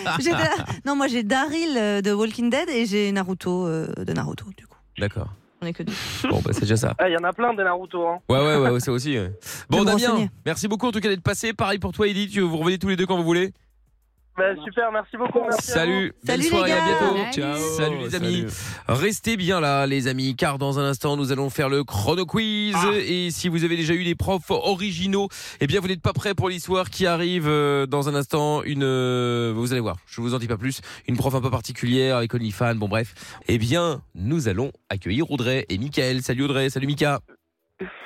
F: parce que j'étais là- Non, moi j'ai Daryl euh, de Walking Dead et j'ai Naruto euh, de Naruto. Du coup,
C: D'accord.
F: on est que deux.
C: Bon, bah, c'est déjà ça.
M: Ah, il y en a plein des Naruto. Hein.
C: Ouais, ouais, ouais, ouais, ça aussi. ouais. Bon,
F: me
C: Damien,
F: renseigner.
C: merci beaucoup en tout cas d'être passé. Pareil pour toi, Edith. Vous revenez tous les deux quand vous voulez.
M: Bah, super, merci beaucoup. merci à
C: Salut,
M: vous.
C: belle soirée, à bientôt.
E: Ciao.
C: Salut les amis. Restez bien là, les amis, car dans un instant, nous allons faire le chrono quiz.
M: Ah.
C: Et si vous avez déjà eu des profs originaux, eh bien, vous n'êtes pas prêts pour l'histoire qui arrive euh, dans un instant. Une, euh, vous allez voir, je vous en dis pas plus. Une prof un peu particulière avec OnlyFans, bon bref. Eh bien, nous allons accueillir Audrey et Mickaël. Salut Audrey, salut Mika.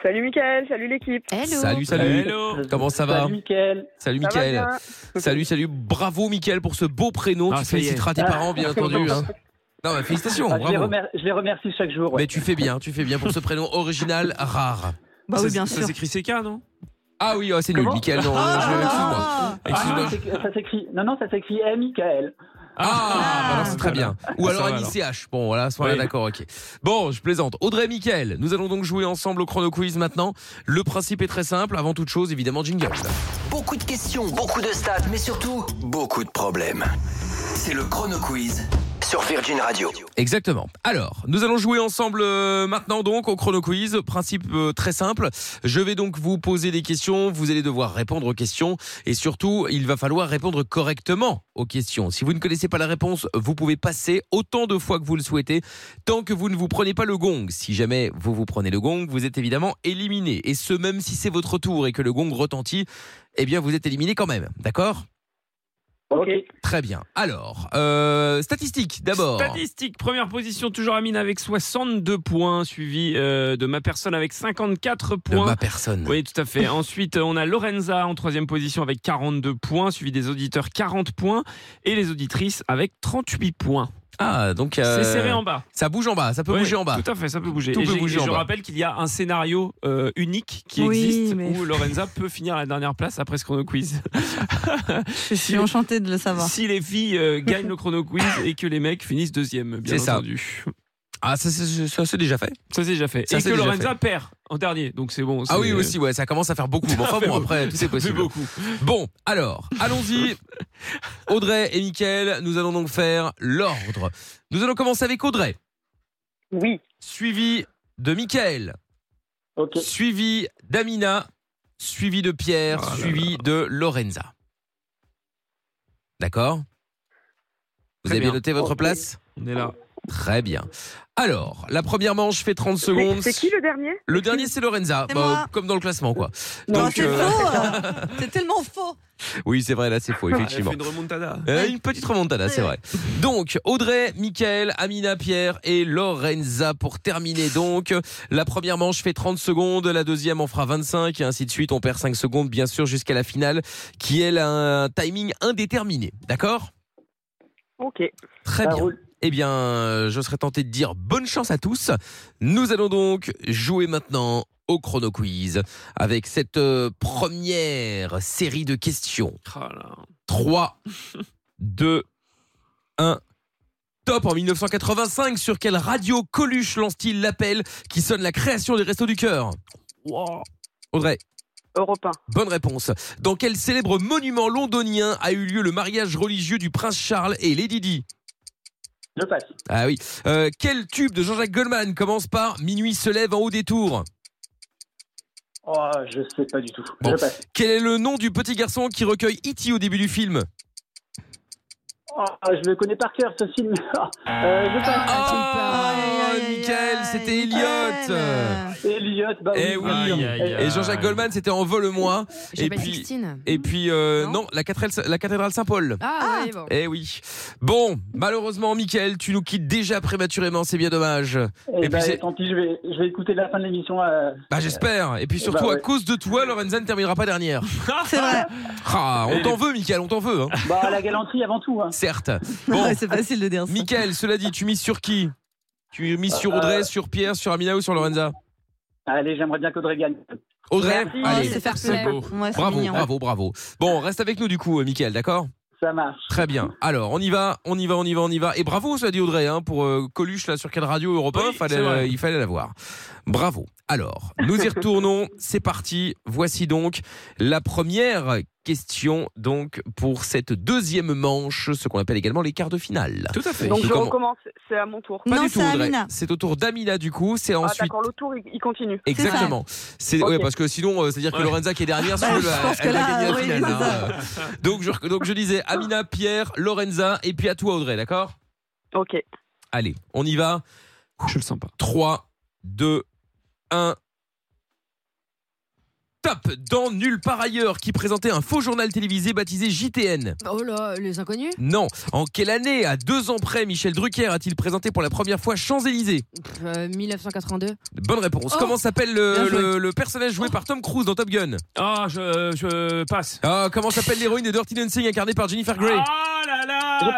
N: Salut Mickaël, salut l'équipe.
C: Salut, salut. Comment ça va
N: Salut Mickaël.
C: Salut
N: Ça va
C: Mickaël.
N: bien.
C: Salut, salut. Bravo Mickaël pour ce beau prénom. tu
O: Ah, ça y est.
C: féliciteras tes parents, bien entendu. hein. Non, bah, félicitations.
O: Ah, je, les
C: bravo.
O: remer- je les remercie chaque jour. ouais.
C: Mais tu fais bien, tu fais bien pour ce prénom original rare.
O: Bah oui, bien Ça sûr.
E: s'écrit CK, non
C: Ah oui, oh, c'est nul,
O: Comment
C: Mickaël. Non,
O: Ah,
C: je-
O: non,
C: excuse-moi.
O: Ah, non, c'est- ça s'écrit. Non, non, ça s'écrit M-I-K-L.
C: Ah, bah non, c'est très bien. Ou
O: Ça
C: alors
O: va,
C: un
O: alors.
C: ICH. Bon, voilà, soit là,
O: Oui.
C: d'accord, ok. Bon, je plaisante. Audrey et Mickaël, nous allons donc jouer ensemble au chrono quiz maintenant. Le principe est très simple. Avant toute chose, évidemment, jingle.
B: Beaucoup de questions, beaucoup de stats, mais surtout beaucoup de problèmes. C'est le Chrono Quiz sur Virgin Radio.
C: Exactement. Alors, nous allons jouer ensemble euh, maintenant donc au chrono quiz. Principe euh, très simple. Je vais donc vous poser des questions. Vous allez devoir répondre aux questions et surtout, il va falloir répondre correctement aux questions. Si vous ne connaissez pas la réponse, vous pouvez passer autant de fois que vous le souhaitez tant que vous ne vous prenez pas le gong. Si jamais vous vous prenez le gong, vous êtes évidemment éliminé. Et ce, même si c'est votre tour et que le gong retentit, eh bien, vous êtes éliminé quand même. D'accord
O: Ok.
C: Très bien. Alors, euh, statistiques d'abord.
E: Statistique, première position, toujours Amine avec 62 points, suivi euh, de ma personne avec 54 points.
C: ma personne.
E: Oui, tout à fait. Ensuite, euh, on a Lorenza en troisième position avec 42 points, suivi des auditeurs 40 points et les auditrices avec 38 points.
C: Ah, donc. euh,
E: C'est serré en bas.
C: Ça bouge en bas, Ah, ça peut
E: Ouais,
C: bouger en bas.
E: Tout à fait, ça peut bouger.
C: Tout
E: et
C: peut
E: j'ai-
C: bouger
E: et
C: en
E: je
C: bas.
E: rappelle qu'il y a un scénario euh, unique qui
F: Oui,
E: existe
F: mais-
E: où Lorenza peut finir à la dernière place après ce chrono quiz.
F: Je suis enchantée de le savoir.
E: si les filles euh, gagnent le chrono quiz et que les mecs finissent deuxième, bien
C: C'est ça.
E: entendu.
C: Ah, ça, c'est- ça, c'est déjà fait.
E: Ça, c'est déjà fait.
C: Ça,
E: et
C: c'est
E: que
C: déjà
E: Lorenza
C: fait.
E: perd en dernier, donc c'est bon.
C: Ah oui,
E: c'est-
C: aussi, ouais, ça commence à faire beaucoup. Bon,
E: Ça
C: enfin
E: fait
C: bon,
E: beaucoup.
C: après, tout
E: Ça
C: c'est
E: fait
C: possible.
E: beaucoup.
C: Bon, alors, allons-y. Audrey et Mickaël, nous allons donc faire l'ordre. Nous allons commencer avec Audrey.
N: Oui.
C: Suivi de Mickaël. Suivi d'Amina. Suivi de Pierre.
E: Ah
C: suivi de Lorenza. D'accord Vous
E: Très
C: avez bien
E: bien.
C: noté votre
E: Ok.
C: place
E: On est là.
C: Très bien. Alors, la première manche fait 30 secondes.
N: C'est qui le dernier
C: Le dernier, c'est Lorenza,
F: C'est
C: Bah,
F: moi.
C: comme dans le classement, quoi.
F: Non, c'est
C: euh,
F: faux. euh. C'est tellement faux.
C: oui, c'est vrai, là, c'est faux,
E: Ah, Elle
C: effectivement.
E: fait une remontada.
C: Euh, une petite remontada, c'est vrai. Donc, Audrey, Michael, Amina, Pierre et Lorenza pour terminer. Donc, la première manche fait 30 secondes, la deuxième en fera 25 et ainsi de suite. On perd 5 secondes, bien sûr, jusqu'à la finale qui, elle, a un timing indéterminé. D'accord
N: Ok.
C: Très bien. Eh bien, euh, je serais tenté de dire bonne chance à tous. Nous allons donc jouer maintenant au chrono quiz avec cette euh, première série de questions. 3, 2, 1. Top en 1985, sur quelle radio Coluche lance-t-il l'appel qui sonne la création des Restos du Cœur Audrey.
N: Europe
C: Bonne réponse. Dans quel célèbre monument londonien a eu lieu le mariage religieux du prince Charles et Lady Di
O: Je passe.
C: Ah oui. Euh, quel tube de Jean-Jacques Goldman commence par Minuit se lève en haut des tours
O: Oh, je sais pas du tout.
C: Bon.
O: Je passe.
C: Quel est le nom du petit garçon qui recueille E.T. au début du film
O: Oh, je le connais par cœur ce film. Euh, je passe.
C: Ah, Michael, c'était Elliot.
O: Elliot, bah
C: Eh oui.
O: oui.
C: Et Jean-Jacques Goldman, c'était en vole moi. Et
D: J'appelle
C: puis,
D: Christine.
C: et puis euh, non, la cathédrale, la cathédrale Saint-Paul.
D: Ah, oui, bon.
C: Eh oui. Bon, malheureusement, Michael, tu nous quittes déjà prématurément, c'est bien dommage.
O: Et, bah,
C: Et puis c'est-
O: tant pis, je vais, je vais écouter la fin de l'émission. euh,
C: Bah j'espère. Et puis
O: Eh
C: surtout
O: bah,
C: à
O: ouais.
C: cause de toi, Lorenza ne terminera pas dernière.
F: C'est vrai.
C: Ah, on t'en veut, Michael, on t'en veut. hein.
O: Bah, la galanterie avant tout. hein.
C: Certes.
F: Ouais, c'est facile de dire ça.
C: Michael, cela dit, tu mises sur qui Tu mises sur
O: Euh,
C: Audrey, sur Pierre, sur Amina ou sur Lorenza
O: Allez, j'aimerais bien qu'Audrey gagne.
C: Audrey,
O: Merci.
C: allez,
O: Oh, c'est fair play.
C: beau.
O: Ouais, c'est
C: bravo,
O: mignon.
C: bravo, bravo. Bon, reste avec nous du coup, euh, Michael, d'accord
O: Ça marche.
C: Très bien. Alors, on y va, on y va, on y va, on y va. Et bravo, ça dit Audrey, hein, pour euh, Coluche, là, sur quelle radio Europe 1, fallait,
E: c'est vrai.
C: euh, il fallait la voir. Bravo. Alors, nous y retournons. C'est parti. Voici donc la première questions donc pour cette deuxième manche, ce qu'on appelle également les quarts de finale.
N: Tout
E: à fait.
N: Donc
C: Nous
N: je
C: commen-
N: recommence, c'est à mon tour.
C: Pas du tout, Audrey. C'est au tour d'Amina du coup. C'est
N: Ah,
C: ensuite.
N: d'accord, le tour, il il continue.
C: Exactement. C'est ouais,
N: Ok.
C: parce que sinon, euh, c'est-à-dire que Lorenza qui est dernière, si
N: Bah,
C: tu
N: je
C: veux, elle-
N: pense que
C: elle va
N: là,
C: gagner la
N: oui,
C: finale,
N: c'est
C: hein. Donc je, donc je disais Amina, Pierre, Lorenza et puis à toi Audrey, d'accord
N: Ok.
C: Allez, on y va.
E: Je le sens pas.
C: 3, 2, 1. Top Dans Nulle part ailleurs, qui présentait un faux journal télévisé baptisé JTN.
D: Oh là, les inconnus
C: Non. En quelle année, à deux ans près, Michel Drucker a-t-il présenté pour la première fois Champs-Élysées
D: Pff, euh, 1982.
C: Bonne réponse.
D: Oh
C: Comment s'appelle le,
D: Bien joué.
C: le- le personnage joué par Tom Cruise dans Top Gun
E: Ah, je, je passe.
C: Ah, comment s'appelle l'héroïne de Dirty Dancing incarnée par Jennifer Grey
E: Oh là là
C: Je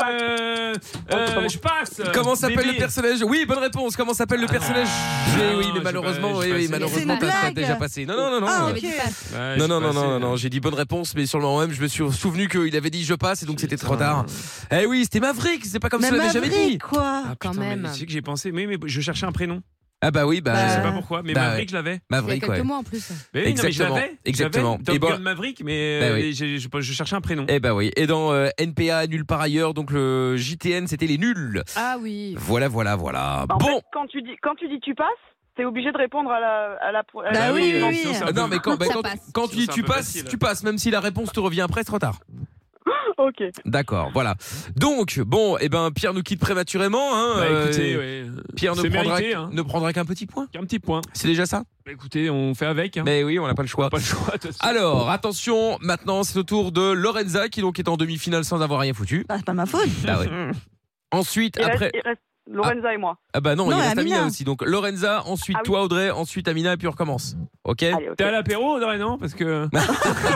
C: passe.
E: euh, euh, Je passe.
C: Comment s'appelle
E: Bébé.
C: le personnage Oui, bonne réponse. Comment s'appelle le personnage Eh
E: Ah,
C: Oui, mais
E: j'ai
C: malheureusement, eh
E: pas-
C: oui,
E: j'ai
C: oui,
E: pas-
C: malheureusement,
E: C'est une
C: t'as pas
E: blague.
C: déjà passé. Non, non, non, non.
E: Ah,
D: ok.
E: Ouais,
C: non,
E: j'ai
C: non, non,
E: passé,
C: non, non, non, j'ai dit bonne réponse, mais sur le moment même, je me suis souvenu qu'il avait dit je passe et donc c'était trop tard. Eh oui, c'était Maverick, c'est pas comme ça,
E: Même
C: je l'avais jamais
E: Maverick,
C: dit.
F: quoi
E: Ah, putain, mais Tu sais que j'ai pensé, mais, mais je cherchais un prénom.
C: Ah bah oui, bah.
E: Je sais pas pourquoi, mais
C: bah,
E: Maverick, je l'avais.
C: Maverick, ouais.
D: plus.
E: Mais oui, non, mais je
C: Exactement,
E: l'avais,
C: exactement.
E: j'avais Top
C: Et bah-
E: Gun Maverick, mais
C: Bah
E: euh,
C: oui.
E: et j'ai- je, je cherchais un prénom.
C: Eh bah oui. Et dans euh, NPA, nul par ailleurs, donc le JTN, c'était les nuls.
N: Ah oui.
C: Voilà, voilà, voilà.
E: Bah
N: En fait, quand tu dis, quand tu dis tu passes, t'es obligé de répondre à la, à la.
J: Bah
C: Bah
N: à la-
C: Non, mais quand, bah, quand, quand tu dis
E: c'est un
C: tu
E: peu
C: passes,
E: facile.
C: tu passes, même si la réponse te revient après, c'est trop tard.
N: Ok.
C: D'accord, voilà. Donc, bon, eh ben, Pierre nous quitte prématurément. Hein,
E: Bah,
C: euh,
E: écoutez,
C: et
E: ouais.
C: Pierre ne
E: C'est
C: prendra,
E: mérité, hein.
C: ne prendra qu'un petit point.
E: Un petit point.
C: C'est déjà ça
E: Bah, écoutez, on fait avec. hein.
C: Mais oui, on n'a pas le choix.
E: Pas le choix. de toute façon.
C: Alors, attention, maintenant, c'est au tour de Lorenza, qui donc est en demi-finale sans avoir rien foutu.
F: Bah, c'est pas ma faute.
C: Bah ouais. Ensuite,
N: Il reste-
C: après.
N: il reste Lorenza et moi.
C: Ah bah non,
N: Non,
C: il
N: et
C: reste Amina.
N: Amina.
C: aussi. Donc Lorenza, ensuite
N: Ah oui.
C: toi Audrey, ensuite Amina et puis on recommence. Ok
E: T'es à l'apéro, Audrey, non Parce que.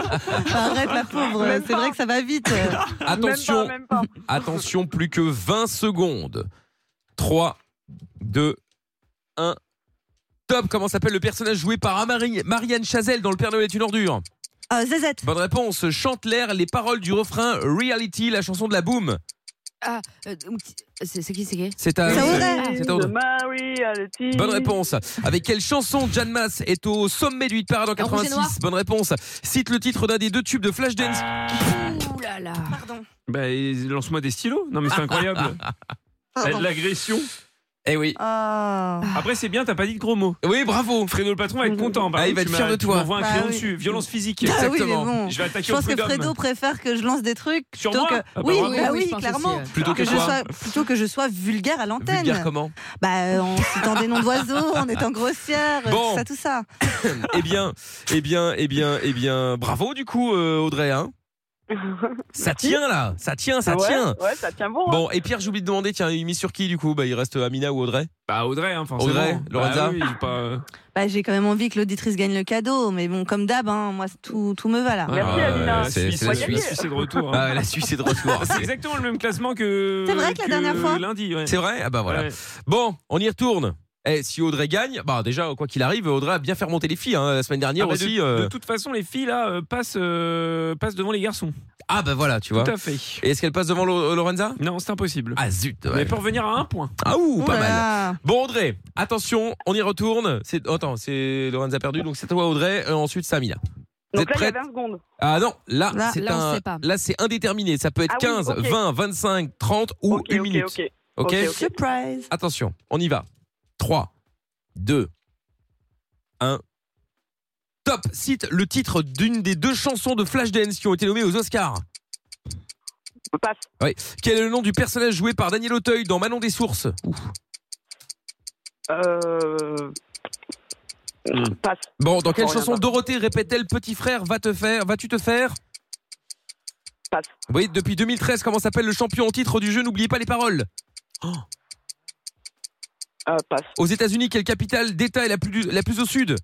F: Arrête la pauvre,
E: Même
F: c'est vrai que ça va vite.
C: Attention, attention, plus que 20 secondes. 3, 2, 1. Top, comment s'appelle le personnage joué par Amari- Marianne Chazelle dans Le Père Noël est une ordure
D: Euh,
F: Zazette.
C: Bonne réponse, chante l'air, les paroles du refrain Reality, la chanson de la boom.
D: Ah, euh, donc, c'est c'est qui c'est qui
C: C'est à- C'est Audrey. c'est à Audrey.
N: Marie,
D: Mmh.
C: Bonne réponse. Avec quelle chanson Jan Mass est au sommet du hit parade en
D: En rouge et noir.
C: 86 Bonne réponse. Cite le titre d'un des deux tubes de Flashdance.
D: Ouh là là. Pardon.
E: Bah, et lance-moi des stylos. Non, mais
C: Ah.
E: c'est incroyable.
D: Pardon.
E: L'agression.
C: Eh oui.
F: Ah.
E: Après, c'est bien, t'as pas dit de gros mots.
C: Oui, bravo.
E: Fredo le patron va être content. Par
C: Ah, il
E: contre,
C: va être
E: tu m'as-
C: fier de
E: tu
C: toi.
E: m'envoies un
F: Bah
E: crayon
F: oui.
E: dessus. Violence physique.
F: Ah oui, mais bon.
E: Je vais attaquer
F: Je
E: au
F: pense que
E: prud'homme.
F: Fredo préfère que je lance des trucs
E: Sur
F: plutôt
E: moi Ah
F: que.
E: bah
F: oui,
E: bravo.
F: bah
E: Oui,
F: oui,
E: je pense
F: clairement.
C: hein.
E: aussi, ouais. Plutôt que
F: je
E: quoi
F: sois, plutôt que je sois vulgaire à l'antenne.
C: Vulgaire comment
F: Bah euh, en citant des noms d'oiseaux, en étant grossière, euh,
C: Bon.
F: tout ça, tout ça.
C: eh bien, eh bien, eh bien, eh bien, bravo du coup, euh, Audrey. hein. ça tient là, ça tient,
J: Ah
C: ça
N: Ouais,
C: tient.
N: Ouais, ça tient
J: hein.
N: bon. hein.
C: Bon, et Pierre, j'oublie de demander, tiens, il mise sur qui du coup Bah, il reste Amina ou Audrey
E: Bah, Audrey, hein, forcément.
C: Audrey,
E: Bah
C: Lorenza
E: oui, j'ai pas-
F: Bah, j'ai quand même envie que l'auditrice gagne le cadeau, mais bon, comme d'hab, hein, moi tout, tout me va là.
E: Ah, euh,
C: Amina.
E: la
C: C'est-
E: Suisse,
C: c'est la
E: la
C: Suisse.
E: Suisse est de retour. hein.
C: Ah, la Suisse est de retour.
E: C'est exactement le même classement que.
F: C'est vrai que la dernière fois
E: Lundi, ouais.
C: C'est vrai Ah bah voilà.
E: Ouais.
C: Bon, on y retourne. Eh, si Audrey gagne, bah déjà quoi qu'il arrive, Audrey a bien fait remonter les filles hein, la semaine dernière
E: Ah bah, de-
C: aussi.
E: de,
C: euh.
E: toute façon, les filles là euh, passent, euh, passent devant les garçons.
C: Ah bah voilà, tu
E: Tout
C: vois.
E: à fait.
C: Et est-ce qu'elle passe devant Lo- Lorenza
E: Non, c'est impossible.
C: Ah zut. ouais.
E: Mais pour revenir à un point.
C: Ah ouh,
E: Ouh
C: pas
E: là
C: mal. Bon Audrey, attention, on y retourne. C'est oh, attends, c'est Lorenza perdu, donc c'est à toi Audrey. euh, ensuite c'est à Amina. Vous
N: Donc
C: êtes
N: là, il y a
C: prête
N: 20 secondes.
C: Ah non, là,
N: Là,
C: c'est
N: là, on
C: un-
N: sait pas.
C: là c'est indéterminé. Ça peut être
N: Ah oui,
C: 15,
N: ok.
C: 20, 25, 30 ou
N: Ok,
C: une
N: ok,
C: minute.
N: ok.
C: Ok.
N: Ok, ok.
F: Surprise.
C: Attention, on y va. 3, 2, 1. Top Cite le titre d'une des deux chansons de Flashdance qui ont été nommées aux Oscars.
N: Passe.
C: Oui. Quel est le nom du personnage joué par Daniel Auteuil dans Manon des Sources Ouf.
N: Euh... Passe.
C: Bon, dans quelle
N: On
C: chanson
N: reviendra.
C: Dorothée répète-t-elle Petit frère, va te faire, vas-tu te faire
N: Passe.
C: Oui, depuis 2013, comment s'appelle le champion en titre du jeu N'oubliez pas les paroles.
N: Oh. Euh, passe.
C: Aux États-Unis, quelle capitale d'État est la plus, la plus au sud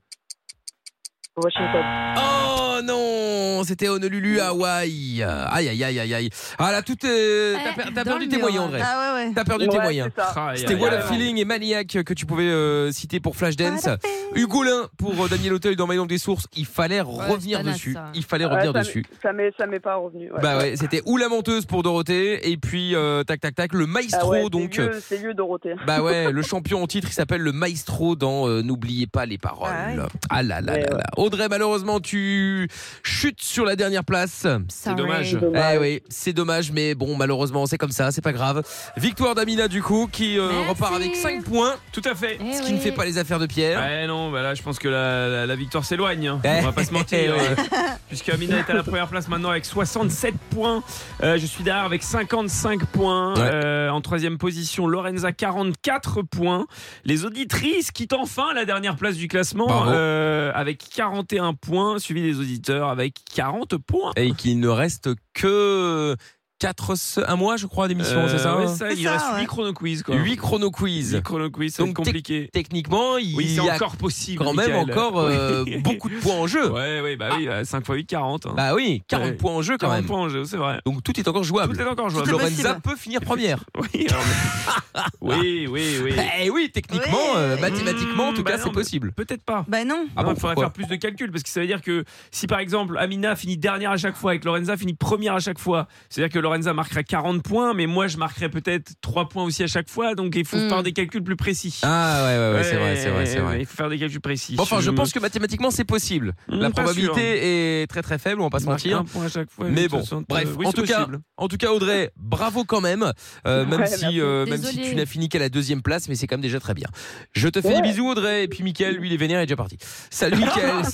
N: Washington.
C: Oh non, c'était Honolulu, Hawaï. Aïe, aïe, aïe, aïe, aïe. Ah là, tout est. T'as per- t'as
F: dans
C: perdu
F: le
C: tes
F: mur,
C: moyens,
F: hein.
C: André.
F: Ah ouais, ouais.
C: T'as perdu tes
F: Ouais,
C: moyens.
F: c'est ça.
C: C'était What a Feeling et Maniac que tu pouvais euh, citer pour Flashdance. Hugo Lin pour euh, Daniel Auteuil dans Maillon des Sources. Il fallait revenir
N: c'est pas
C: dessus.
N: naze, ça.
C: Il fallait
N: Ouais,
C: revenir
N: ça m'est-
C: dessus.
N: Ça m'est, ça m'est pas revenu. ouais.
C: Bah ouais, c'était ou la menteuse pour Dorothée et puis euh, tac tac tac le maestro
N: Ah ouais, c'est
C: donc.
N: vieux-
C: euh,
N: C'est vieux, Dorothée.
C: Bah ouais, le champion en titre, il s'appelle Ah le maestro dans euh, N'oubliez pas les paroles. Ah, là là là là. Audrey, malheureusement, tu chute sur la dernière place.
E: C'est dommage.
C: Eh oui, c'est dommage, mais bon, malheureusement, c'est comme ça, c'est pas grave. Victoire d'Amina, du coup, qui euh, repart avec 5 points.
E: Tout à fait.
C: Ce qui ne fait pas les affaires de Pierre.
E: Ouais, non, bah là, je pense que la, la- la victoire s'éloigne. hein.
C: Eh.
E: On va pas se mentir. euh, puisque Amina est à la première place maintenant avec 67 points. Euh, je suis derrière avec 55 points. Euh, en troisième position, Lorenza, 44 points. Les auditrices quittent enfin la dernière place du classement
C: Bravo.
E: euh, avec 41 points, suivi des auditeurs avec 40 points.
C: Et qu'il ne reste que 4, un mois, je crois, d'émission,
E: Euh,
C: c'est ça hein
E: ouais, ça, il reste 8 chrono quiz. quoi.
C: 8 chrono quiz.
E: Huit chrono quiz, ça va
C: Donc,
E: être compliqué.
C: Techniquement, il
E: Oui, c'est
C: y a
E: encore possible.
C: Quand même
E: Michael.
C: encore euh,
E: Oui.
C: beaucoup de points en jeu.
E: Ouais, ouais, bah oui, 5 x 8, 40. hein.
C: Bah oui, 40
E: Ouais.
C: points en jeu quand
E: 40
C: même.
E: points en jeu, c'est vrai.
C: Donc tout est encore jouable.
E: Tout est encore jouable.
C: Lorenza peut finir première.
E: oui, oui, oui, oui.
C: Eh oui, techniquement, euh, mathématiquement, en tout cas, c'est possible.
E: Mmh. Bah Peut-être pas.
F: Bah non.
E: Ah il faudrait faire plus de calculs parce que ça veut dire que si par exemple Amina finit dernière à chaque fois et que Lorenza finit première à chaque fois, c'est-à-dire que Lorenza marquerait 40 points, mais moi je marquerais peut-être 3 points aussi à chaque fois, donc il faut
F: Mmh.
C: Mm.
E: faire des calculs plus précis.
C: Ah ouais, ouais, ouais, c'est vrai, c'est vrai, c'est vrai.
E: Il faut faire des calculs précis. Mmh.
C: Bon, enfin, je
E: me-
C: pense que mathématiquement, c'est possible.
E: Hmm,
C: La
E: pas sûr.
C: probabilité est très très faible, on va pas se
E: Marque
C: mentir.
E: un point à chaque fois,
C: mais
E: de
C: bon,
E: toute façon,
C: bref.
E: euh, oui,
C: en
E: c'est
C: tout cas,
E: possible.
C: en tout cas, Audrey, bravo quand même, euh, même
E: Ouais,
C: si
E: merci.
C: euh, même si
E: Désolée.
C: tu n'as fini qu'à la deuxième place, mais c'est quand même déjà très bien. Je te fais
E: Ouais.
C: des bisous, Audrey, et puis Mickaël, lui, il est vénère, il est déjà parti. Salut Mickaël,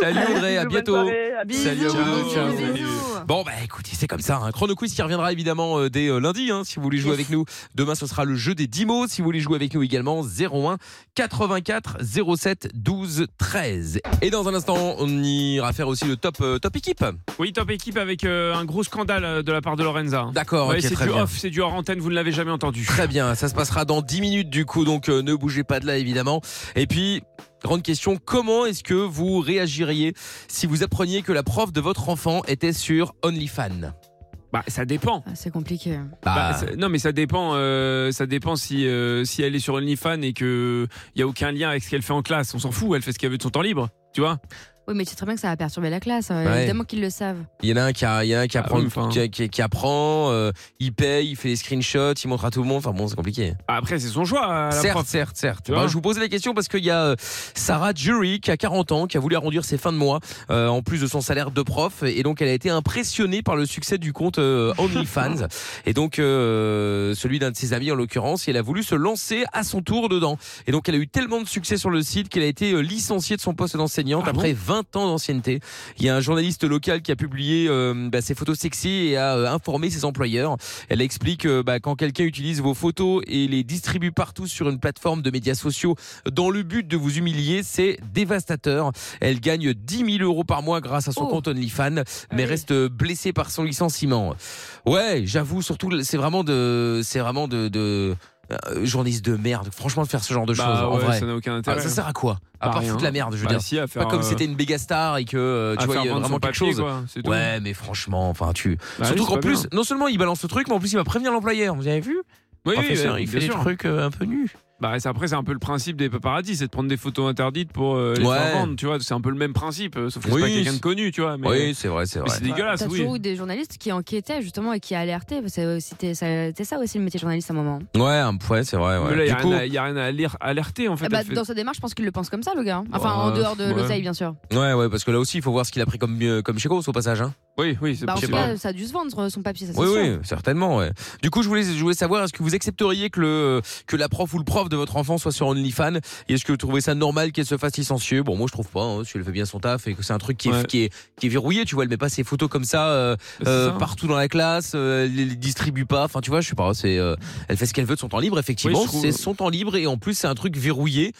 C: salut Audrey,
E: Bisous,
C: à
E: bonne
C: bientôt.
E: soirée, à bientôt.
C: Salut à vous,
E: Bisous,
C: ciao.
E: bisous, bisous.
C: Bon bah écoutez, c'est comme ça. hein. Chrono Quiz qui reviendra évidemment euh, dès euh, lundi, hein, si vous voulez jouer avec nous. Demain, ce sera le jeu des 10 mots. Si vous voulez jouer avec nous également, 01 84 07 12 13. Et dans un instant, on ira faire aussi le top euh, top équipe.
E: Oui, top équipe avec euh, un gros scandale euh, de la part de Lorenza. hein.
C: D'accord,
E: Ouais,
C: ok,
E: c'est
C: très
E: du
C: bien.
E: off, c'est du hors antenne, vous ne l'avez jamais entendu.
C: Très bien, ça se passera dans 10 minutes du coup, donc euh, ne bougez pas de là évidemment. Et puis, grande question, comment est-ce que vous réagiriez si vous appreniez que la prof de votre enfant était sur OnlyFans
E: Bah ça dépend.
D: Ah, C'est compliqué.
E: Bah, c'est- non, mais ça dépend. euh, ça dépend si euh, si elle est sur OnlyFans et que il y a aucun lien avec ce qu'elle fait en classe. On s'en fout. Elle fait ce qu'elle veut de son temps libre. Tu vois
D: Oui, mais tu sais très bien que ça va perturber la classe. euh,
C: Ouais.
D: Évidemment qu'ils le savent.
C: Il y en a un qui, a- il y en a un qui apprend,
E: Ah oui, enfin.
C: qui, qui- qui apprend euh, il paye, il fait des screenshots, il montre à tout le monde. Enfin bon, c'est compliqué.
E: Après, c'est son choix. La
C: certes,
E: prof.
C: certes, certes.
E: Tu vois
C: Bah, je vous posais la question parce qu'il y a euh, Sarah Jury qui a 40 ans, qui a voulu arrondir ses fins de mois euh, en plus de son salaire de prof, et donc elle a été impressionnée par le succès du compte euh, OnlyFans, et donc euh, celui d'un de ses amis en l'occurrence, et elle a voulu se lancer à son tour dedans. Et donc elle a eu tellement de succès sur le site qu'elle a été euh, licenciée de son poste d'enseignante
E: Ah
C: après 20 ans d'ancienneté. Il y a un journaliste local qui a publié euh, bah, ses photos sexy et a euh, informé ses employeurs. Elle explique euh, bah, quand quelqu'un utilise vos photos et les distribue partout sur une plateforme de médias sociaux dans le but de vous humilier, c'est dévastateur. Elle gagne 10 000 euros par mois grâce à son compte OnlyFans, mais reste euh, blessée par son licenciement. Ouais, j'avoue, surtout, c'est vraiment de, c'est vraiment de, de euh, journaliste de merde. Franchement, de faire ce genre de choses,
E: Bah
C: en
E: ouais,
C: vrai.
E: ça n'a aucun intérêt.
C: Ah, ça sert à quoi À
E: Bah,
C: part
E: rien.
C: foutre la merde, je veux
E: Bah,
C: dire.
E: si, à faire,
C: pas comme
E: euh,
C: si c'était une méga star et que euh,
E: à
C: tu vois,
E: faire
C: il y a
E: vendre
C: vraiment
E: son
C: quelque
E: papier,
C: chose.
E: quoi, c'est tout.
C: ouais, mais franchement, enfin, tu.
E: Bah
C: Surtout
E: oui, c'est
C: qu'en
E: pas
C: plus,
E: bien.
C: non seulement il balance ce truc, mais en plus il va prévenir l'employeur. Vous avez vu
E: Oui, oui,
C: Professeur,
E: oui,
C: il fait
E: bien
C: des
E: sûr.
C: trucs euh, un peu nus.
E: Bah, c'est- après, c'est un peu le principe des paparazzis, c'est de prendre des photos interdites pour euh, les
C: Ouais.
E: faire vendre. Tu vois, c'est un peu le même principe, euh, sauf que c'est
C: Oui,
E: pas quelqu'un de
C: c'est-
E: connu, tu vois. Mais...
C: Oui, c'est vrai, Ah, c'est
E: mais
C: vrai.
E: C'est dégueulasse,
D: T'as
E: oui.
D: toujours eu des journalistes qui enquêtaient justement et qui alertaient. Parce que c'était ça, c'était ça aussi le métier de journaliste à un moment.
C: Ouais, un ouais, c'est vrai.
E: Mais là,
C: Du
E: il
C: coup-
E: n'y a, rien à lire- alerter, en fait.
D: Eh bah,
E: elle fait-
D: Dans sa démarche, je pense qu'il le pense comme ça, le gars. hein. Enfin,
C: Oh,
E: Bah,
D: en dehors de
E: ouais.
D: l'oseille, bien sûr.
C: Ouais, ouais, parce que là aussi, il faut voir ce qu'il a pris comme, euh, comme chez Gauss, au passage. Hein.
E: Oui, oui, c'est
D: Bah, en tout
C: possible.
D: cas, ça a dû se vendre son- son papier, ça c'est
C: Oui,
D: sûr.
C: oui, certainement. ouais. Du coup, je voulais, je voulais savoir, est-ce que vous accepteriez que, le, que la prof ou le prof de votre enfant soit sur OnlyFans Et est-ce que vous trouvez ça normal qu'elle se fasse licencier Bon, moi, je trouve pas, hein, si elle fait bien son taf et que c'est un truc qui est,
E: Ouais.
C: qui, est, qui est verrouillé, tu vois, elle met pas ses photos comme ça, euh,
E: c'est
C: euh,
E: ça.
C: partout dans la classe, euh, elle les distribue pas, enfin, tu vois, je sais pas, c'est, euh, elle fait ce qu'elle veut de son temps libre, effectivement,
E: Oui, je trouve-
C: c'est son temps libre et en plus, c'est un truc verrouillé.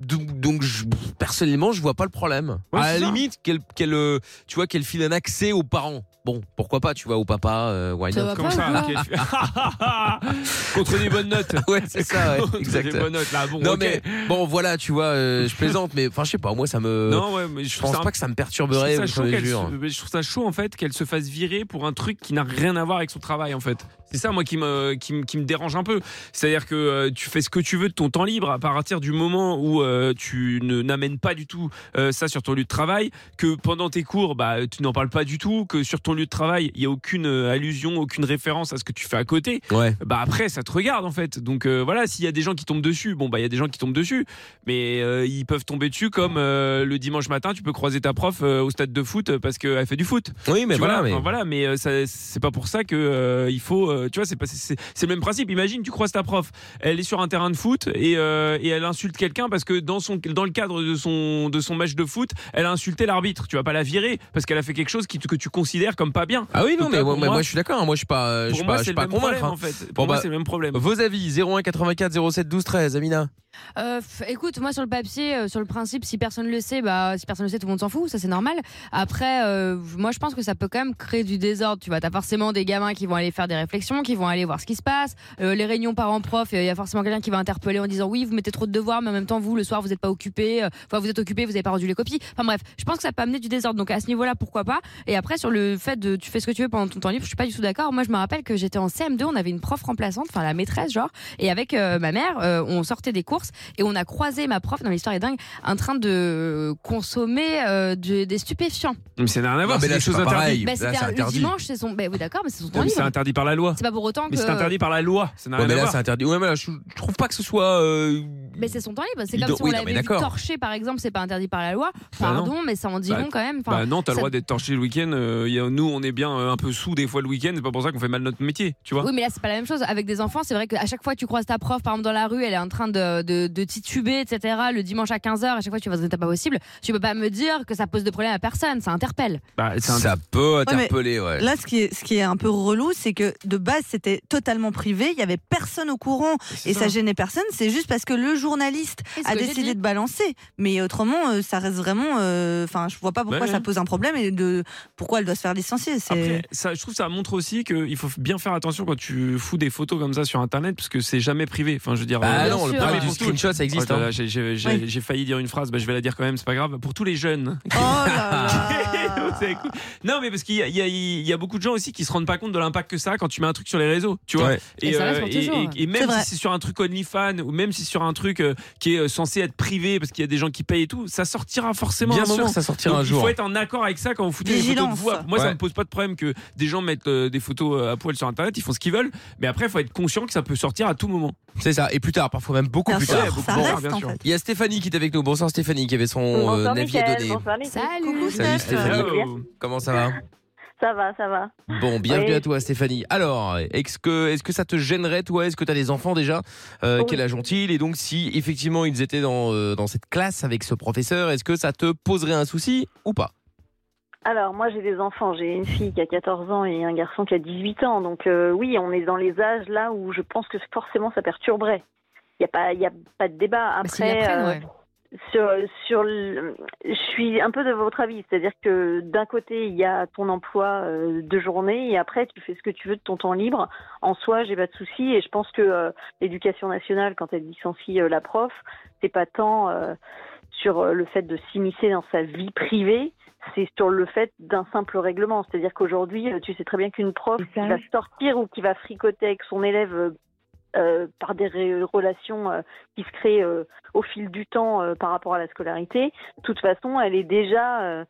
C: Donc, donc, je- personnellement, je vois pas le problème.
E: Ouais,
C: à la
E: c'est ça.
C: limite, qu'elle, qu'elle, euh, tu vois, qu'elle file un accès aux parents. Bon, pourquoi pas, tu vois, au papa, euh, why
E: Ça
C: not.
E: va Comme pas ça, ou quoi ok, Contre des bonnes notes.
C: ouais, c'est ça, ouais,
E: Contre des
C: exact.
E: bonnes notes, là, bon,
C: non,
E: ok.
C: mais bon, voilà, tu vois, euh, je plaisante, mais enfin, je sais pas, moi, ça me.
E: Non, ouais, mais je trouve
C: euh, pense
E: ça un-
C: pas que ça me perturberait,
E: je
C: je, te
E: trouve, ça chaud
C: le
E: qu'elle
C: jure.
E: se- mais je trouve ça chaud en fait qu'elle se fasse virer pour un truc qui n'a rien à voir avec son travail en fait. C'est ça moi qui me, qui, me- qui me dérange un peu. C'est-à-dire que euh, tu fais ce que tu veux de ton temps libre à partir du moment où euh, tu ne- n'amènes pas du tout euh, ça sur ton lieu de travail, que pendant tes cours, bah, tu n'en parles pas du tout, que sur ton lieu de travail, il n'y a aucune euh, allusion, aucune référence à ce que tu fais à côté,
C: Ouais.
E: bah après, ça te regarde en fait. Donc euh, voilà, s'il y a des gens qui tombent dessus, bon, bah il y a des gens qui tombent dessus, mais euh, ils peuvent tomber dessus comme euh, le dimanche matin, tu peux croiser ta prof euh, au stade de foot euh, parce qu'elle fait du foot.
C: Oui, mais
E: Tu
C: voilà,
E: vois,
C: mais-
E: enfin, voilà, mais euh, ça- c'est pas pour ça que euh, il faut. euh, tu vois, c'est pas- c'est c'est le même principe. Imagine, tu croises ta prof, elle est sur un terrain de foot et, euh, et elle insulte quelqu'un parce que dans son dans le cadre de son de son match de foot, elle a insulté l'arbitre. Tu vas pas la virer parce qu'elle a fait quelque chose qui, que tu considères comme pas bien.
C: Ah oui, non,
E: Donc
C: mais
E: là,
C: moi,
E: pour
C: moi, je suis d'accord. hein. Moi, je suis pas, euh, je
E: Pour
C: suis
E: moi,
C: pas, je
E: c'est
C: suis
E: le
C: pas
E: même
C: convaincre.
E: problème,
C: hein.
E: en fait. Pour moi, c'est le même problème.
C: Vos avis 01 84 07 12 13, Amina.
D: Euh, f- écoute, moi sur le papier, euh, sur le principe, si personne le sait, bah si personne le sait, tout le monde s'en fout, ça c'est normal. Après, euh, moi je pense que ça peut quand même créer du désordre. Tu vois, t'as forcément des gamins qui vont aller faire des réflexions, qui vont aller voir ce qui se passe. Euh, les réunions parents-prof, il y a forcément quelqu'un qui va interpeller en disant oui, vous mettez trop de devoirs, mais en même temps vous le soir vous n'êtes pas occupé. euh, Enfin, vous êtes occupé, vous n'avez pas rendu les copies. Enfin bref, je pense que ça peut amener du désordre. Donc à ce niveau-là, pourquoi pas Et après sur le fait de tu fais ce que tu veux pendant ton temps libre, je suis pas du tout d'accord. Moi je me rappelle que j'étais en CM2, on avait une prof remplaçante, enfin la maîtresse genre, et avec euh, ma mère, euh, on sortait des courses et on a croisé ma prof. Non, l'histoire est dingue, en train de consommer euh, de- des stupéfiants.
E: Ah, Mais c'est rien à voir.
C: Non, mais
E: C'est
C: là,
E: des
C: c'est
E: choses
C: pas
E: interdites.
C: pareil.
D: Bah,
C: là,
D: c'était
C: c'est
D: un- le
C: interdit.
D: dimanche, c'est son. Bah, oui, d'accord, mais c'est son temps
E: Non, Ah, mais
D: libre.
E: c'est interdit par la loi.
D: C'est pas pour autant
E: Mais
D: que.
E: c'est interdit par la loi. Ça n'a
C: Ouais,
E: rien
C: mais
E: à
C: là,
E: voir.
C: c'est interdit. Ouais, mais là, je je trouve pas que ce soit. euh,
D: Mais c'est son temps libre. C'est
C: Il
D: comme
C: doit-
D: si on
C: oui, non, mais
D: l'avait vu
C: d'accord.
D: torcher, par exemple, c'est pas interdit par la loi.
E: Bah non.
D: Pardon, mais ça en dit
E: Bah,
D: long quand même. Enfin,
E: Bah non, t'as le
D: ça-
E: droit d'être torché le week-end. euh, y a- nous, on est bien euh, un peu sous des fois le week-end. C'est pas pour ça qu'on fait mal notre métier, tu vois.
D: Oui, mais là, c'est pas la même chose. Avec des enfants, c'est vrai qu'à chaque fois que tu croises ta prof, par exemple, dans la rue, elle est en train de, de, de tituber, etc. Le dimanche à 15h, à chaque fois, tu vas dans un état pas possible. Tu peux pas me dire que ça pose de problème à personne. Ça interpelle.
C: Ça peut
F: Ouais, mais
C: interpeller, Oh, ouais.
F: Là, ce qui est, ce qui est un peu relou, c'est que de base, c'était totalement privé, il y avait personne au courant et ça,
D: ça.
F: gênait personne. C'est juste parce que le journaliste
D: Et c'est
F: a
D: ce que j'ai
F: décidé
D: dit.
F: de balancer. Mais autrement, euh, ça reste vraiment. euh, Enfin, je vois pas pourquoi
E: Ouais.
F: ça pose un problème et de pourquoi elle doit se faire licencier. C'est.
E: Après, ça, je trouve que ça montre aussi qu'il faut bien faire attention quand tu fous des photos comme ça sur internet parce que c'est jamais privé. Enfin, je veux dire.
C: Bah
E: euh,
C: non, le
E: bien
C: problème
E: sûr.
C: du screenshot, ça existe,
E: Oh là là,
C: hein.
E: J'ai j'ai- j'ai-
C: Oui. Oh
E: j'ai failli dire une phrase, bah, je vais la dire quand même, c'est pas grave. Pour tous les jeunes. Vous savez quoi non, mais parce qu'il y, a- il y a- il y a beaucoup de gens aussi qui se rendent pas compte de l'impact que ça a quand tu mets un truc sur les réseaux, tu vois.
C: Ouais.
E: Et,
C: Et ça
E: euh,
C: reste pour
E: et-
C: toujours,
E: et-
C: ouais.
E: et
C: C'est
E: même
C: vrai.
E: si c'est sur un truc OnlyFans ou même si c'est sur un truc euh, qui est euh, censé être privé parce qu'il y a des gens qui payent et tout, ça sortira forcément.
C: Bien
E: un
C: sûr
E: moment.
C: que ça sortira
E: Donc,
C: un jour.
E: Il faut être en accord avec ça quand vous foutez des photos de
C: Vigilance.
E: vous. à- Moi, ça
C: Ouais.
E: me pose pas de problème que des gens mettent euh, des photos euh, à poil sur internet, ils font ce qu'ils veulent, mais après, il faut être conscient que ça peut sortir à tout moment.
C: C'est ça, et plus tard, parfois même beaucoup
E: Bien
C: plus
E: sûr,
C: tard.
E: ça
C: Bon,
E: reste, en fait.
C: Il y a Stéphanie qui est avec nous. Bonsoir Stéphanie qui avait son euh,
N: Bonsoir,
C: avis à
N: Mickaël.
C: donner.
N: Bonsoir, Mickaël.
C: Salut Stéphanie,
N: Hello.
C: comment ça va
N: Ça va, ça va.
C: Bon, bienvenue
N: Oui.
C: à toi Stéphanie. Alors, est-ce que, est que ça te gênerait toi Est-ce que tu as des enfants déjà Euh, Quel âge ont-ils Et donc si effectivement ils étaient dans, euh, dans cette classe avec ce professeur, est-ce que ça te poserait un souci ou pas
N: Alors, moi, j'ai des enfants. J'ai une fille qui a 14 ans et un garçon qui a 18 ans. Donc, euh, oui, on est dans les âges là où je pense que forcément ça perturberait. Il n'y a, pas- y a pas de débat.
D: s'ils
N: Après,
D: l'apprennent,
N: euh,
D: ouais.
N: sur, sur le- je suis un peu de votre avis. C'est-à-dire que d'un côté, il y a ton emploi euh, de journée et après, tu fais ce que tu veux de ton temps libre. En soi, j'ai pas de souci. Et je pense que euh, l'éducation nationale, quand elle licencie euh, la prof, c'est pas tant euh, sur euh, le fait de s'immiscer dans sa vie privée, c'est sur le fait d'un simple règlement. C'est-à-dire qu'aujourd'hui, euh, tu sais très bien qu'une prof qui va sortir ou qui va fricoter avec son élève euh, euh, par des ré- relations euh, qui se créent euh, au fil du temps euh, par rapport à la scolarité, de toute façon, elle est déjà. euh,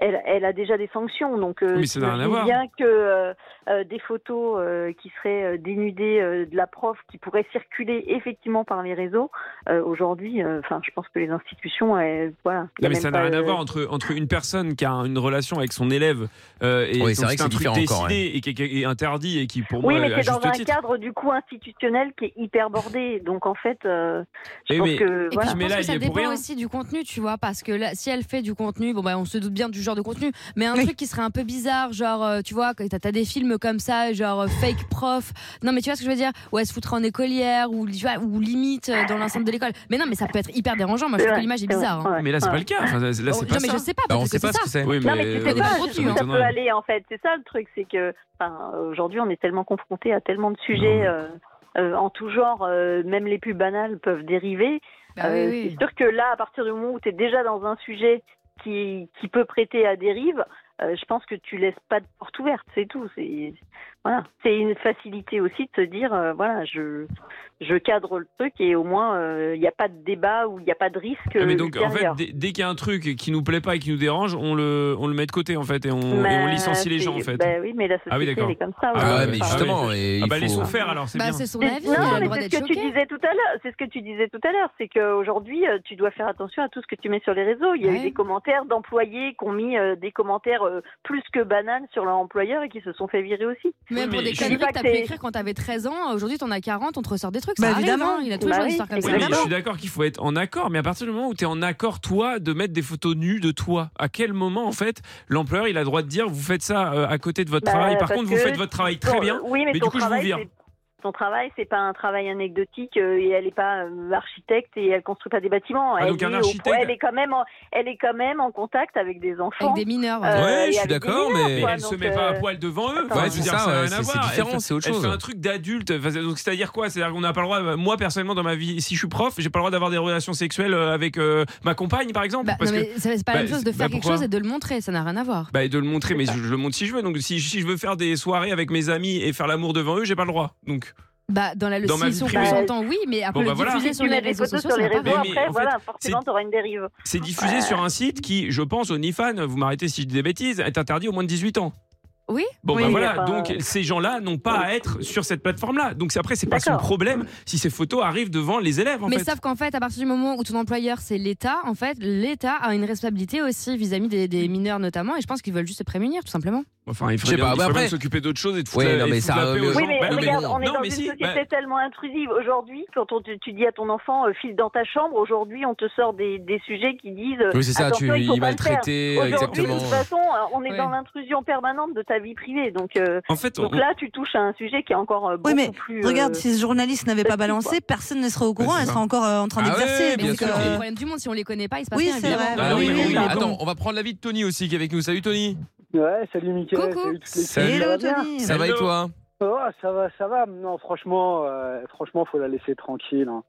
N: elle, elle a déjà des sanctions, donc euh,
E: Mais ça
N: je
E: n'a rien à
N: dis
E: voir.
N: bien que euh, euh, des photos euh, qui seraient euh, dénudées euh, de la prof, qui pourraient circuler effectivement par les réseaux. euh, Aujourd'hui, euh, enfin, je pense que les institutions, elles, voilà. il y
E: Non, mais
N: a même
E: ça n'a
N: pas,
E: rien à
N: euh,
E: voir entre, entre une personne qui a une relation avec son élève euh, et
C: Oui,
E: donc
C: c'est vrai que
E: un
C: c'est
E: truc
C: différent
E: décidé
C: encore,
E: et qui, qui est interdit et qui pour
N: Oui,
E: moi
N: mais
E: à
N: c'est dans
E: juste
N: un
E: titre.
N: cadre du coup institutionnel qui est hyper bordé. Donc en fait, euh, je
E: Oui,
N: pense
E: mais-
N: que
E: Et puis,
N: voilà.
D: Je
E: Mais
D: pense
E: là,
D: que
E: il
D: ça
E: y est pour
D: dépend
E: rien.
D: aussi du contenu, tu vois, parce que là, si elle fait du contenu, bon bah on se doute bien du genre de contenu, mais un truc qui serait un peu bizarre, genre euh, tu vois, que t'as t'as des films comme ça, genre euh, fake prof, non mais tu vois ce que je veux dire, ou elle se foutra en écolière, ou, tu vois, ou limite euh, dans l'enceinte de l'école, mais non mais ça peut être hyper dérangeant, moi je
E: C'est
D: trouve que
E: vrai,
D: l'image est
E: c'est
D: bizarre.
E: vrai.
D: hein.
E: Mais là, c'est pas le cas. Enfin, là, c'est
D: Non,
E: pas
D: mais
E: ça.
D: je sais pas,
E: Bah, on
D: peut-être
E: sait
D: que
E: pas
D: c'est hein.
E: ce que
D: ça.
E: c'est. Oui,
N: non,
E: mais,
N: mais tu
E: euh,
N: sais
E: ça
N: pas,
E: m'étonnerait.
N: jusqu'où ça peut aller en fait. C'est ça le truc, c'est que enfin, aujourd'hui on est tellement confronté à tellement de sujets euh, euh, en tout genre, euh, même les plus banals peuvent dériver. Euh,
D: Bah oui, oui.
N: C'est sûr que là, à partir du moment où tu es déjà dans un sujet qui, qui peut prêter à dérive, euh, je pense que tu laisses pas de porte ouverte, c'est tout. C'est voilà, c'est une facilité aussi de se dire euh, voilà, je je cadre le truc et au moins euh, il n'y a pas de débat ou il n'y a pas de risque.
E: Ah, mais donc, en fait,
N: ultérieur.
E: dès, dès qu'il y a un truc qui nous plaît pas et qui nous dérange, on le, on le met de côté, en fait, et on, et on
N: Bah,
E: licencie les gens, en
N: c'est-
E: fait.
N: bah oui, mais la
E: Ah oui,
N: société,
E: d'accord.
N: elle est comme ça,
E: Ah
N: ouais.
E: ouais, mais justement, et il faut- Bah, c'est son
N: Mais-
D: avis, il a
N: Non,
D: le droit
N: mais c'est ce
D: d'être
N: que tu disais tout à l'heure. C'est ce que tu disais tout à l'heure, c'est qu'aujourd'hui, euh, tu dois faire attention à tout ce que tu mets sur les réseaux. Il y a eu des commentaires d'employés qui ont mis euh, des commentaires euh, plus que banals sur leur employeur et qui se sont fait virer aussi.
D: Même pour des
N: Je dis
D: conneries
N: pas
D: que t'as pu
N: c'est-
D: écrire quand t'avais 13 ans, aujourd'hui t'en as 40, on te ressort des trucs.
N: Bah,
D: ça arrive,
N: évidemment.
D: hein, il a toujours
N: Bah
D: une
N: oui,
D: histoire comme
E: Oui,
D: ça.
E: mais je suis d'accord qu'il faut être en accord, mais à partir du moment où tu es en accord, toi, de mettre des photos nues de toi, à quel moment, en fait, l'employeur, il a le droit de dire, vous faites ça euh, à côté de votre
N: Bah,
E: travail. Par
N: parce
E: contre, vous
N: que
E: faites votre travail très
N: ton-
E: bien,
N: oui, mais,
E: mais
N: ton
E: du coup, je vous
N: travail,
E: vire.
N: c'est- Ton travail, c'est pas un travail anecdotique euh, et elle n'est pas euh, architecte et elle construit pas des bâtiments.
E: Ah,
N: elle,
E: donc un
N: est au-
E: architecte-
N: elle est quand même, en, elle est quand même en contact avec des enfants,
D: avec des mineurs.
N: euh,
E: ouais,
N: et
E: je suis
N: avec des
E: d'accord,
N: mineurs,
E: mais
N: quoi,
E: elle se
N: donc,
E: met pas à
N: euh,
E: poil devant eux.
C: attends.
E: Enfin,
C: Ouais,
E: je
C: c'est
E: veux dire,
C: ça,
E: a
C: ouais,
E: rien à
C: c'est- c'est
E: voir.
C: différent,
E: Elle fait-
C: c'est autre
E: Elle
C: chose.
E: fait un truc d'adulte. Enfin, c'est- donc, c'est-à-dire quoi C'est-à-dire qu'on n'a pas le droit. Moi, personnellement, dans ma vie, si je suis prof, j'ai pas le droit d'avoir des relations sexuelles euh, avec euh, ma compagne, par exemple.
D: Non,
E: parce
D: mais
E: que-
D: c'est c'est pas la
E: Bah,
D: même chose de
E: bah,
D: faire quelque
E: pourquoi
D: chose et de le montrer, ça n'a rien à voir.
E: Bah, et de le montrer, mais je, je le montre si je veux. Donc, si, si je veux faire des soirées avec mes amis et faire l'amour devant eux, j'ai pas le drois. Donc,
D: Bah, dans la
E: Dans ma
D: leçon, ils
E: vie
D: sont
E: privée.
D: consentants, oui, mais après
E: Bon, bah,
D: le
E: voilà.
D: diffuser
N: Si
D: sur
N: tu
D: les
N: mets des
D: réseaux
N: photos
D: sociaux,
N: sur
D: ça
N: les
D: n'a pas
N: réseaux,
D: de-
E: Mais- mais
N: après,
E: en
N: voilà,
E: fait,
N: forcément,
E: c'est-
N: t'auras une dérive.
E: c'est diffusé sur un site qui, je pense, OnlyFans, vous m'arrêtez si je dis des bêtises, est interdit au moins de 18 ans.
D: Oui.
E: Bon,
D: Oui,
E: bah
D: il y
E: voilà,
D: a pas-
E: donc ces gens-là n'ont pas à être sur cette plateforme-là. Donc, c'est- après, c'est pas son problème si ces photos arrivent devant les élèves, en
D: mais
E: fait.
D: sauf qu'en fait, à partir du moment où ton employeur c'est l'État, en fait, l'État a une responsabilité aussi vis-à-vis des, des mineurs notamment, et je pense qu'ils veulent juste se prémunir, tout simplement.
E: Enfin, il
C: Je sais
E: faudrait bien,
C: pas,
E: il
C: bah
E: faudrait bien
C: après-
E: s'occuper d'autres choses et de foutre
C: Ouais,
E: la-
C: non,
E: et de
C: mais
E: foutre
C: ça,
E: la paix
C: euh,
E: aux
C: Oui,
E: gens.
C: mais
E: Bah, non,
N: Regarde,
E: bon.
N: on est
E: Non,
N: dans
E: mais
N: une
E: si,
N: société
E: bah,
N: tellement intrusive. Aujourd'hui, quand on te- tu dis à ton enfant, euh, file dans ta chambre, aujourd'hui, on te sort des, des sujets qui disent. euh,
C: Oui, c'est ça, tu-
N: attention, il faut
C: il
N: pas le faire.
C: maltraité,
N: Aujourd'hui,
C: euh, exactement.
N: De toute façon, euh, on est dans l'intrusion permanente de ta vie privée. Donc, euh,
E: en fait,
N: donc
F: on-
N: là, tu touches à un sujet qui est encore euh,
F: Oui,
N: beaucoup
F: mais
N: plus.
F: regarde,
N: euh,
F: si ce journaliste n'avait
N: petit,
F: pas balancé,
N: quoi.
F: personne ne serait au courant,
C: c'est
F: elle
C: ça.
F: serait encore euh, en train
C: Ah ouais,
F: d'exercer.
C: bien
F: donc,
C: sûr.
D: C'est le
F: euh,
D: problème du monde, si on les connaît pas, il se passe
F: Oui,
D: rien.
F: c'est
D: évidemment.
F: vrai.
C: Ah oui, oui, oui.
F: pardon.
C: Attends, on va prendre l'avis de Tony aussi qui est avec nous. Salut Tony.
O: Ouais, salut Mickaël. Salut, toute l'équipe,
C: Salut.
O: ça va bien
C: Ça va et toi
O: Oh, ça va, ça va. Non, franchement, euh, franchement, faut la laisser tranquille. hein.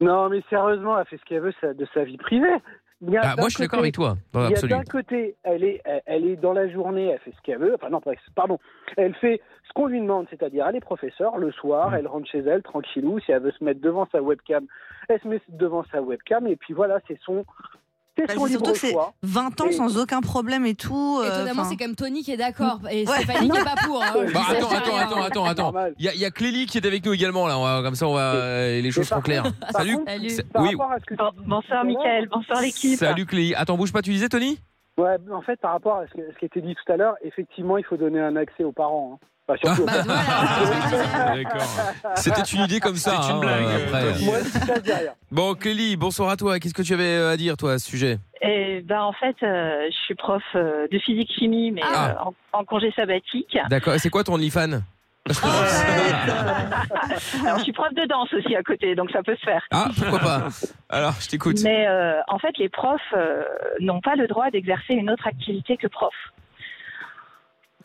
O: Non, mais sérieusement, elle fait ce qu'elle veut sa- de sa vie privée. Il y a
C: Ah,
O: d'un
C: moi, je suis d'accord
O: côté-
C: avec toi, dans
O: il y a
C: l'absolu.
O: d'un côté, elle est, elle- elle est dans la journée, elle fait ce qu'elle veut. Enfin non, pas- pardon, elle fait ce qu'on lui demande, c'est-à-dire elle est professeure le
C: Mm.
O: soir, elle rentre chez elle tranquillou. Si elle veut se mettre devant sa webcam, elle se met devant sa webcam et puis voilà, c'est son, c'est
F: bah,
O: son
F: c'est surtout
O: libre
F: que c'est
O: choix.
F: 20 ans
O: Et-
F: sans aucun problème et tout. euh,
D: Étonnamment,
F: enfin.
D: c'est quand même Tony qui est d'accord, et
F: Ouais.
D: Stéphanie qui est pas pour. hein.
C: Bah,
D: Je dis
C: attends,
D: ça,
C: attends,
D: rien.
C: attends, attends, attends. Il y a, il y a Clélie qui est avec nous également là. On va- comme ça, on va, euh, les choses seront claires.
O: Par
C: Salut.
O: contre,
C: C'est-
O: par
C: oui.
O: rapport à ce que tu dis tout à l'heure-
P: Bonsoir Mickaël, bonsoir l'équipe.
C: Salut Clélie. Attends, bouge pas. Tu disais Tony
O: Ouais, mais en fait, par rapport à ce, que- ce qui était dit tout à l'heure, effectivement, il faut donner un accès aux parents. hein. Enfin, surtout aux
C: C'était une idée comme ça.
E: C'était une
C: hein,
E: blague, euh,
C: après.
E: Tony.
O: Moi, c'est ça derrière.
C: Bon, Clélie, bonsoir à toi. Qu'est-ce que tu avais euh, à dire toi à ce sujet
P: Et ben en fait, euh, je suis prof euh, de physique chimie, mais
C: Ah.
P: euh, en, en congé sabbatique.
C: D'accord. C'est quoi ton OnlyFan
P: Alors je suis prof de danse aussi à côté, donc ça peut se faire.
C: Ah, pourquoi pas Alors, je t'écoute.
P: Mais euh, en fait, les profs euh, n'ont pas le droit d'exercer une autre activité que prof.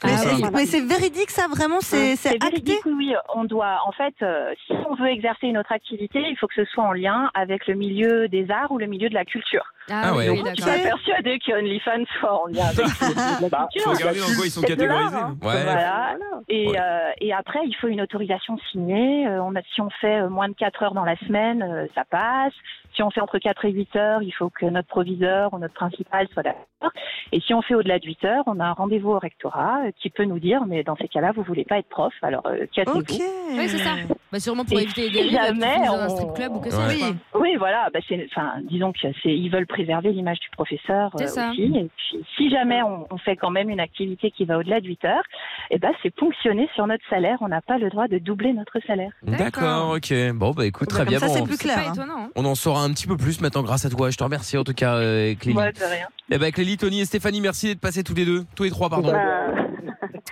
F: Mais c'est- mais c'est véridique, ça vraiment, c'est c'est
P: Hein? C'est
F: acté.
P: véridique, oui, oui. On doit, en fait, euh, si on veut exercer une autre activité, il faut que ce soit en lien avec le milieu des arts ou le milieu de la culture.
D: Ah
C: oui,
P: Donc,
C: oui,
P: je suis
C: d'accord.
P: pas persuadée que OnlyFans soit en lien avec le milieu de la
O: Bah,
P: culture.
E: faut regarder dans quoi ils sont
P: C'est de l'art,
E: catégorisés.
P: hein.
E: Ouais.
P: Voilà. Et, euh, et après, il faut une autorisation signée. Euh, on a, si on fait euh, moins de 4 heures dans la semaine, euh, ça passe. Si on fait entre 4 et 8 heures, il faut que notre proviseur ou notre principal soit d'accord. Et si on fait au-delà de 8 heures, on a un rendez-vous au rectorat euh, qui peut nous dire, mais dans ces cas-là, vous voulez pas être prof, alors euh, cassez-vous.
D: Oui, c'est ça. Bah, sûrement pour
P: Et
D: éviter les
P: si
D: dérives, tu
P: jamais
D: finis dans un
P: on-
D: strip club ou que
P: Ouais.
D: sais-je, quoi.
P: Oui, oui, voilà. Bah, c'est, enfin, disons que c'est, ils veulent préserver l'image du professeur
D: C'est
P: euh,
D: ça.
P: aussi. Et puis, si jamais on, on fait quand même une activité qui va au-delà de 8 heures, eh ben, c'est ponctionné sur notre salaire. On n'a pas le droit de doubler notre salaire.
C: D'accord. Ok. Bon, bah écoute, très
F: Comme
C: bien.
F: ça,
C: Bon,
F: c'est plus clair. hein.
C: On en saura un petit peu plus maintenant grâce à toi. Je te remercie en tout cas, euh, Clélie.
P: Ouais, de rien.
C: Eh ben, Clélie, Tony et Stéphanie, merci d'être passés tous les deux, tous les trois, pardon.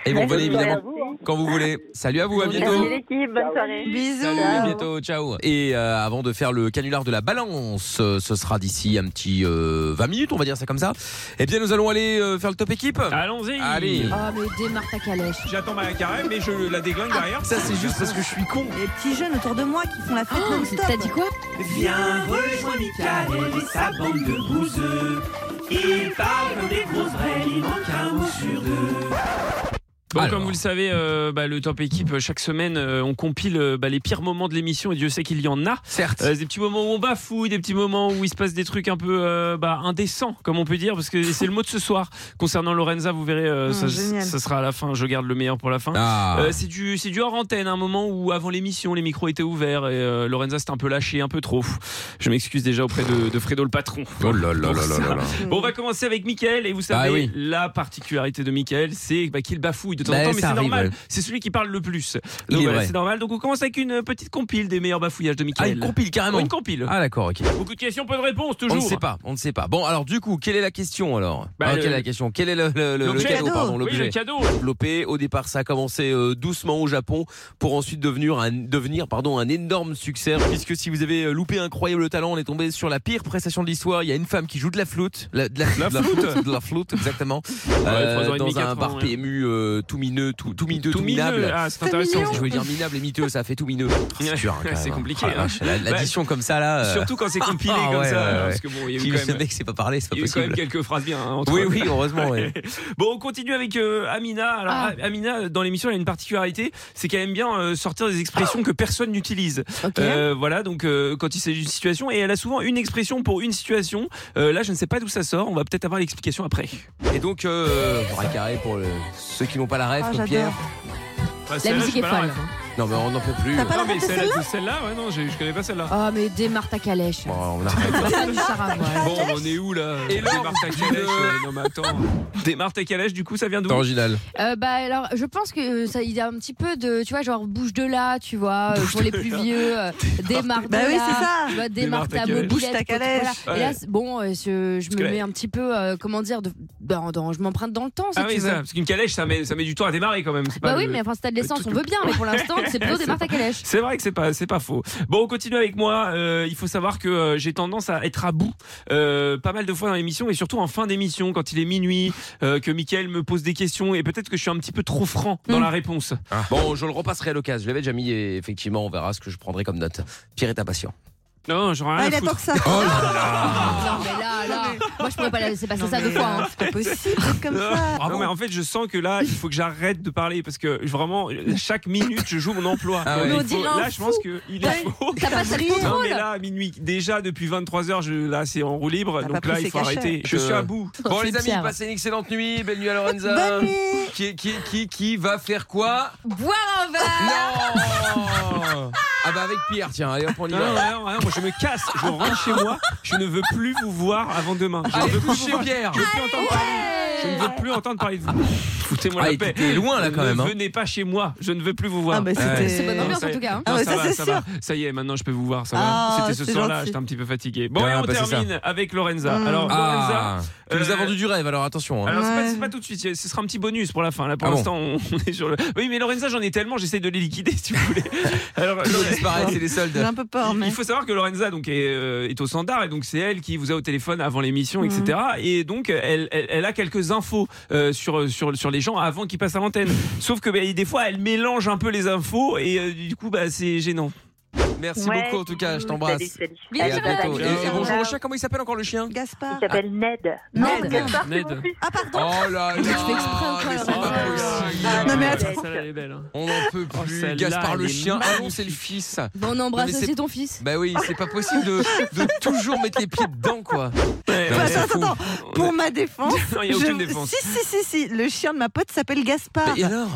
C: Et bon,
P: Bah, Merci.
C: venez
P: Merci à
C: évidemment quand vous voulez. Salut à vous, à bientôt.
N: Merci l'équipe, bonne soirée.
C: Salut, à bientôt, ciao. Et euh, avant de faire le canular de la balance, euh, ce sera d'ici un petit euh, 20 minutes, on va dire ça comme ça. Eh bien, nous allons aller euh, faire le top équipe.
E: Allons-y. Ah.
C: Allez.
D: Oh, mais démarre ta calèche.
E: J'attends ma carré, mais je la déglingue derrière.
C: Ça, c'est juste parce que je suis con.
F: Les petits jeunes autour de moi qui font la fête
D: Oh,
F: non-stop.
D: T'as dit quoi
Q: Viens, rejoins Michael et sa bande de bouseux. Il parle comme des grosses braies, il manque un mot sur deux.
E: Bon, comme vous le savez, euh, bah, le Top Équipe, euh, chaque semaine, euh, on compile euh, bah, les pires moments de l'émission et Dieu sait qu'il y en a. Euh,
C: Certes.
E: des petits moments où on bafouille, des petits moments où il se passe des trucs un peu euh, bah, indécents, comme on peut dire, parce que c'est le mot de ce soir. Concernant Lorenza, vous verrez, euh,
C: Mmh,
E: ça,
C: génial.
E: ça sera à la fin. Je garde le meilleur pour la fin.
C: Ah.
E: Euh, c'est du, c'est du hors antenne, un moment où avant l'émission, les micros étaient ouverts et euh, Lorenza s'était un peu lâchée, un peu trop. Je m'excuse déjà auprès de, de Fredo le patron.
C: Oh là là
E: Pour
C: là là
E: ça.
C: là là.
E: Bon, on va commencer avec Mickaël et vous savez,
C: Ah Mmh. oui.
E: la particularité de Mickaël, c'est bah, qu'il bafouille de temps en
C: Bah,
E: temps,
C: ça
E: mais c'est
C: arrive,
E: normal.
C: ouais.
E: C'est celui qui parle le plus.
C: Il
E: Donc
C: est
E: voilà,
C: vrai.
E: c'est normal. Donc on commence avec une petite compile des meilleurs bafouillages de Mickaël.
C: Ah, une compile, carrément.
E: Ouais, Oh, Une compile.
C: Ah, d'accord, ok.
E: Beaucoup de questions, peu de réponses
C: On
E: toujours.
C: ne sait pas, on ne sait pas. Bon, alors du coup, quelle est la question alors
E: Bah,
C: Ah,
E: le-
C: Quelle est la question Quel est le, le- le- le
E: L'objet.
C: cadeau,
E: Cadeau.
C: pardon,
E: Oui,
C: l'objet
E: le cadeau.
C: Développé au départ, ça a commencé euh, doucement au Japon pour ensuite devenir un, devenir pardon un énorme succès. Puisque si vous avez euh, loupé incroyable talent, on est tombé sur la pire prestation de l'histoire. Il y a une femme qui joue de la flûte, la- de la, de la
E: flûte.
C: de la flûte, exactement, Euh,
E: trois ans et demi,
C: dans un
E: quatre
C: bar
E: ans, ouais.
C: PMU euh, tout mineux, tout, tout mineux, tout,
E: Tout mineux,
C: minable.
E: ah, c'est intéressant,
C: Je
E: ça.
C: voulais dire minable et miteux, ça fait tout mineux. C'est dur, hein, quand
E: C'est
C: même.
E: compliqué,
C: Ah, la
E: hein.
C: vache, la- L'addition comme ça là. euh,
E: Surtout quand c'est compilé
C: ah,
E: comme
C: ouais,
E: ça.
C: ouais,
E: hein,
C: ouais.
E: Parce que bon, il y a eu
C: Qui-
E: quand
C: ce
E: même-
C: mec s'est pas parlé, c'est pas
E: il y a eu quand même
C: possible.
E: quelques phrases bien. hein, entre-
C: Oui, oui, heureusement, ouais.
E: bon, on continue avec euh, Amina. Alors, A- Amina, dans l'émission, elle a une particularité, c'est qu'elle aime bien euh, sortir des expressions que personne n'utilise. Euh, voilà, donc euh, quand il s'agit d'une situation, et elle a souvent une expression pour une situation. Euh, là, je ne sais pas d'où ça sort. On va peut-être avoir l'explication après.
C: Et donc, euh, bras carré pour le- ceux qui n'ont pas la rêve,
E: Ah,
C: comme
E: j'adore.
C: Pierre.
E: Ah, celle-là, musique j'ai pas est la folle. ref, hein.
C: Non, mais on n'en peut plus.
D: T'as pas la
E: non, mais
D: ref de
E: celle-là,
D: celle-là
E: celle-là, ouais, non, je, je connais pas celle-là.
D: Oh, mais démarre ta calèche.
C: Bon, on arrête.
D: Madame Charavoie.
E: Bon, on en est où là Démarre ta calèche. euh, Non, mais attends. Démarre ta calèche, du coup, ça vient d'où
C: original.
D: Euh, bah alors, je pense que euh, ça, il y a un petit peu de, tu vois, genre bouge de là, tu vois, euh,
F: Bouge
D: pour
F: de
D: les plus
F: là.
D: vieux, euh, démarre de
F: Bah oui,
D: là,
F: c'est ça.
D: tu vois, démarre
F: Démarre ta
D: ta
F: calèche.
D: mobilette,
F: Bouge ta
D: voilà.
F: calèche.
D: Et là,
F: Ouais.
D: c'est- bon, euh, je, je
E: Parce
D: me
E: que-
D: mets un petit peu, euh, comment dire, de- dans- dans- je m'emprunte dans le temps, si
E: Ah
D: tu
E: oui,
D: veux.
E: ça, parce qu'une calèche, ça met, ça met du temps à démarrer quand même. c'est
D: Bah
E: pas
D: oui,
E: le-
D: mais enfin, si t'as de l'essence,
E: tout-
D: on veut bien, mais pour l'instant, c'est plutôt démarre ta calèche.
E: C'est vrai que c'est pas, c'est pas faux. Bon, on continue avec moi. Euh, il faut savoir que euh, j'ai tendance à être à bout euh, pas mal de fois dans l'émission et surtout en fin d'émission quand il est minuit, euh, que Mickaël me pose des questions et peut-être que je suis un petit peu trop franc dans la réponse.
C: Ah. Bon, je le repasserai à l'occasion. Je l'avais déjà mis et effectivement, on verra ce que je prendrai comme note. Pierre est impatient.
E: Non, j'aurais
F: Ah,
E: rien à foutre.
C: Oh là là
D: Non, mais là, là, moi, je pourrais pas la laisser passer ça deux fois. hein.
F: comme
E: Non, Ah, mais en fait, je sens que là, il faut que j'arrête de parler parce que vraiment, chaque minute, je joue mon emploi.
C: Ah ouais.
E: Il
C: Mais on
E: faut-
C: dit
E: là,
C: l'en
E: je pense
C: fou.
E: que il
C: T'as-
E: est faux.
C: t'as pas ça de
E: Non,
C: contrôle.
E: mais là, à minuit, déjà depuis 23h, je, là, c'est en roue libre. Donc
C: Ah, pris
E: là, il
C: ses
E: faut
C: cachets.
E: arrêter. Je
C: Euh,
E: suis à bout.
C: Bon, les amis, passez une excellente nuit. Belle nuit à Lorenza.
E: Bonne
C: Qui, qui, qui, qui va faire quoi
D: Boire un
C: verre Ah bah avec Pierre, tiens. Allez, hop, on y
E: Non,
C: va.
E: Oh. non, non, non, moi je me casse, je rentre chez moi, je ne veux plus vous voir avant demain. Je ne
C: Allez,
E: veux plus
C: coucher,
E: vous voir.
C: Pierre.
E: Je ne veux plus entendre parler. Je ne veux plus entendre parler de vous. Foutez-moi
C: Ah,
E: la paix.
C: t'étais loin, là, quand
E: ne
C: même, hein.
E: Venez pas chez moi, je ne veux plus vous voir.
C: Ah, bah, c'était- Ouais. C'est bonne
E: Non,
C: ambiance,
E: ça
C: en
E: y est.
C: tout cas, hein.
E: Non,
C: Ah, ouais,
E: ça,
C: ça,
E: va,
C: c'est
E: ça va. Ça y est, maintenant je peux vous voir. Ça va.
C: Ah,
E: C'était ce
C: c'est
E: soir-là,
C: gentil.
E: j'étais un petit peu fatigué. Bon,
C: Ouais,
E: et on
C: bah, c'est ça.
E: termine avec Lorenza.
C: Mm.
E: Alors,
C: Ah,
E: Lorenza. euh,
C: tu nous as vendu du rêve, alors attention. hein.
E: Alors, c'est pas- c'est pas, tout de suite, ce sera un petit bonus pour la fin. Là, pour
C: Ah bon.
E: l'instant, on- on est sur le. Oui, mais Lorenza, j'en ai tellement, j'essaie de les liquider si vous voulez. Alors,
C: Tout doit disparaître, c'est les soldes. J'ai un peu peur,
E: Il-
C: mais-
E: Il faut savoir que Lorenza donc, est, euh, est au standard et donc c'est elle qui vous a au téléphone avant l'émission,
C: Mhm.
E: etc. Et donc, elle, elle, elle a quelques infos euh, sur, sur, sur les gens avant qu'ils passent à l'antenne. Sauf que bah, des fois, elle mélange un peu les infos et euh, du coup, bah, c'est gênant.
C: Merci
E: Ouais,
C: beaucoup en tout cas, je
E: salut,
C: t'embrasse.
E: salut,
C: Et
E: salut.
C: à
E: Bisous,
C: bientôt.
E: Lorenza.
C: Et, et bonjour au
E: Ciao.
C: chat, comment il s'appelle encore le chien Gaspard.
P: Il s'appelle Ned.
C: Ned.
P: Gaspard, c'est mon
C: Ned.
P: fils.
C: Oh là là mais c'est pas possible. Ah,
P: Non, mais
C: On n'en peut plus.
E: hein. Oh, celle-là,
C: Gaspard
E: elle
C: le
E: est
C: chien, ah non, c'est le fils.
D: Bon, on
C: Non, mais
D: embrasse
C: c'est-
D: aussi ton fils.
C: Bah oui, c'est pas possible de, de toujours mettre les pieds dedans quoi. Non, mais c'est
F: attends,
C: fou.
F: attends, pour ma défense.
C: Non, y a
F: je-
C: aucune défense.
F: Si, si, si, si, le chien de ma pote s'appelle Gaspard.
C: Et alors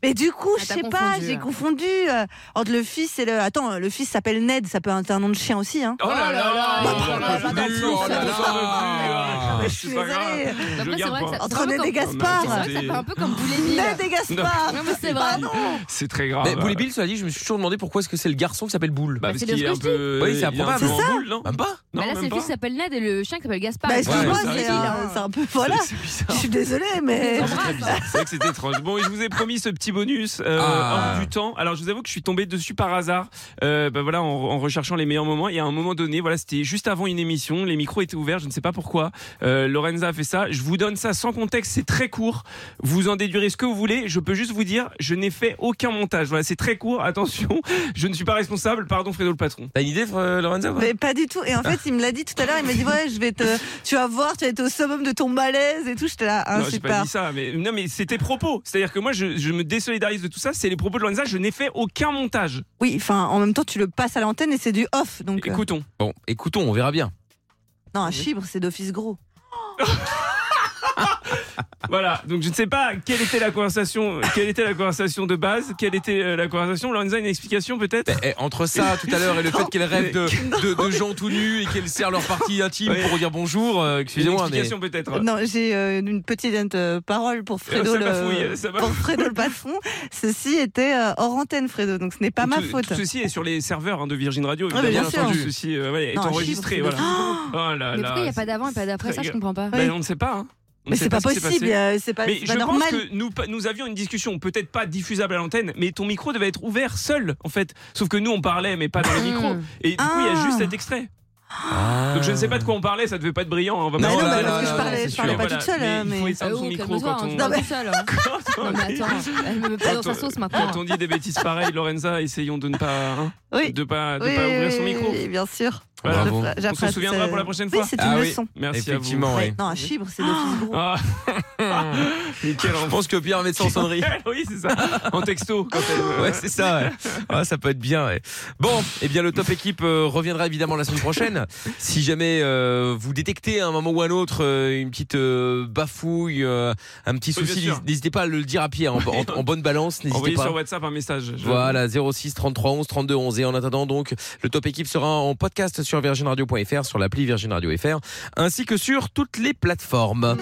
F: mais du coup, je
D: Ah, t'as
F: sais pas,
D: confondu,
F: j'ai
D: alors.
F: confondu euh, entre le fils et le. Attends, le fils s'appelle Ned, ça peut être un nom de chien aussi. Hein.
E: Oh là là
F: Bah,
E: oh là
F: bah, bah,
E: là,
F: bah,
E: je n'en
F: bah,
E: peux
F: bah,
E: plus, ah,
F: Je
E: c'est
F: suis
E: pas
F: désolée.
E: grave,
F: Après,
E: je
F: c'est
E: garde
F: vrai que
E: pas.
F: ça- Entre Ned et Gaspard.
E: Non, mais
F: C'est vrai que ça fait
D: Un peu comme Boulet Bill.
F: Ned et Gaspard.
D: Non, mais c'est vrai.
F: Ah non.
E: C'est très grave.
C: Mais Boule et Bill, cela dit, je me suis toujours demandé pourquoi est-ce que c'est le garçon qui s'appelle Boule.
E: Bah, parce c'est bien qu'il ce est que je un dis. peu-
C: Oui, c'est
E: il est un
C: improbable.
E: peu en C'est ça boule, non
C: Même pas.
D: Bah là, c'est le fils qui s'appelle Ned et le chien qui s'appelle Gaspard.
F: Bah, excuse-moi,
E: Ouais,
F: c'est
E: c'est
F: un,
E: bizarre.
F: c'est un peu. Voilà. Je suis désolée, mais.
E: C'est vrai que c'est étrange. Bon, et je vous ai promis ce petit petit bonus euh,
C: Ah.
E: hors du temps. Alors je vous avoue que je suis tombé dessus par hasard. Euh, bah, voilà, en, en recherchant les meilleurs moments. Et à un moment donné, voilà, c'était juste avant une émission. Les micros étaient ouverts. Je ne sais pas pourquoi. Euh, Lorenza a fait ça. Je vous donne ça sans contexte. C'est très court. Vous en déduirez ce que vous voulez. Je peux juste vous dire, je n'ai fait aucun montage. Voilà, c'est très court. Attention, je ne suis pas responsable. Pardon, Fredo le patron. T'as une idée, Fr- Lorenza ou pas
F: Mais pas du tout. Et en fait, il me l'a dit tout à l'heure. Il m'a dit ouais, je vais te, tu vas voir, tu vas être au summum de ton malaise et tout. J'étais là, ah,
E: non, j'ai
F: super.
E: pas dit ça, mais non, mais c'était propos. C'est-à-dire que moi, je, je me désolidarise de tout ça. C'est les propos de Lorenza. Je n'ai fait aucun montage.
F: Oui, enfin, en même temps, tu le passes à l'antenne et c'est du off. Donc euh,
E: Écoutons.
C: Bon, écoutons, on verra bien.
F: non, un chibre, c'est d'office gros.
E: Voilà. Donc je ne sais pas quelle était la conversation, quelle était la conversation de base, quelle était euh, la conversation. Lorenza, une explication peut-être
C: Entre ça tout à l'heure et le fait qu'elle rêve de, de, de gens tout nus et qu'elle serre leur partie intime
E: Ouais.
C: pour dire bonjour, euh, excusez-moi.
E: Une
C: Mais...
E: explication peut-être.
F: Non, j'ai euh, une petite euh, parole pour Fredo,
E: ça
F: le,
E: bafouille, ça bafouille.
F: pour Fredo le patron. Ceci était euh, hors antenne, Fredo, donc ce n'est pas ma
E: Tout-
F: faute.
E: Tout ceci est sur les serveurs hein, de Virgin Radio.
F: Ah, mais bien
E: évidemment.
F: sûr.
E: Tout ceci euh, ouais, est
F: Non,
E: enregistré.
F: chiffre,
E: Voilà.
F: c'est
E: Oh là
D: Mais
E: là.
D: pourquoi il n'y a pas d'avant et pas d'après Ça, je comprends pas.
E: Ben, on ne sait pas. hein. On ne
F: Mais
E: sait
F: c'est pas
E: ce qui s'est
F: possible,
E: passé.
F: euh, c'est pas-
E: Mais
F: c'est
E: je
F: pas
E: pense
F: normal.
E: que nous, pa- nous avions une discussion, peut-être pas diffusable à l'antenne, mais ton micro devait être ouvert seul, en fait. Sauf que nous, on parlait, mais pas dans
F: Ah.
E: le micro. Et du coup, il y a juste cet extrait. Donc je ne sais pas de quoi on parlait, ça devait pas être brillant. hein. On va
F: Bah
C: Non,
E: pas
C: non,
E: voilà,
C: mais parce que je
E: non,
C: parlais-
E: non,
C: je
E: c'est
C: parlais
E: sûr.
C: pas
E: Voilà,
C: toute seule, hein,
E: mais il faut
C: mais-
E: éteindre
D: Ah
E: son
D: oui,
E: micro
D: calme-toi,
E: quand
D: on
E: on.
D: se parle tout seul. hein. Non, mais attends, elle me met pas dans sa sauce
F: Ah
D: maintenant.
E: Quand on dit des bêtises pareilles, Lorenza, essayons de ne pas, hein,
F: Oui.
E: de pas, de
F: Oui,
E: pas ouvrir son
F: oui,
E: micro.
F: oui, bien sûr.
E: Voilà.
F: J'appre-
E: On se
F: j'apprête,
E: souviendra
F: euh,
E: pour la prochaine
F: oui,
E: fois.
F: c'est une leçon.
E: Merci
C: Ah Effectivement,
E: à vous.
C: oui.
F: Non, un chibre, c'est d'office gros.
E: Ah. Mais quel
C: Je pense que Pierre met sans sonnerie.
E: oui, c'est ça. En texto. Quand elle-
C: Ouais, c'est ça. ouais. Ouais, ça peut être bien. ouais. Bon, eh bien, le top équipe euh, reviendra évidemment la semaine prochaine. Si jamais euh, vous détectez à un moment ou à un autre euh, une petite euh, bafouille, euh, un petit
E: Oui, bien
C: souci,
E: sûr.
C: n'hésitez pas à le dire à Pierre en, en- en bonne balance. N'hésitez
E: Envoyez
C: pas.
E: sur WhatsApp un message. Je-
C: Voilà, 06 33 11 32 11. Et en attendant, donc, le top équipe sera en podcast sur virginradio.fr, sur l'appli Virgin Radio FR, ainsi que sur toutes les plateformes.